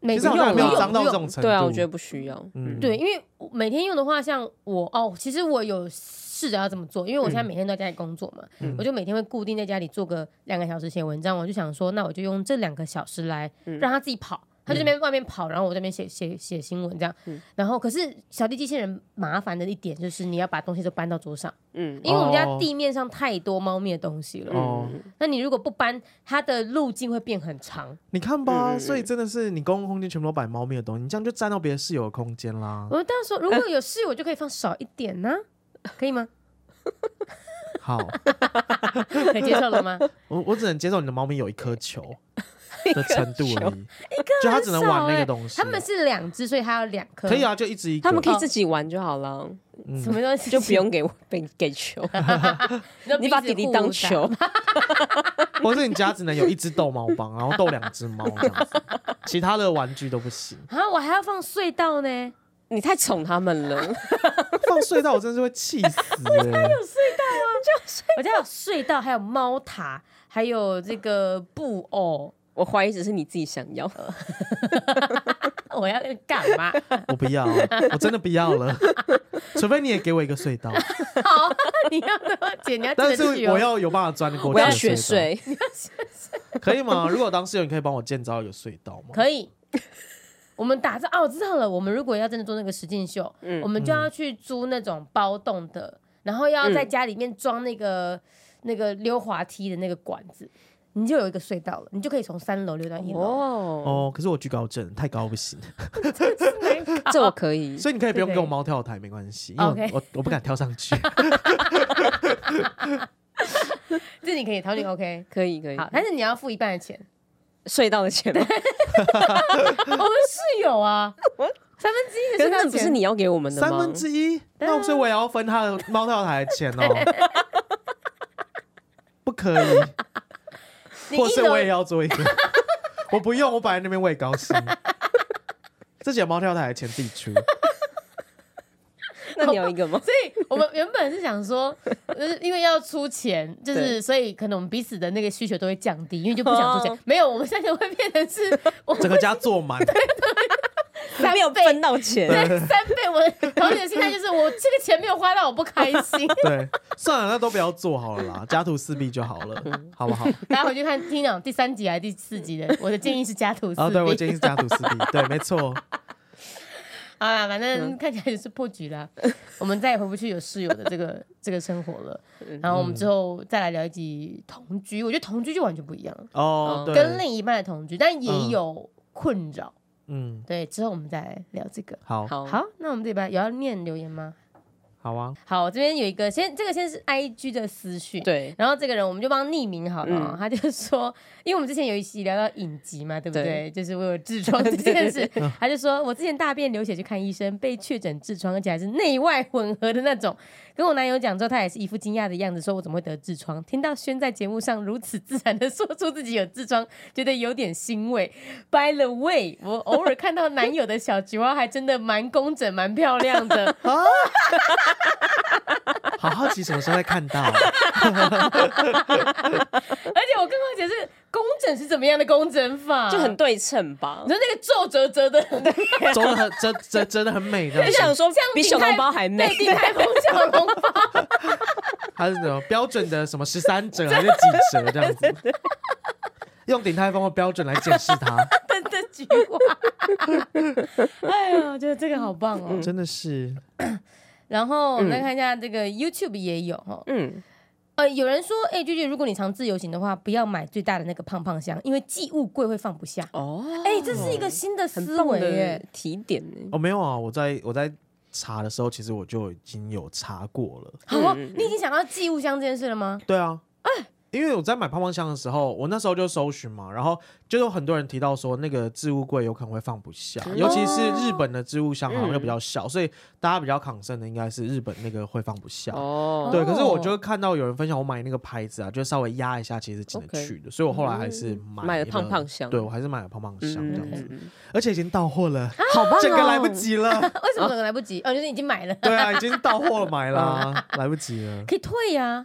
Speaker 1: 每
Speaker 2: 其
Speaker 1: 次
Speaker 2: 实好
Speaker 1: 用
Speaker 2: 像没有
Speaker 1: 不用
Speaker 2: 脏到
Speaker 1: 不
Speaker 2: 这
Speaker 1: 用
Speaker 2: 种程度。
Speaker 3: 对啊，我觉得不需要。
Speaker 2: 嗯
Speaker 3: 嗯，
Speaker 1: 对，因为我每天用的话，像我哦，其实我有试着要这么做，因为我现
Speaker 3: 嗯
Speaker 1: 在每天都在家里工作嘛，
Speaker 2: 嗯
Speaker 1: 我就每天会固定在家里做个两个小时写文章，我就想说，那我就用这两个小时来
Speaker 3: 嗯
Speaker 1: 让他自己跑，他就在那边外面跑，然后我这边写写写新闻这样。
Speaker 3: 嗯
Speaker 1: 然后可是小地机器人麻烦的一点就是你要把东西都搬到桌上，
Speaker 3: 嗯
Speaker 1: 因为我们家
Speaker 2: 哦
Speaker 1: 地面上太多猫咪的东西了。
Speaker 2: 哦
Speaker 3: 嗯
Speaker 1: 那你如果不搬，它的路径会变很长。
Speaker 2: 你看吧，
Speaker 3: 嗯嗯嗯
Speaker 2: 所以真的是你公共空间全部都摆猫咪的东西，你这样就占到别的室友的空间啦。
Speaker 1: 我到时候如果有事，我就可以放少一点呢、可以吗？ [LAUGHS]
Speaker 2: 好，
Speaker 1: 可以接受了吗？
Speaker 2: 我我只能接受你的猫咪有一颗
Speaker 1: [LAUGHS]
Speaker 2: 球的程度而已，就它只能玩那个东西。
Speaker 1: 欸
Speaker 2: 啊
Speaker 1: 他们是两只，所以它有两颗。
Speaker 2: 可以啊，就一直一个。
Speaker 3: 他们可以自己玩就好了，
Speaker 2: 嗯
Speaker 1: 什么东西
Speaker 3: [LAUGHS] 就
Speaker 1: [LAUGHS]
Speaker 3: 不用给我被给球，你把弟弟当，球，
Speaker 2: [LAUGHS] 或是你家只能有一只逗猫棒，然后逗两只猫这样子，其他的玩具都不
Speaker 3: [LAUGHS]
Speaker 2: 行。
Speaker 1: 啊，我还要放隧道呢。
Speaker 3: [LAUGHS] 你太宠他们了。
Speaker 2: 放隧道我真的是会气死、
Speaker 3: [LAUGHS]
Speaker 2: 欸。
Speaker 1: 我家有隧道，还有猫塔，还有这个布偶。 [LAUGHS]
Speaker 3: 我怀疑只是你自己想要，
Speaker 1: 我要干
Speaker 3: [LAUGHS]
Speaker 1: 嘛？
Speaker 2: 我不要，我真的不要了。除非你也给我一个
Speaker 3: [LAUGHS]
Speaker 2: 隧道，
Speaker 1: 好， [LAUGHS] 你要多姐，你要
Speaker 2: 但
Speaker 1: 记
Speaker 2: 是
Speaker 1: 得去哦
Speaker 2: 我要有办法钻过
Speaker 3: 我
Speaker 2: 去
Speaker 3: 要
Speaker 2: 的
Speaker 3: 学 [LAUGHS]
Speaker 2: 隧
Speaker 3: 睡。
Speaker 2: 道，可以吗？如果当室友，你可以帮我建造有隧道吗？
Speaker 1: 可以。 [LAUGHS] 我们打造哦，我知道了。我们如果要真的做那个实境秀，
Speaker 3: 嗯
Speaker 1: 我们就要去租那种包栋的，然后要在
Speaker 3: 嗯
Speaker 1: 家里面装那个、那个溜滑梯的那个管子，你就有一个隧道了，你就可以从三楼溜到一楼。
Speaker 3: 哦，
Speaker 2: 哦，可是我惧高症，太高不行，
Speaker 3: 这我可以。
Speaker 2: 所以你可以不用
Speaker 1: 对
Speaker 2: 给我猫跳台，没关系，因为
Speaker 1: OK
Speaker 2: 我我我不敢跳上去。
Speaker 1: 这你可以，桃
Speaker 3: [LAUGHS]
Speaker 1: 你 OK。
Speaker 3: 可以可以，
Speaker 1: 好，但是你要付一半的钱。
Speaker 3: 隧道的钱吗？
Speaker 1: 我们室友
Speaker 3: [LAUGHS]
Speaker 1: 啊，三分之一的
Speaker 3: 可
Speaker 1: 隧
Speaker 3: 是
Speaker 1: 道
Speaker 3: 那
Speaker 1: 钱
Speaker 3: 不是你要给我们的吗？
Speaker 2: 三分之一，那所以我也要分他的猫跳台的钱哦，不可以，
Speaker 1: 你
Speaker 2: 或
Speaker 1: 一
Speaker 2: 是我
Speaker 1: 楼
Speaker 2: 也要做一个，我不用，我摆在那边我也高兴。自己的猫跳台的钱自己出，
Speaker 3: 那你有一个吗？
Speaker 1: 所以我们原本是想
Speaker 2: [LAUGHS]
Speaker 1: 说，就是因为要出钱，就是
Speaker 3: 对
Speaker 1: 所以可能我们彼此的那个需求都会降低，因为就不想出钱
Speaker 3: 哦。
Speaker 1: 没有，我们现在会变成
Speaker 2: [LAUGHS]
Speaker 1: 是我
Speaker 2: 整个家坐满，
Speaker 1: [LAUGHS] 三
Speaker 3: 没有
Speaker 1: 倍
Speaker 3: 分到钱，
Speaker 1: 对三倍。我的同学的心态就是，我这个钱没有花到，我不开
Speaker 2: [LAUGHS]
Speaker 1: 心。
Speaker 2: 对，算了，那都不要做好了啦，家徒四壁就好了，好不好？
Speaker 1: 大家回去看听讲第三集还是第四集的，我的建议是家徒四
Speaker 2: 啊，对我建
Speaker 1: 壁。
Speaker 2: 议是家徒四壁，对，没错，
Speaker 1: 好啦，反正看起来就是破局啦，
Speaker 2: 嗯
Speaker 1: 我们再也回不去有室友的这个这个生活了。
Speaker 2: 嗯
Speaker 1: 然后我们之后再来聊一集同居，我觉得同居就完全不一样了。
Speaker 2: 哦，
Speaker 3: 嗯
Speaker 1: 跟
Speaker 2: 对，
Speaker 1: 另一半的同居，但也
Speaker 2: 嗯
Speaker 1: 有困扰。
Speaker 2: 嗯，
Speaker 1: 对，之后我们再来聊这个。
Speaker 2: 好，
Speaker 3: 好，
Speaker 1: 好，那我们这边有要念留言吗？
Speaker 2: 好啊，
Speaker 1: 好，我这边有一个先，这个先是 I G 的私讯，。
Speaker 3: 对
Speaker 1: 然后这个人我们就帮匿名好了哦、
Speaker 3: 嗯
Speaker 1: [LAUGHS] 他就说，因为我们之前有一期聊到影集嘛，对不对？
Speaker 3: 对
Speaker 1: 就是我有痔疮这件事， [LAUGHS] 他就说我之前大便流血去看医生，被确诊痔疮，而且还是内外混合的那种。跟我男友讲之后，他也是一副惊讶的样子，说我怎么会得痔疮？听到轩在节目上如此自然的说出自己有痔疮，觉得有点欣慰。By the way，我偶尔看到男友的小菊花还真的蛮工整、蛮漂亮的。 [LAUGHS]
Speaker 2: 好好奇什么时候会看到，啊
Speaker 1: 而且我更好奇是工整是怎么样的工整法，
Speaker 3: 就很对称吧
Speaker 1: 你。说啊那个皱褶褶的， [LAUGHS]
Speaker 2: 真的很真真真的很美的
Speaker 3: 我，想说
Speaker 1: 像
Speaker 3: 比小
Speaker 1: 鼎泰
Speaker 3: 笼包还美
Speaker 1: 对，，丁开峰小笼包，
Speaker 2: 它是什么标准的什么十三折还是几折这样子？用鼎泰丰的标准来检视它，
Speaker 1: 真
Speaker 3: [LAUGHS]
Speaker 1: 的菊花，哎呦，我觉得这个好棒哦。
Speaker 2: 真的是
Speaker 1: 然后我们来看一下这个 YouTube 也有哈，
Speaker 3: 嗯，
Speaker 1: 呃，有人说，哎，娟娟，如果你常自由行的话，不要买最大的那个胖胖箱，因为寄物柜会放不下。
Speaker 3: 哦，
Speaker 1: 哎，这是一个新的思
Speaker 3: 棒
Speaker 1: 维
Speaker 3: 的
Speaker 1: 耶，
Speaker 3: 提点呢。
Speaker 2: 哦，没有啊，我在我在查的时候，其实我就已经有查过了。
Speaker 1: 好
Speaker 3: 嗯
Speaker 1: 哦，你已经想到寄物箱这件事了吗？
Speaker 2: 对啊，因为我在买胖胖箱的时候，我那时候就搜寻嘛，然后就有很多人提到说，那个置物柜有可能会放不下，尤其是日本的置物箱好像又比较小，所以大家比较抗生的应该是日本那个会放不下。
Speaker 3: 哦，
Speaker 2: 对，可是我就看到有人分享，我买那个牌子啊，就稍微压一下，其实进得去的所以我后来还是买
Speaker 3: 嗯买了
Speaker 2: 那
Speaker 3: 胖
Speaker 2: 个
Speaker 3: 胖箱
Speaker 2: 对我还是买了胖胖箱这样
Speaker 3: 嗯
Speaker 2: 子，
Speaker 3: 嗯，嗯
Speaker 2: 而且已经到货了，
Speaker 3: 好棒哦
Speaker 2: 这个来不及了，
Speaker 1: 为
Speaker 3: 啊
Speaker 1: 什么等来不及？哦，就是已经买了，
Speaker 2: [LAUGHS] 对啊，已经到货了，买啦，
Speaker 3: 嗯
Speaker 2: 来不及了，
Speaker 1: 可以退呀，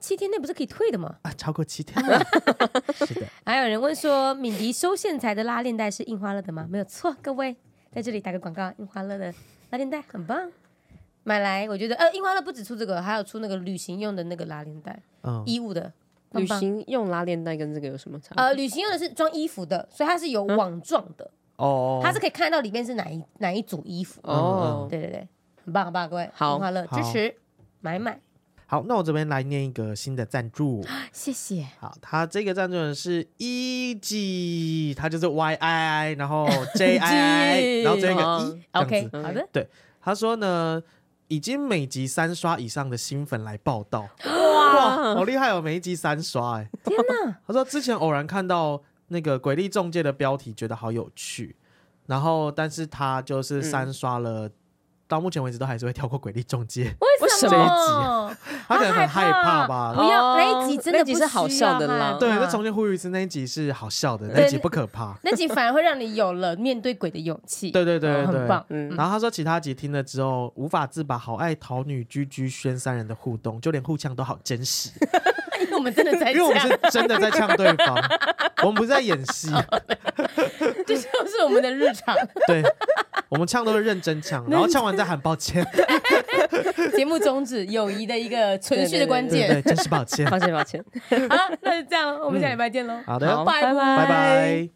Speaker 1: 七天内不是可以退的吗？
Speaker 2: 啊，超过七天了， [LAUGHS] 是的，
Speaker 1: 还有人问说，敏迪收线材的拉链带是印花乐的吗？没有错，各位在这里打个广告，印花乐的拉链带很棒，买来我觉得，呃，印花乐不止出这个，还有出那个旅行用的那个拉链带，
Speaker 3: [LAUGHS]
Speaker 2: 嗯，
Speaker 1: 衣物的，
Speaker 3: 旅
Speaker 1: 很棒。
Speaker 3: 行用拉链带跟这个有什么差别？
Speaker 1: 呃，旅行用的是装衣服的，所以它是有网状的，
Speaker 2: 哦，
Speaker 1: 它是可以看到里面是哪一哪一组衣
Speaker 2: 嗯
Speaker 1: 服。
Speaker 3: 哦，
Speaker 1: 对对对，很棒很棒，各位，
Speaker 3: 好
Speaker 1: 印花乐
Speaker 2: 好
Speaker 1: 支持买买，
Speaker 2: 好，那我这边来念一个新的
Speaker 3: [GASPS]
Speaker 2: 赞助。
Speaker 1: 谢谢。
Speaker 2: 好，他这个赞助人是 E G，他就是 Y I，然后 J I，然后这个
Speaker 3: 哦
Speaker 2: E，这样
Speaker 1: OK，
Speaker 2: 子。
Speaker 1: 好的，
Speaker 2: 他说呢，已经每集三刷以上的新粉来报道，
Speaker 3: 哇，
Speaker 2: 好厉害哦，每一集三刷哎、
Speaker 1: 天哪，
Speaker 2: 他说之前偶然看到那个《鬼力中介》的标题，觉得好有趣，然后但是他就是三刷了，到目前为止都还是会跳过《鬼力中介》，
Speaker 1: 为什
Speaker 3: 什么
Speaker 1: 么？
Speaker 2: 啊他可能很害怕吧。
Speaker 1: 不要
Speaker 3: 哦
Speaker 1: 那一集真的不
Speaker 3: 那集是好
Speaker 1: 需
Speaker 3: 笑
Speaker 1: 要
Speaker 3: 的啦
Speaker 1: 害
Speaker 2: 对，
Speaker 1: 怕
Speaker 2: 那重新呼吁一次，那一集是好笑的，
Speaker 1: 嗯对
Speaker 2: 那一集不可怕。
Speaker 1: 那集反而会让你有了面对鬼的勇气。
Speaker 2: 对对对
Speaker 1: 嗯
Speaker 2: 对
Speaker 1: 很棒。
Speaker 3: 嗯，
Speaker 2: 然后他说，其他集听了之后无法自拔，好爱桃女、居居、轩三人的互动，就连互呛都好真实，
Speaker 1: 因 [LAUGHS] 为我们真的在
Speaker 2: 因为我们
Speaker 1: 讲，
Speaker 2: 是真的在呛对方，我们不是在演戏，
Speaker 1: 这就是我们的日常。
Speaker 2: 对，我们呛都是认真呛，然后呛完再喊抱歉，
Speaker 1: 节目宗旨，友谊的一个存续的关
Speaker 2: 对
Speaker 1: 键。
Speaker 2: 对，真是抱歉，
Speaker 3: 抱歉抱歉，
Speaker 1: 好，那就这样，我们下礼拜见喽。
Speaker 2: 好的，
Speaker 3: 好
Speaker 1: 拜
Speaker 3: 拜
Speaker 2: 拜拜。